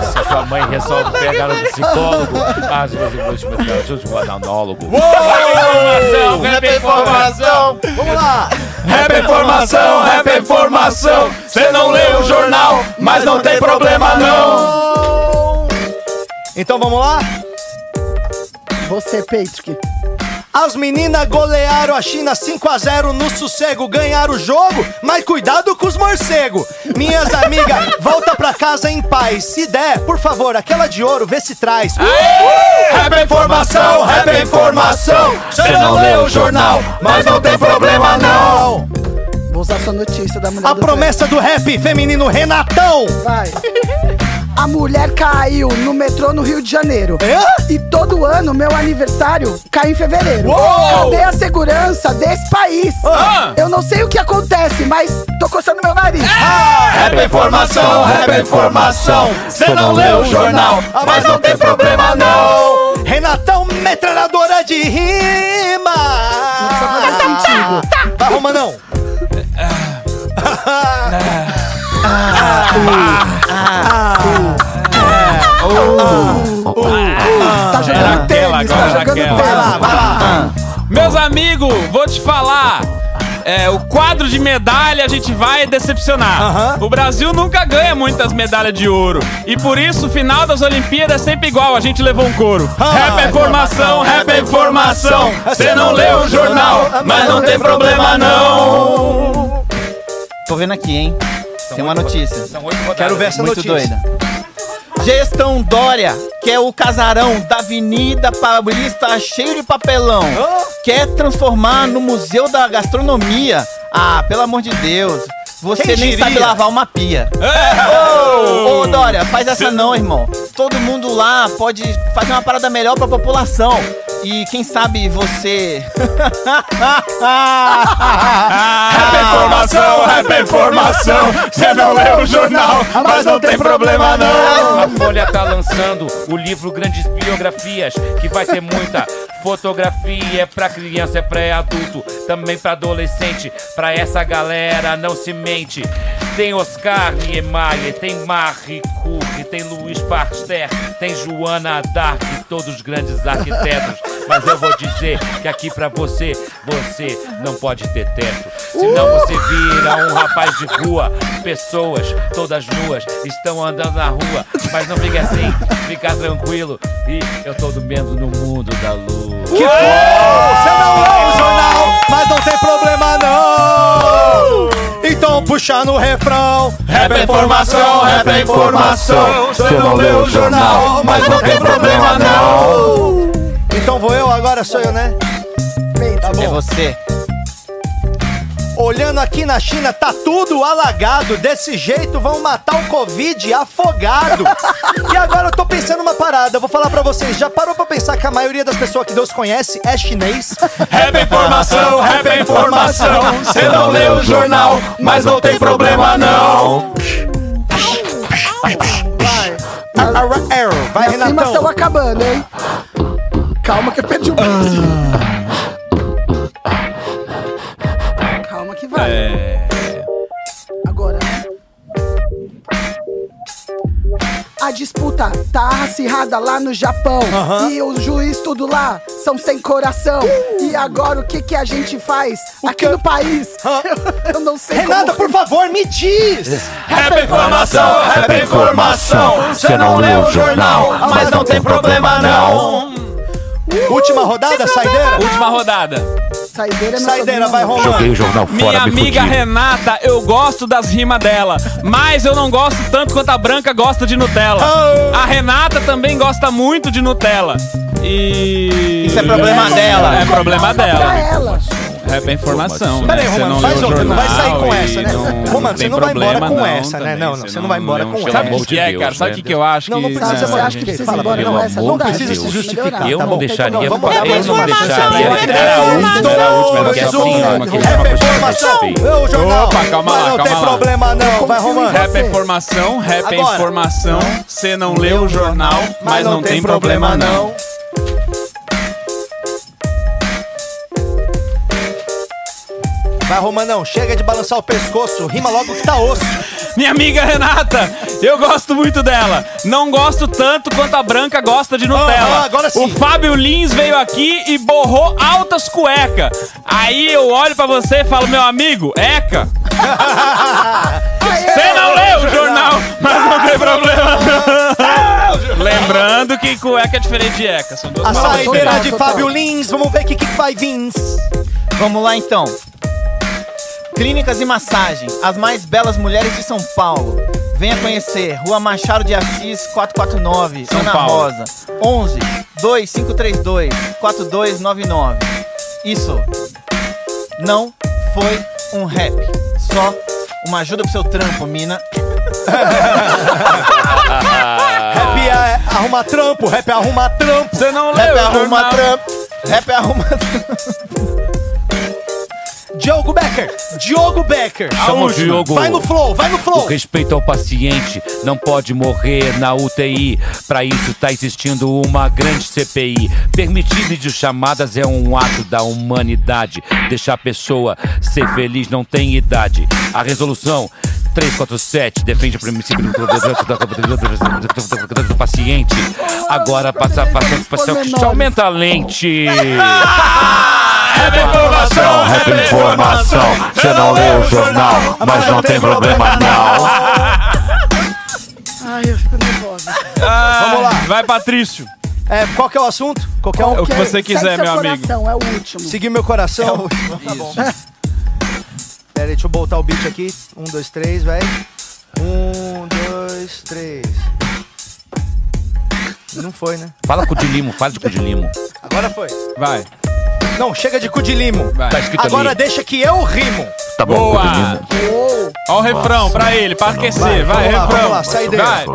Speaker 7: Se sua mãe resolve pegar um psicólogo, as duas últimas de um ananólogo. Informação,
Speaker 9: Rap é informação,
Speaker 1: Vamos lá!
Speaker 9: rap é informação, rap é informação. Cê não lê o jornal, mas não tem problema não.
Speaker 1: Então vamos lá?
Speaker 5: Você, Patrick.
Speaker 1: As meninas golearam a China 5 a 0 no sossego, ganharam o jogo, mas cuidado com os morcegos. Minhas amigas, volta pra casa em paz. Se der, por favor, aquela de ouro, vê se traz. Uh!
Speaker 9: Rap é informação, rap é informação. Cê não lê o jornal, mas não tem problema não.
Speaker 5: Vou usar sua notícia da mulher.
Speaker 1: A
Speaker 5: do
Speaker 1: promessa do rap feminino Renatão.
Speaker 5: trem. Vai. A mulher caiu no metrô no Rio de Janeiro.
Speaker 1: É?
Speaker 5: E todo ano meu aniversário cai em fevereiro.
Speaker 1: Uou! Ah!
Speaker 5: Cadê a segurança desse país? Eu não sei o que acontece, mas tô coçando meu nariz.
Speaker 2: Ah,
Speaker 9: Rap é informação, rap é informação. Cê não lê o jornal, mas não tem problema não.
Speaker 1: Renatão, metralhadora de rima. Não precisa Vai, Romanão.
Speaker 5: tá
Speaker 9: Ah.
Speaker 5: jogando
Speaker 2: aquela,
Speaker 5: tênis, tá
Speaker 2: agora
Speaker 5: jogando
Speaker 2: aquela.
Speaker 5: tênis.
Speaker 1: Vai lá, vai lá.
Speaker 2: Meus amigos, vou te falar. É, o quadro de medalha a gente vai decepcionar. O Brasil nunca ganha muitas medalhas de ouro. E por isso, o final das Olimpíadas é sempre igual, a gente levou um couro.
Speaker 9: Rap é informação, rap é informação. Você não leu o jornal, mas não tem problema não.
Speaker 3: Tô vendo aqui, hein? Tem uma notícia.
Speaker 1: Quero ver essa
Speaker 3: Muito
Speaker 1: notícia.
Speaker 3: doida. Gestão Dória quer o casarão da Avenida Paulista cheio de papelão. Quer transformar no Museu da Gastronomia. Ah, pelo amor de Deus. Você
Speaker 1: Quem
Speaker 3: nem
Speaker 1: diria?
Speaker 3: sabe lavar uma pia. Ô, ô, Dória, faz essa não, irmão. Todo mundo lá pode fazer uma parada melhor pra população. E quem sabe você.
Speaker 9: Rap é informação, rap é informação. Você não leu o jornal, mas não tem problema não.
Speaker 7: A Folha tá lançando o livro Grandes Biografias, que vai ter muita fotografia. É pra criança, é pra adulto, também pra adolescente. Pra essa galera, não se mente. Tem Oscar Niemeyer, tem Marie Curie, tem Luiz Pasteur, tem Joana Dark, todos grandes arquitetos. Mas eu vou dizer que aqui pra você, você não pode ter teto. Senão
Speaker 9: Uh!
Speaker 7: você vira um rapaz de rua. Pessoas, todas nuas, estão andando na rua. Mas não fique assim, fica tranquilo. E eu tô dormindo no mundo da luz.
Speaker 1: Que bom! Você não leu o jornal, mas não tem problema não. Então puxa no refrão.
Speaker 9: Rap é informação, rap é informação. Você não leu o jornal, mas não tem problema não.
Speaker 1: Então vou eu agora, sou eu, né? Tá
Speaker 3: É
Speaker 1: bom.
Speaker 3: você.
Speaker 1: Olhando aqui na China, tá tudo alagado. Desse jeito vão matar o Covid afogado. e agora eu tô pensando uma parada. Vou falar pra vocês. Já parou pra pensar que a maioria das pessoas que Deus conhece é chinês?
Speaker 9: Rap é informação, rap é informação. Você não leu o jornal, mas não tem problema não.
Speaker 1: Vai,
Speaker 5: Minhas rimas estão
Speaker 1: Renatão.
Speaker 5: acabando, hein? Calma que eu perdi o Brasil. Calma que vai.
Speaker 1: É.
Speaker 5: Agora. A disputa tá acirrada lá no Japão. E o juiz tudo lá são sem coração. E agora o que que a gente faz aqui no país? Eu não sei
Speaker 1: Renata,
Speaker 5: como...
Speaker 1: por favor, me diz.
Speaker 9: Rap é informação, rap é informação. Você não leu o jornal, mas não tem problema não.
Speaker 1: Última rodada, saideira?
Speaker 2: Última rodada.
Speaker 5: Saideira, é meu
Speaker 1: Saideira,
Speaker 5: sobrenome.
Speaker 1: vai
Speaker 6: Joguei
Speaker 1: Romano.
Speaker 6: o jornal fora,
Speaker 2: Minha
Speaker 6: me
Speaker 2: amiga
Speaker 6: fudi.
Speaker 2: Renata, eu gosto das rimas dela, mas eu não gosto tanto quanto a Branca gosta de Nutella. A Renata também gosta muito de Nutella. E.
Speaker 3: Isso é problema dela.
Speaker 2: É problema
Speaker 5: Pra
Speaker 2: dela.
Speaker 5: ela.
Speaker 2: É bem informação.
Speaker 1: Peraí,
Speaker 2: né? Você
Speaker 1: Romano,
Speaker 2: não
Speaker 1: faz
Speaker 2: leu o
Speaker 1: outra. Não vai
Speaker 2: jornal
Speaker 1: sair com
Speaker 2: e
Speaker 1: essa, né?
Speaker 2: não-
Speaker 1: Romano, você
Speaker 2: tem
Speaker 1: não vai embora
Speaker 2: problema
Speaker 1: com
Speaker 2: não tá
Speaker 1: essa, né?
Speaker 2: também,
Speaker 1: Não, não, você não vai embora com
Speaker 2: lê um
Speaker 1: essa.
Speaker 2: jornal.
Speaker 1: Pelo
Speaker 2: Sabe o que é,
Speaker 7: amor de
Speaker 2: cara? Sabe o
Speaker 7: Deus,
Speaker 2: que que eu acho?
Speaker 1: Não, não
Speaker 2: que-
Speaker 1: precisa,
Speaker 5: Não,
Speaker 1: você
Speaker 5: não,
Speaker 1: acha que
Speaker 5: gente,
Speaker 1: precisa ir
Speaker 5: pelo
Speaker 1: embora, não
Speaker 5: amor
Speaker 1: é
Speaker 5: de
Speaker 1: essa. Não
Speaker 5: Deus.
Speaker 1: precisa se justificar,
Speaker 7: Eu
Speaker 1: tá
Speaker 7: não
Speaker 1: bom?
Speaker 7: deixaria.
Speaker 1: Vamos embora.
Speaker 7: Eu não
Speaker 8: Informação,
Speaker 7: deixaria.
Speaker 8: é
Speaker 7: Era a última, era a última, porque essa
Speaker 1: dois,
Speaker 7: foi uma que eu
Speaker 1: Rap
Speaker 7: tava
Speaker 1: é
Speaker 7: gostando mais
Speaker 1: informação,
Speaker 7: feio.
Speaker 1: eu jornal.
Speaker 2: Opa, calma
Speaker 1: Mas
Speaker 2: lá,
Speaker 1: não tem
Speaker 2: calma lá.
Speaker 1: problema não, vai Romano.
Speaker 2: Rap é
Speaker 5: Você.
Speaker 2: informação, rap é
Speaker 1: Agora.
Speaker 2: informação. Você não lê o jornal, mas não tem problema não.
Speaker 1: Vai Romanão, chega de balançar o pescoço, rima logo que tá osso.
Speaker 2: Minha amiga Renata, eu gosto muito dela. Não gosto tanto quanto a Branca gosta de Nutella.
Speaker 1: Ah, ah, agora sim.
Speaker 2: O Fábio Lins veio aqui e borrou altas cueca. Aí eu olho pra você e falo, meu amigo, Eca. Você não leu o jornal, mas não tem problema. não. Lembrando que cueca é diferente de Eca. São duas
Speaker 1: A
Speaker 2: palavras
Speaker 1: saideira
Speaker 5: total,
Speaker 1: de
Speaker 5: total.
Speaker 1: Fábio Lins, vamos ver o que que vai vins.
Speaker 3: Vamos lá então. Clínicas e massagem, as mais belas mulheres de São Paulo. Venha conhecer, Rua Machado de Assis, 449,
Speaker 2: São
Speaker 3: Ana
Speaker 2: Paulo.
Speaker 3: Rosa. 11 2532 4299. Isso não foi um rap, só uma ajuda pro seu trampo, mina.
Speaker 1: Rap é arrumar trampo, rap é arrumar trampo.
Speaker 2: Você não leu
Speaker 3: Rap
Speaker 2: o
Speaker 3: é
Speaker 2: jornal.
Speaker 3: arruma trampo. Rap é arruma trampo.
Speaker 1: Diogo Becker, Diogo Becker.
Speaker 7: Chama o Diogo.
Speaker 1: Vai no flow, vai no
Speaker 7: O
Speaker 1: flow.
Speaker 7: respeito ao paciente não pode morrer na UTI. Pra isso tá existindo uma grande CPI. Permitir videochamadas é um ato da humanidade. Deixar a pessoa ser feliz não tem idade. A resolução 347 defende o princípio do do paciente. Agora passa, passa, passa, passa aumenta a lente.
Speaker 9: Rap é informação, rap é informação. Você não lê o jornal, mas não tem problema não.
Speaker 5: Ai, eu fico nervosa.
Speaker 2: Vamos lá. Vai, Patrício.
Speaker 1: É, qual que é o assunto? Qualquer um.
Speaker 2: O que você
Speaker 5: Segue
Speaker 2: quiser,
Speaker 5: seu
Speaker 2: meu amigo.
Speaker 5: coração, É o último.
Speaker 1: Seguir meu coração. Pera aí, deixa eu botar o beat aqui. Um, dois, três, vai. Um, dois, três. Não foi, né?
Speaker 7: Fala cu de limo, fala de cu de limo.
Speaker 1: Agora foi.
Speaker 2: Vai.
Speaker 1: Não, chega de cu de limo.
Speaker 2: Vai.
Speaker 7: Tá escrito
Speaker 1: Agora
Speaker 7: ali.
Speaker 1: deixa que eu rimo.
Speaker 9: Tá bom,
Speaker 2: Boa.
Speaker 9: cu de limo.
Speaker 2: Ó o refrão pra ele, pra aquecer. Vai,
Speaker 1: vamos lá,
Speaker 2: refrão.
Speaker 1: vamos lá, sai dele.
Speaker 2: Vai.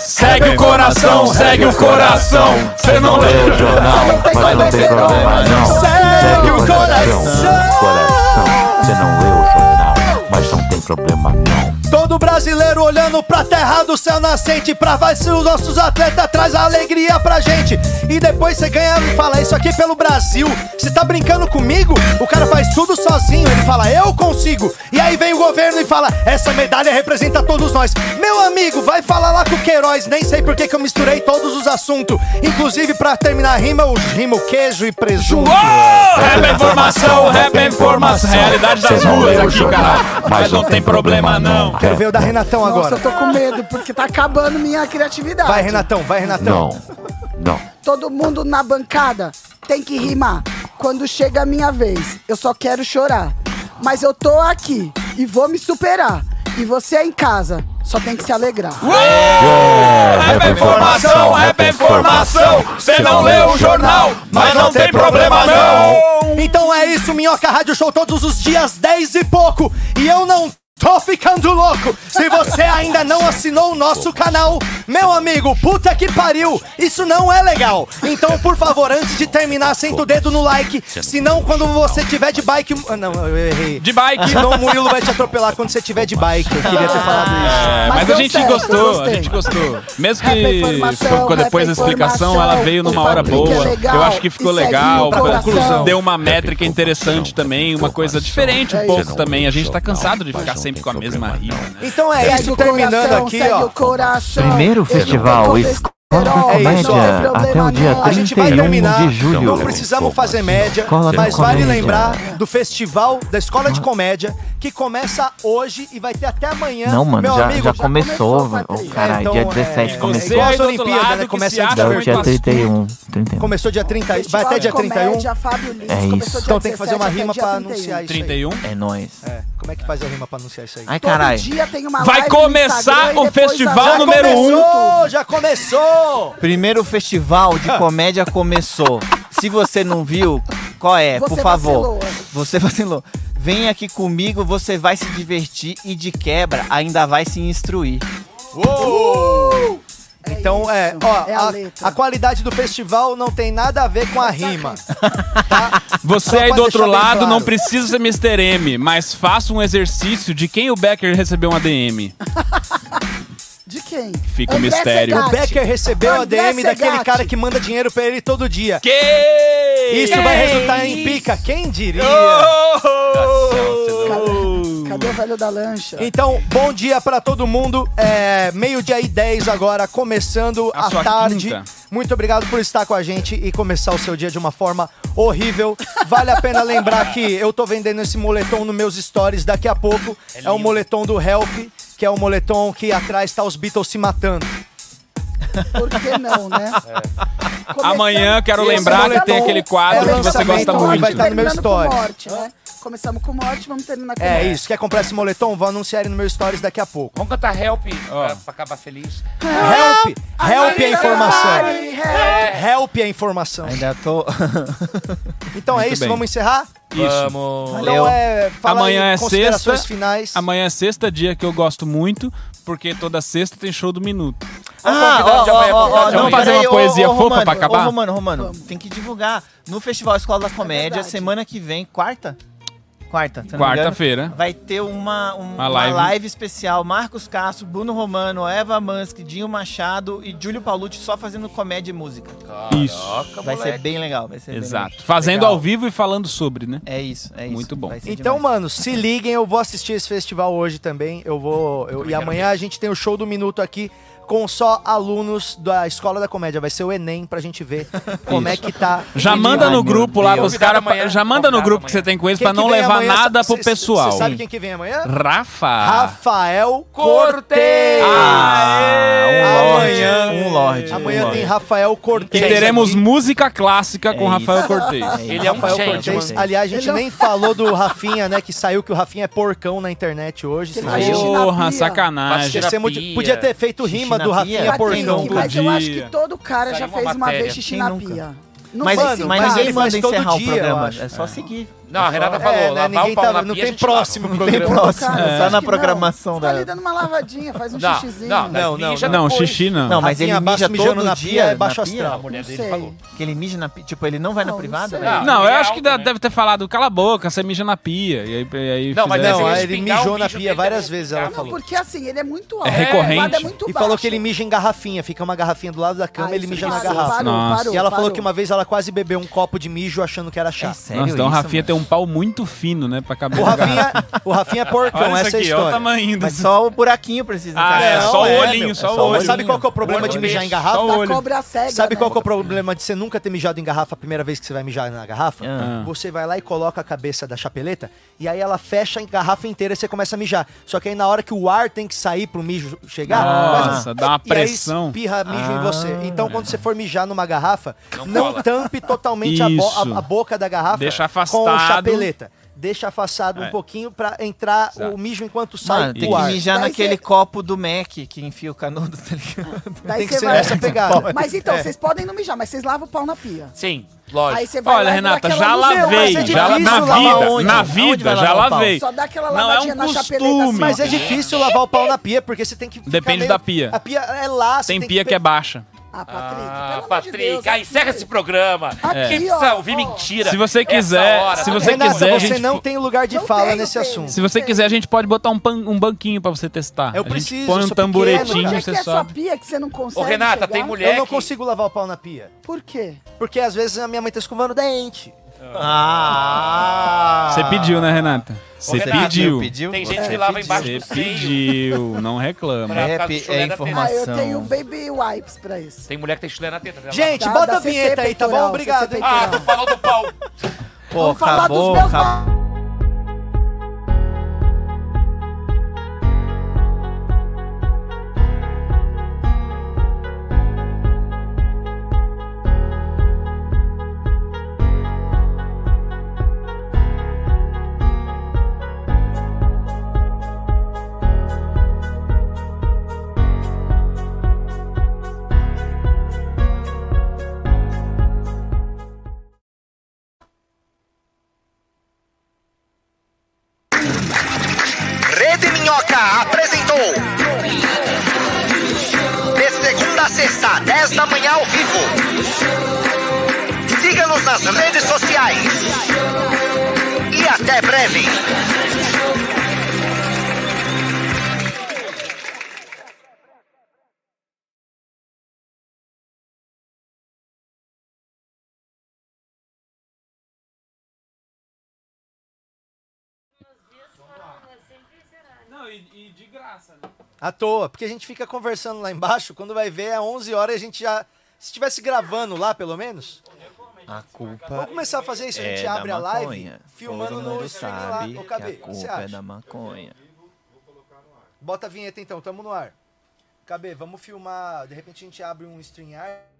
Speaker 9: Segue o coração, segue o coração. Você não lê o
Speaker 1: é
Speaker 9: jornal, mas não tem problema não.
Speaker 1: Segue o
Speaker 9: coração. Você não lê o jornal, mas não tem problema não.
Speaker 1: Todo brasileiro olhando pra terra do céu nascente Pra vai se os nossos atletas traz alegria pra gente E depois você ganha e fala isso aqui pelo Brasil Você tá brincando comigo? O cara faz tudo sozinho, ele fala eu consigo E aí vem o governo e fala essa medalha representa todos nós Meu amigo, vai falar lá com o Queiroz Nem sei por que que eu misturei todos os assuntos Inclusive pra terminar a rima, eu rimo queijo e presunto
Speaker 2: Rap é informação, rap é informação. Realidade das
Speaker 9: Cê não
Speaker 2: ruas
Speaker 9: lê o
Speaker 2: aqui,
Speaker 9: jornal,
Speaker 2: caralho. Mas não tem problema,
Speaker 9: É.
Speaker 2: não.
Speaker 1: Quero ver o da Renatão
Speaker 5: Nossa,
Speaker 1: agora
Speaker 5: eu tô com medo, porque tá acabando minha criatividade.
Speaker 1: Vai Renatão, vai Renatão
Speaker 9: Não, não.
Speaker 5: Todo mundo na bancada tem que rimar. Quando chega a minha vez, eu só quero chorar. Mas eu tô aqui e vou me superar. E você em casa só tem que se alegrar.
Speaker 9: Rap é informação, rap é informação. Você não lê o jornal, mas não tem problema não.
Speaker 1: Então é isso, Minhoca Rádio Show todos os dias, 10 e pouco. E eu não tô ficando louco. Se você ainda não assinou o nosso canal, meu amigo, puta que pariu, isso não é legal. Então, por favor, antes de terminar, senta o dedo no like. Senão, quando você tiver de bike. Ah, Não, eu errei.
Speaker 2: De bike.
Speaker 1: Senão o Murilo vai te atropelar quando você tiver de bike. Eu queria ter falado isso.
Speaker 2: É, mas
Speaker 5: deu
Speaker 2: a gente
Speaker 5: certo, eu
Speaker 2: gostou, a
Speaker 5: gostei.
Speaker 2: gente gostou. Mesmo
Speaker 5: Rap é
Speaker 2: que
Speaker 5: informação,
Speaker 2: ficou- ficou
Speaker 5: rap é
Speaker 2: depois da explicação,
Speaker 5: informação,
Speaker 2: ela veio numa
Speaker 5: o
Speaker 2: hora
Speaker 5: Patrick é
Speaker 2: boa.
Speaker 5: legal,
Speaker 2: Eu acho que ficou
Speaker 5: e segue
Speaker 2: legal.
Speaker 5: o coração.
Speaker 2: pra- Deu uma métrica interessante também, uma coisa diferente um pouco também. A gente tá cansado de ficar sempre com a mesma rima. né?
Speaker 1: Então é
Speaker 5: Segue
Speaker 1: isso,
Speaker 5: o
Speaker 1: terminando
Speaker 5: coração,
Speaker 1: aqui,
Speaker 5: segue
Speaker 1: ó.
Speaker 5: o coração.
Speaker 10: Primeiro
Speaker 5: Eu não
Speaker 10: festival
Speaker 5: tô
Speaker 10: Escola
Speaker 5: colesterol,
Speaker 10: da
Speaker 5: não tem
Speaker 10: Comédia
Speaker 5: problema
Speaker 10: até o dia
Speaker 5: não.
Speaker 1: A gente vai
Speaker 10: 31
Speaker 1: terminar,
Speaker 10: de julho.
Speaker 1: não precisamos fazer média,
Speaker 10: Escola da
Speaker 1: mas vale
Speaker 10: Comédia.
Speaker 1: lembrar do festival da Escola de Comédia, que começa hoje e vai ter até amanhã.
Speaker 10: Não, mano,
Speaker 1: Meu
Speaker 10: já,
Speaker 1: amigo,
Speaker 10: já
Speaker 1: já-
Speaker 10: começou.
Speaker 5: começou,
Speaker 10: ô,
Speaker 5: Patrick.
Speaker 10: caralho,
Speaker 1: Então,
Speaker 10: dia
Speaker 1: é,
Speaker 10: 17
Speaker 1: é,
Speaker 10: começou.
Speaker 2: é
Speaker 1: igual as
Speaker 2: do outro
Speaker 1: Olimpíadas,
Speaker 2: lado
Speaker 1: né?
Speaker 2: que
Speaker 1: Começa
Speaker 2: se
Speaker 1: em
Speaker 2: acha
Speaker 10: Dá o
Speaker 1: abril.
Speaker 2: muito
Speaker 10: dia
Speaker 2: assunto.
Speaker 10: 31. 31.
Speaker 1: Começou dia 30,
Speaker 5: Festival
Speaker 1: vai até
Speaker 5: de
Speaker 1: dia 31.
Speaker 5: comédia, Fábio Lins,
Speaker 10: É
Speaker 5: começou
Speaker 10: isso.
Speaker 5: dia
Speaker 1: Então tem que fazer uma
Speaker 5: 17
Speaker 1: rima
Speaker 5: até
Speaker 1: pra
Speaker 5: dia 31.
Speaker 1: anunciar isso. aí.
Speaker 2: 31.
Speaker 10: É nóis.
Speaker 1: É, como é que faz a rima pra anunciar isso aí?
Speaker 10: Ai,
Speaker 5: Todo
Speaker 10: caralho.
Speaker 5: dia tem uma
Speaker 2: Vai
Speaker 5: live no
Speaker 2: começar
Speaker 5: Instagram e
Speaker 2: o
Speaker 5: depois
Speaker 2: festival
Speaker 5: a-
Speaker 1: já
Speaker 5: Já
Speaker 2: número
Speaker 5: começou.
Speaker 2: um.
Speaker 1: começou, já começou!
Speaker 3: Primeiro festival de comédia começou. Se você não viu, qual é?
Speaker 5: Você
Speaker 3: Por favor.
Speaker 5: vacilou.
Speaker 3: Você vacilou. Vem aqui comigo, você vai se divertir e de quebra ainda vai se instruir.
Speaker 2: Uh!
Speaker 1: Então, é,
Speaker 5: isso,
Speaker 1: ó,
Speaker 5: é a
Speaker 1: a-
Speaker 5: letra.
Speaker 1: a, qualidade do festival não tem nada a ver com a rima.
Speaker 2: Você é
Speaker 1: Só
Speaker 2: aí
Speaker 1: pra
Speaker 2: do outro
Speaker 1: deixar bem
Speaker 2: lado
Speaker 1: claro.
Speaker 2: não precisa ser Mr. M, mas faça um exercício de quem o Becker recebeu uma DM.
Speaker 5: De quem?
Speaker 2: Fica o
Speaker 5: André
Speaker 2: mistério.
Speaker 5: Segatti.
Speaker 1: Becker recebeu a
Speaker 5: André
Speaker 1: DM daquele
Speaker 5: Segatti.
Speaker 1: cara que manda dinheiro pra ele todo dia.
Speaker 2: Que
Speaker 1: Isso vai resultar em pica, quem diria?
Speaker 2: Oh,
Speaker 5: Cadê, cadê o velho da lancha?
Speaker 1: Então, bom dia pra todo mundo. É meio-dia e 10 agora, começando
Speaker 2: A
Speaker 1: a,
Speaker 2: sua
Speaker 1: tarde.
Speaker 2: quinta.
Speaker 1: Muito obrigado por estar com a gente e começar o seu dia de uma forma horrível. Vale a pena lembrar que eu tô vendendo esse moletom nos meus stories daqui a pouco. É, o moletom do Help, que é o moletom que atrás tá os Beatles se matando.
Speaker 5: Por que não, né?
Speaker 1: É.
Speaker 5: Começando-
Speaker 2: Amanhã quero
Speaker 1: Esse
Speaker 2: lembrar que
Speaker 1: moletom
Speaker 2: tem aquele quadro
Speaker 1: é
Speaker 2: que você
Speaker 1: lançamento
Speaker 2: gosta
Speaker 1: hoje,
Speaker 2: muito.
Speaker 1: vai estar no meu
Speaker 5: Terminando com
Speaker 1: stories.
Speaker 5: morte, né? Começamos com morte, vamos terminar com
Speaker 1: É
Speaker 5: morte.
Speaker 1: isso. Quer comprar esse moletom? Vou anunciar ele nos meus stories daqui a pouco.
Speaker 7: Vamos cantar Help pra, pra acabar feliz.
Speaker 1: Help! Help é
Speaker 5: Everybody,
Speaker 1: informação.
Speaker 5: help.
Speaker 1: Help é informação.
Speaker 3: Ainda tô.
Speaker 1: Então é isso,
Speaker 2: bem.
Speaker 1: vamos encerrar?
Speaker 7: Vamos.
Speaker 1: Então é, fala
Speaker 2: Amanhã
Speaker 1: aí,
Speaker 2: é
Speaker 1: considerações
Speaker 2: sexta.
Speaker 1: finais.
Speaker 2: Amanhã é sexta, dia que eu gosto muito, porque toda sexta tem show do Minuto.
Speaker 3: Ah, ó,
Speaker 7: já vai
Speaker 3: ó, ó,
Speaker 7: apontar,
Speaker 3: ó,
Speaker 7: já vai.
Speaker 3: não,
Speaker 2: Fazer
Speaker 3: peraí,
Speaker 2: uma
Speaker 3: ô,
Speaker 2: poesia
Speaker 3: ô,
Speaker 2: fofa
Speaker 3: Romano,
Speaker 2: pra acabar?
Speaker 3: ô, Romano, Romano, tem que divulgar. No Festival Escola da Comédia,
Speaker 5: É verdade.
Speaker 3: semana que vem, quarta? quarta. se eu não me engano,
Speaker 2: Quarta-feira.
Speaker 3: Vai ter uma, um- uma
Speaker 2: live.
Speaker 3: live. especial. Marcos Castro, Bruno Romano, Eva Mansky, Dinho Machado e Júlio Paulucci só fazendo comédia e música.
Speaker 2: Isso.
Speaker 3: vai ser bem legal. Vai ser bem
Speaker 2: Exato.
Speaker 3: legal.
Speaker 2: Fazendo
Speaker 3: Legal.
Speaker 2: ao vivo e falando sobre, né?
Speaker 3: É isso, é isso.
Speaker 2: Muito bom.
Speaker 3: Vai ser
Speaker 1: Então,
Speaker 3: demais.
Speaker 1: mano, se liguem, eu vou assistir esse festival hoje também. Eu vou. eu- e amanhã a gente tem o show do minuto aqui com só alunos da Escola da Comédia. Vai ser o Enem pra gente ver como é que tá.
Speaker 2: Já manda no
Speaker 3: meu
Speaker 2: grupo lá
Speaker 3: Deus.
Speaker 2: pros caras.
Speaker 7: Convidado amanhã.
Speaker 2: Já manda no
Speaker 7: Convidado
Speaker 2: grupo que
Speaker 7: amanhã.
Speaker 2: você tem com eles
Speaker 1: Quem
Speaker 2: pra
Speaker 1: que
Speaker 2: não
Speaker 1: vem
Speaker 2: levar
Speaker 1: amanhã?
Speaker 2: nada
Speaker 1: Cê-
Speaker 2: pro
Speaker 1: cê-
Speaker 2: pessoal.
Speaker 1: Você sabe quem que vem amanhã?
Speaker 2: Rafa.
Speaker 1: Rafael
Speaker 7: Cortez.
Speaker 1: Cortez.
Speaker 2: Ah, um lorde.
Speaker 1: Amanhã-
Speaker 3: um lorde.
Speaker 1: Amanhã
Speaker 3: um
Speaker 1: tem
Speaker 3: lorde.
Speaker 1: Rafael
Speaker 2: E
Speaker 1: Cortez.
Speaker 2: teremos música clássica com
Speaker 3: É
Speaker 2: Rafael
Speaker 3: isso.
Speaker 2: Cortez.
Speaker 7: Ele é um
Speaker 1: Rafael
Speaker 7: gentleman.
Speaker 1: Cortez. Aliás, a gente nem falou do Rafinha, né? Que saiu que o Rafinha é porcão na internet hoje. senão
Speaker 5: A
Speaker 1: a gente
Speaker 5: gente-
Speaker 2: Porra,
Speaker 5: na pia.
Speaker 2: sacanagem.
Speaker 7: Faz
Speaker 1: esquecemos de-
Speaker 7: terapia.
Speaker 1: Podia ter feito
Speaker 3: Xixi
Speaker 1: rima
Speaker 3: na
Speaker 1: do
Speaker 3: pia.
Speaker 1: Rafinha
Speaker 5: Mas tem
Speaker 1: é porcão.
Speaker 5: que- mas eu
Speaker 2: Podia.
Speaker 5: acho que todo cara
Speaker 7: Saiu
Speaker 5: já
Speaker 7: uma
Speaker 5: fez uma
Speaker 7: matéria.
Speaker 5: vez xixi
Speaker 3: Quem
Speaker 5: na
Speaker 3: nunca?
Speaker 5: pia. Não
Speaker 3: Mas,
Speaker 5: sei
Speaker 1: mano,
Speaker 5: se
Speaker 3: mas
Speaker 5: vai.
Speaker 1: mas
Speaker 3: ninguém
Speaker 1: ele
Speaker 3: manda
Speaker 1: faz todo
Speaker 3: encerrar
Speaker 1: dia, eu
Speaker 3: o programa.
Speaker 1: acho.
Speaker 3: É só seguir.
Speaker 7: Não, a Renata falou,
Speaker 1: É, né,
Speaker 7: lavar
Speaker 1: ninguém
Speaker 7: o pau
Speaker 1: tá-
Speaker 7: na
Speaker 1: não
Speaker 7: pia, a
Speaker 1: tem
Speaker 7: gente lava.
Speaker 1: próximo
Speaker 7: Não
Speaker 1: programa.
Speaker 7: tem
Speaker 1: Não,
Speaker 3: Próximo.
Speaker 5: Cara,
Speaker 3: Só
Speaker 5: acho
Speaker 3: na
Speaker 5: que
Speaker 3: programação
Speaker 5: não. Você
Speaker 3: da.
Speaker 5: Tá ali dando uma lavadinha, faz um
Speaker 7: Não,
Speaker 5: xixizinho.
Speaker 7: não,
Speaker 2: Não,
Speaker 7: não,
Speaker 2: não, não, xixi não.
Speaker 3: Não, mas ele
Speaker 1: Rafinha abaixo
Speaker 3: mija
Speaker 1: assim, mijando
Speaker 3: todo
Speaker 1: na
Speaker 3: dia
Speaker 1: pia é
Speaker 3: na
Speaker 1: baixo
Speaker 3: pia?
Speaker 1: astral.
Speaker 7: A mulher dele
Speaker 5: sei.
Speaker 7: falou.
Speaker 3: Que ele mija na pia. Tipo, ele não vai
Speaker 5: Não,
Speaker 3: na
Speaker 5: não
Speaker 3: privada,
Speaker 5: sei.
Speaker 3: velho?
Speaker 2: Não, eu
Speaker 7: Ele é
Speaker 2: acho que
Speaker 7: alto, né?
Speaker 2: deve ter falado, cala a boca, você mija na pia. E aí, e aí
Speaker 7: Não, mas assim,
Speaker 2: fizeram-
Speaker 7: deve
Speaker 1: Não, é aí ele
Speaker 7: espingar
Speaker 1: mijou
Speaker 7: o
Speaker 1: na pia
Speaker 7: mijo um dele, um
Speaker 1: várias
Speaker 7: deve
Speaker 1: vezes,
Speaker 7: espingar.
Speaker 1: ela falou.
Speaker 5: Porque assim, ele é muito alto.
Speaker 2: recorrente.
Speaker 5: O lado é muito
Speaker 1: E
Speaker 5: baixo.
Speaker 1: falou que ele mija em garrafinha, fica uma garrafinha do lado da cama,
Speaker 5: Ah,
Speaker 1: ele
Speaker 5: isso
Speaker 1: mija na
Speaker 5: parou,
Speaker 1: garrafa.
Speaker 5: Parou,
Speaker 2: Nossa.
Speaker 5: parou,
Speaker 1: E ela falou
Speaker 5: parou.
Speaker 1: que uma vez ela quase bebeu um copo de mijo achando que era
Speaker 3: É
Speaker 1: chá.
Speaker 3: sério
Speaker 2: Nossa, então o
Speaker 3: isso,
Speaker 2: Rafinha
Speaker 3: mano?
Speaker 2: tem um pau muito fino, né? Pra caber
Speaker 1: O
Speaker 2: na garrafa.
Speaker 1: Rafinha, o Rafinha é porcão,
Speaker 7: Olha isso
Speaker 1: essa é a
Speaker 7: aqui, olha o
Speaker 1: história.
Speaker 2: um
Speaker 7: tamanho
Speaker 3: Mas
Speaker 7: desse-
Speaker 3: só o buraquinho precisa.
Speaker 7: Ah, é,
Speaker 1: Não,
Speaker 7: só o
Speaker 1: é,
Speaker 7: olhinho,
Speaker 1: meu,
Speaker 7: só o
Speaker 3: só o
Speaker 1: Mas
Speaker 7: olhinho.
Speaker 1: sabe qual que é o problema
Speaker 7: Olho
Speaker 1: de
Speaker 7: de
Speaker 1: mijar em
Speaker 7: peixe,
Speaker 1: garrafa?
Speaker 2: só o olho.
Speaker 5: Da cobra cega.
Speaker 1: Sabe
Speaker 5: né?
Speaker 1: qual que é o problema de você nunca ter mijado em garrafa a primeira vez que você vai mijar na garrafa?
Speaker 3: Ah.
Speaker 1: Você vai lá e coloca a cabeça da chapeleta e aí ela fecha a garrafa inteira e você começa a mijar. Só que aí na hora que o ar tem que sair pro mijo chegar,
Speaker 2: Nossa,
Speaker 1: faz um-
Speaker 2: dá uma
Speaker 1: e aí
Speaker 2: pressão.
Speaker 1: espirra mijo em você. Então quando você for mijar numa garrafa, não, tampe totalmente a,
Speaker 2: Isso.
Speaker 1: bo- a- a boca da garrafa
Speaker 2: Deixa
Speaker 1: com a
Speaker 2: afastado.
Speaker 1: chapeleta. Deixa afastado um
Speaker 2: É.
Speaker 1: pouquinho pra entrar o mijo enquanto sai
Speaker 3: Mano, tem
Speaker 1: o
Speaker 3: que
Speaker 1: ar.
Speaker 3: mijar
Speaker 5: Daí
Speaker 3: naquele
Speaker 1: é-
Speaker 5: você-
Speaker 3: copo do Mac que enfia o canudo, tá ligado?
Speaker 1: Tem
Speaker 5: Daí
Speaker 1: que
Speaker 5: você
Speaker 1: ser
Speaker 5: vai-
Speaker 1: nessa pegada.
Speaker 5: Mas então, vocês podem não mijar, mas vocês lavam o pau na pia.
Speaker 7: Sim,
Speaker 5: Aí
Speaker 7: lógico.
Speaker 5: você vai
Speaker 2: Olha,
Speaker 5: lá e
Speaker 2: Renata,
Speaker 5: dá aquela
Speaker 2: já
Speaker 5: luz-
Speaker 1: Meu, mas
Speaker 2: lavei.
Speaker 1: é
Speaker 2: já la-
Speaker 1: difícil
Speaker 2: na
Speaker 1: lavar
Speaker 2: vida,
Speaker 3: onde?
Speaker 2: na
Speaker 3: Aonde
Speaker 2: vida,
Speaker 3: vai
Speaker 2: já
Speaker 3: lavar o pau?
Speaker 2: lavei.
Speaker 5: Só dá aquela
Speaker 2: Não, é um
Speaker 5: lavadinha na chapeleta
Speaker 2: costume.
Speaker 5: assim.
Speaker 1: Mas é difícil lavar o pau na pia, porque você tem que. ficar
Speaker 2: Depende da pia.
Speaker 1: A pia é lá, você
Speaker 2: Tem
Speaker 1: tem
Speaker 2: pia que é baixa.
Speaker 5: Ah, Patrick,
Speaker 7: Ah,
Speaker 5: pelo
Speaker 7: Patrick,
Speaker 5: amor de Deus. é
Speaker 7: ah, encerra esse programa.
Speaker 5: Aqui,
Speaker 7: Quem
Speaker 5: ó,
Speaker 7: precisa ouvir
Speaker 5: ó.
Speaker 7: mentira?
Speaker 2: Se você
Speaker 7: Essa
Speaker 2: quiser,
Speaker 7: hora,
Speaker 2: se
Speaker 7: tá
Speaker 2: você
Speaker 7: vendo?
Speaker 1: Renata,
Speaker 2: quiser, a
Speaker 1: você
Speaker 2: gente-
Speaker 1: não tem lugar de
Speaker 5: Não
Speaker 1: fala
Speaker 5: tenho,
Speaker 1: nesse
Speaker 5: tenho.
Speaker 1: assunto.
Speaker 2: Se você quiser, a gente pode botar um, pan- um banquinho pra você testar.
Speaker 1: Eu
Speaker 2: a gente
Speaker 1: preciso,
Speaker 2: põe
Speaker 1: eu
Speaker 2: um
Speaker 1: sou
Speaker 5: Onde
Speaker 2: tamboretinho,
Speaker 1: pequeno,
Speaker 5: é
Speaker 2: você
Speaker 5: que é a sua
Speaker 2: sobe.
Speaker 5: pia que você não consegue
Speaker 7: Ô, Renata,
Speaker 5: chegar?
Speaker 7: tem mulher
Speaker 1: Eu não
Speaker 7: que-
Speaker 1: consigo lavar o pau na pia.
Speaker 5: Por quê?
Speaker 1: Porque às vezes a minha mãe tá escovando o dente.
Speaker 3: Ah!
Speaker 2: Você pediu, né, Renata? Você
Speaker 7: Renata,
Speaker 2: pediu.
Speaker 3: pediu?
Speaker 7: Tem gente
Speaker 3: Você
Speaker 7: que lava
Speaker 3: pediu.
Speaker 7: embaixo
Speaker 2: Você
Speaker 7: do seio.
Speaker 2: pediu, não reclama.
Speaker 7: Pra-
Speaker 3: É,
Speaker 7: pra
Speaker 3: pe-
Speaker 7: chulé
Speaker 3: é
Speaker 7: da teta.
Speaker 5: Ah,
Speaker 3: informação.
Speaker 5: eu tenho
Speaker 1: um-
Speaker 5: baby wipes pra isso.
Speaker 7: Tem mulher que tem chulé na teta. né?
Speaker 1: Gente,
Speaker 5: Tá,
Speaker 1: bota
Speaker 5: dá
Speaker 1: a vinheta
Speaker 5: CC
Speaker 1: aí, tá bom?
Speaker 5: peitoral,
Speaker 1: Obrigado.
Speaker 5: CC
Speaker 1: hein?
Speaker 7: Ah, tu falou do pau.
Speaker 3: Pô,
Speaker 5: Vamos falar dos
Speaker 3: acabou,
Speaker 5: meus
Speaker 3: acabou.
Speaker 11: Rede Minhoca apresentou. De segunda a sexta, 10 da manhã ao vivo. Siga-nos nas redes sociais. E até breve.
Speaker 2: E de graça, né?
Speaker 1: À toa, porque a gente fica conversando lá embaixo, quando vai ver é 11 horas e a gente já... Se estivesse gravando lá, pelo menos,
Speaker 3: A
Speaker 1: vamos
Speaker 3: culpa
Speaker 1: começar a fazer isso. A gente
Speaker 3: é
Speaker 1: abre
Speaker 3: da
Speaker 1: a live,
Speaker 3: maconha.
Speaker 1: filmando
Speaker 3: Todo
Speaker 1: no
Speaker 3: mundo
Speaker 1: streaming lá.
Speaker 3: sabe
Speaker 1: Ô,
Speaker 3: que
Speaker 1: KB, o
Speaker 3: a
Speaker 1: que você
Speaker 3: culpa é
Speaker 1: acha?
Speaker 3: da maconha.
Speaker 1: Bota a vinheta então, tamo no ar. KB, vamos filmar. De repente a gente abre um StreamYard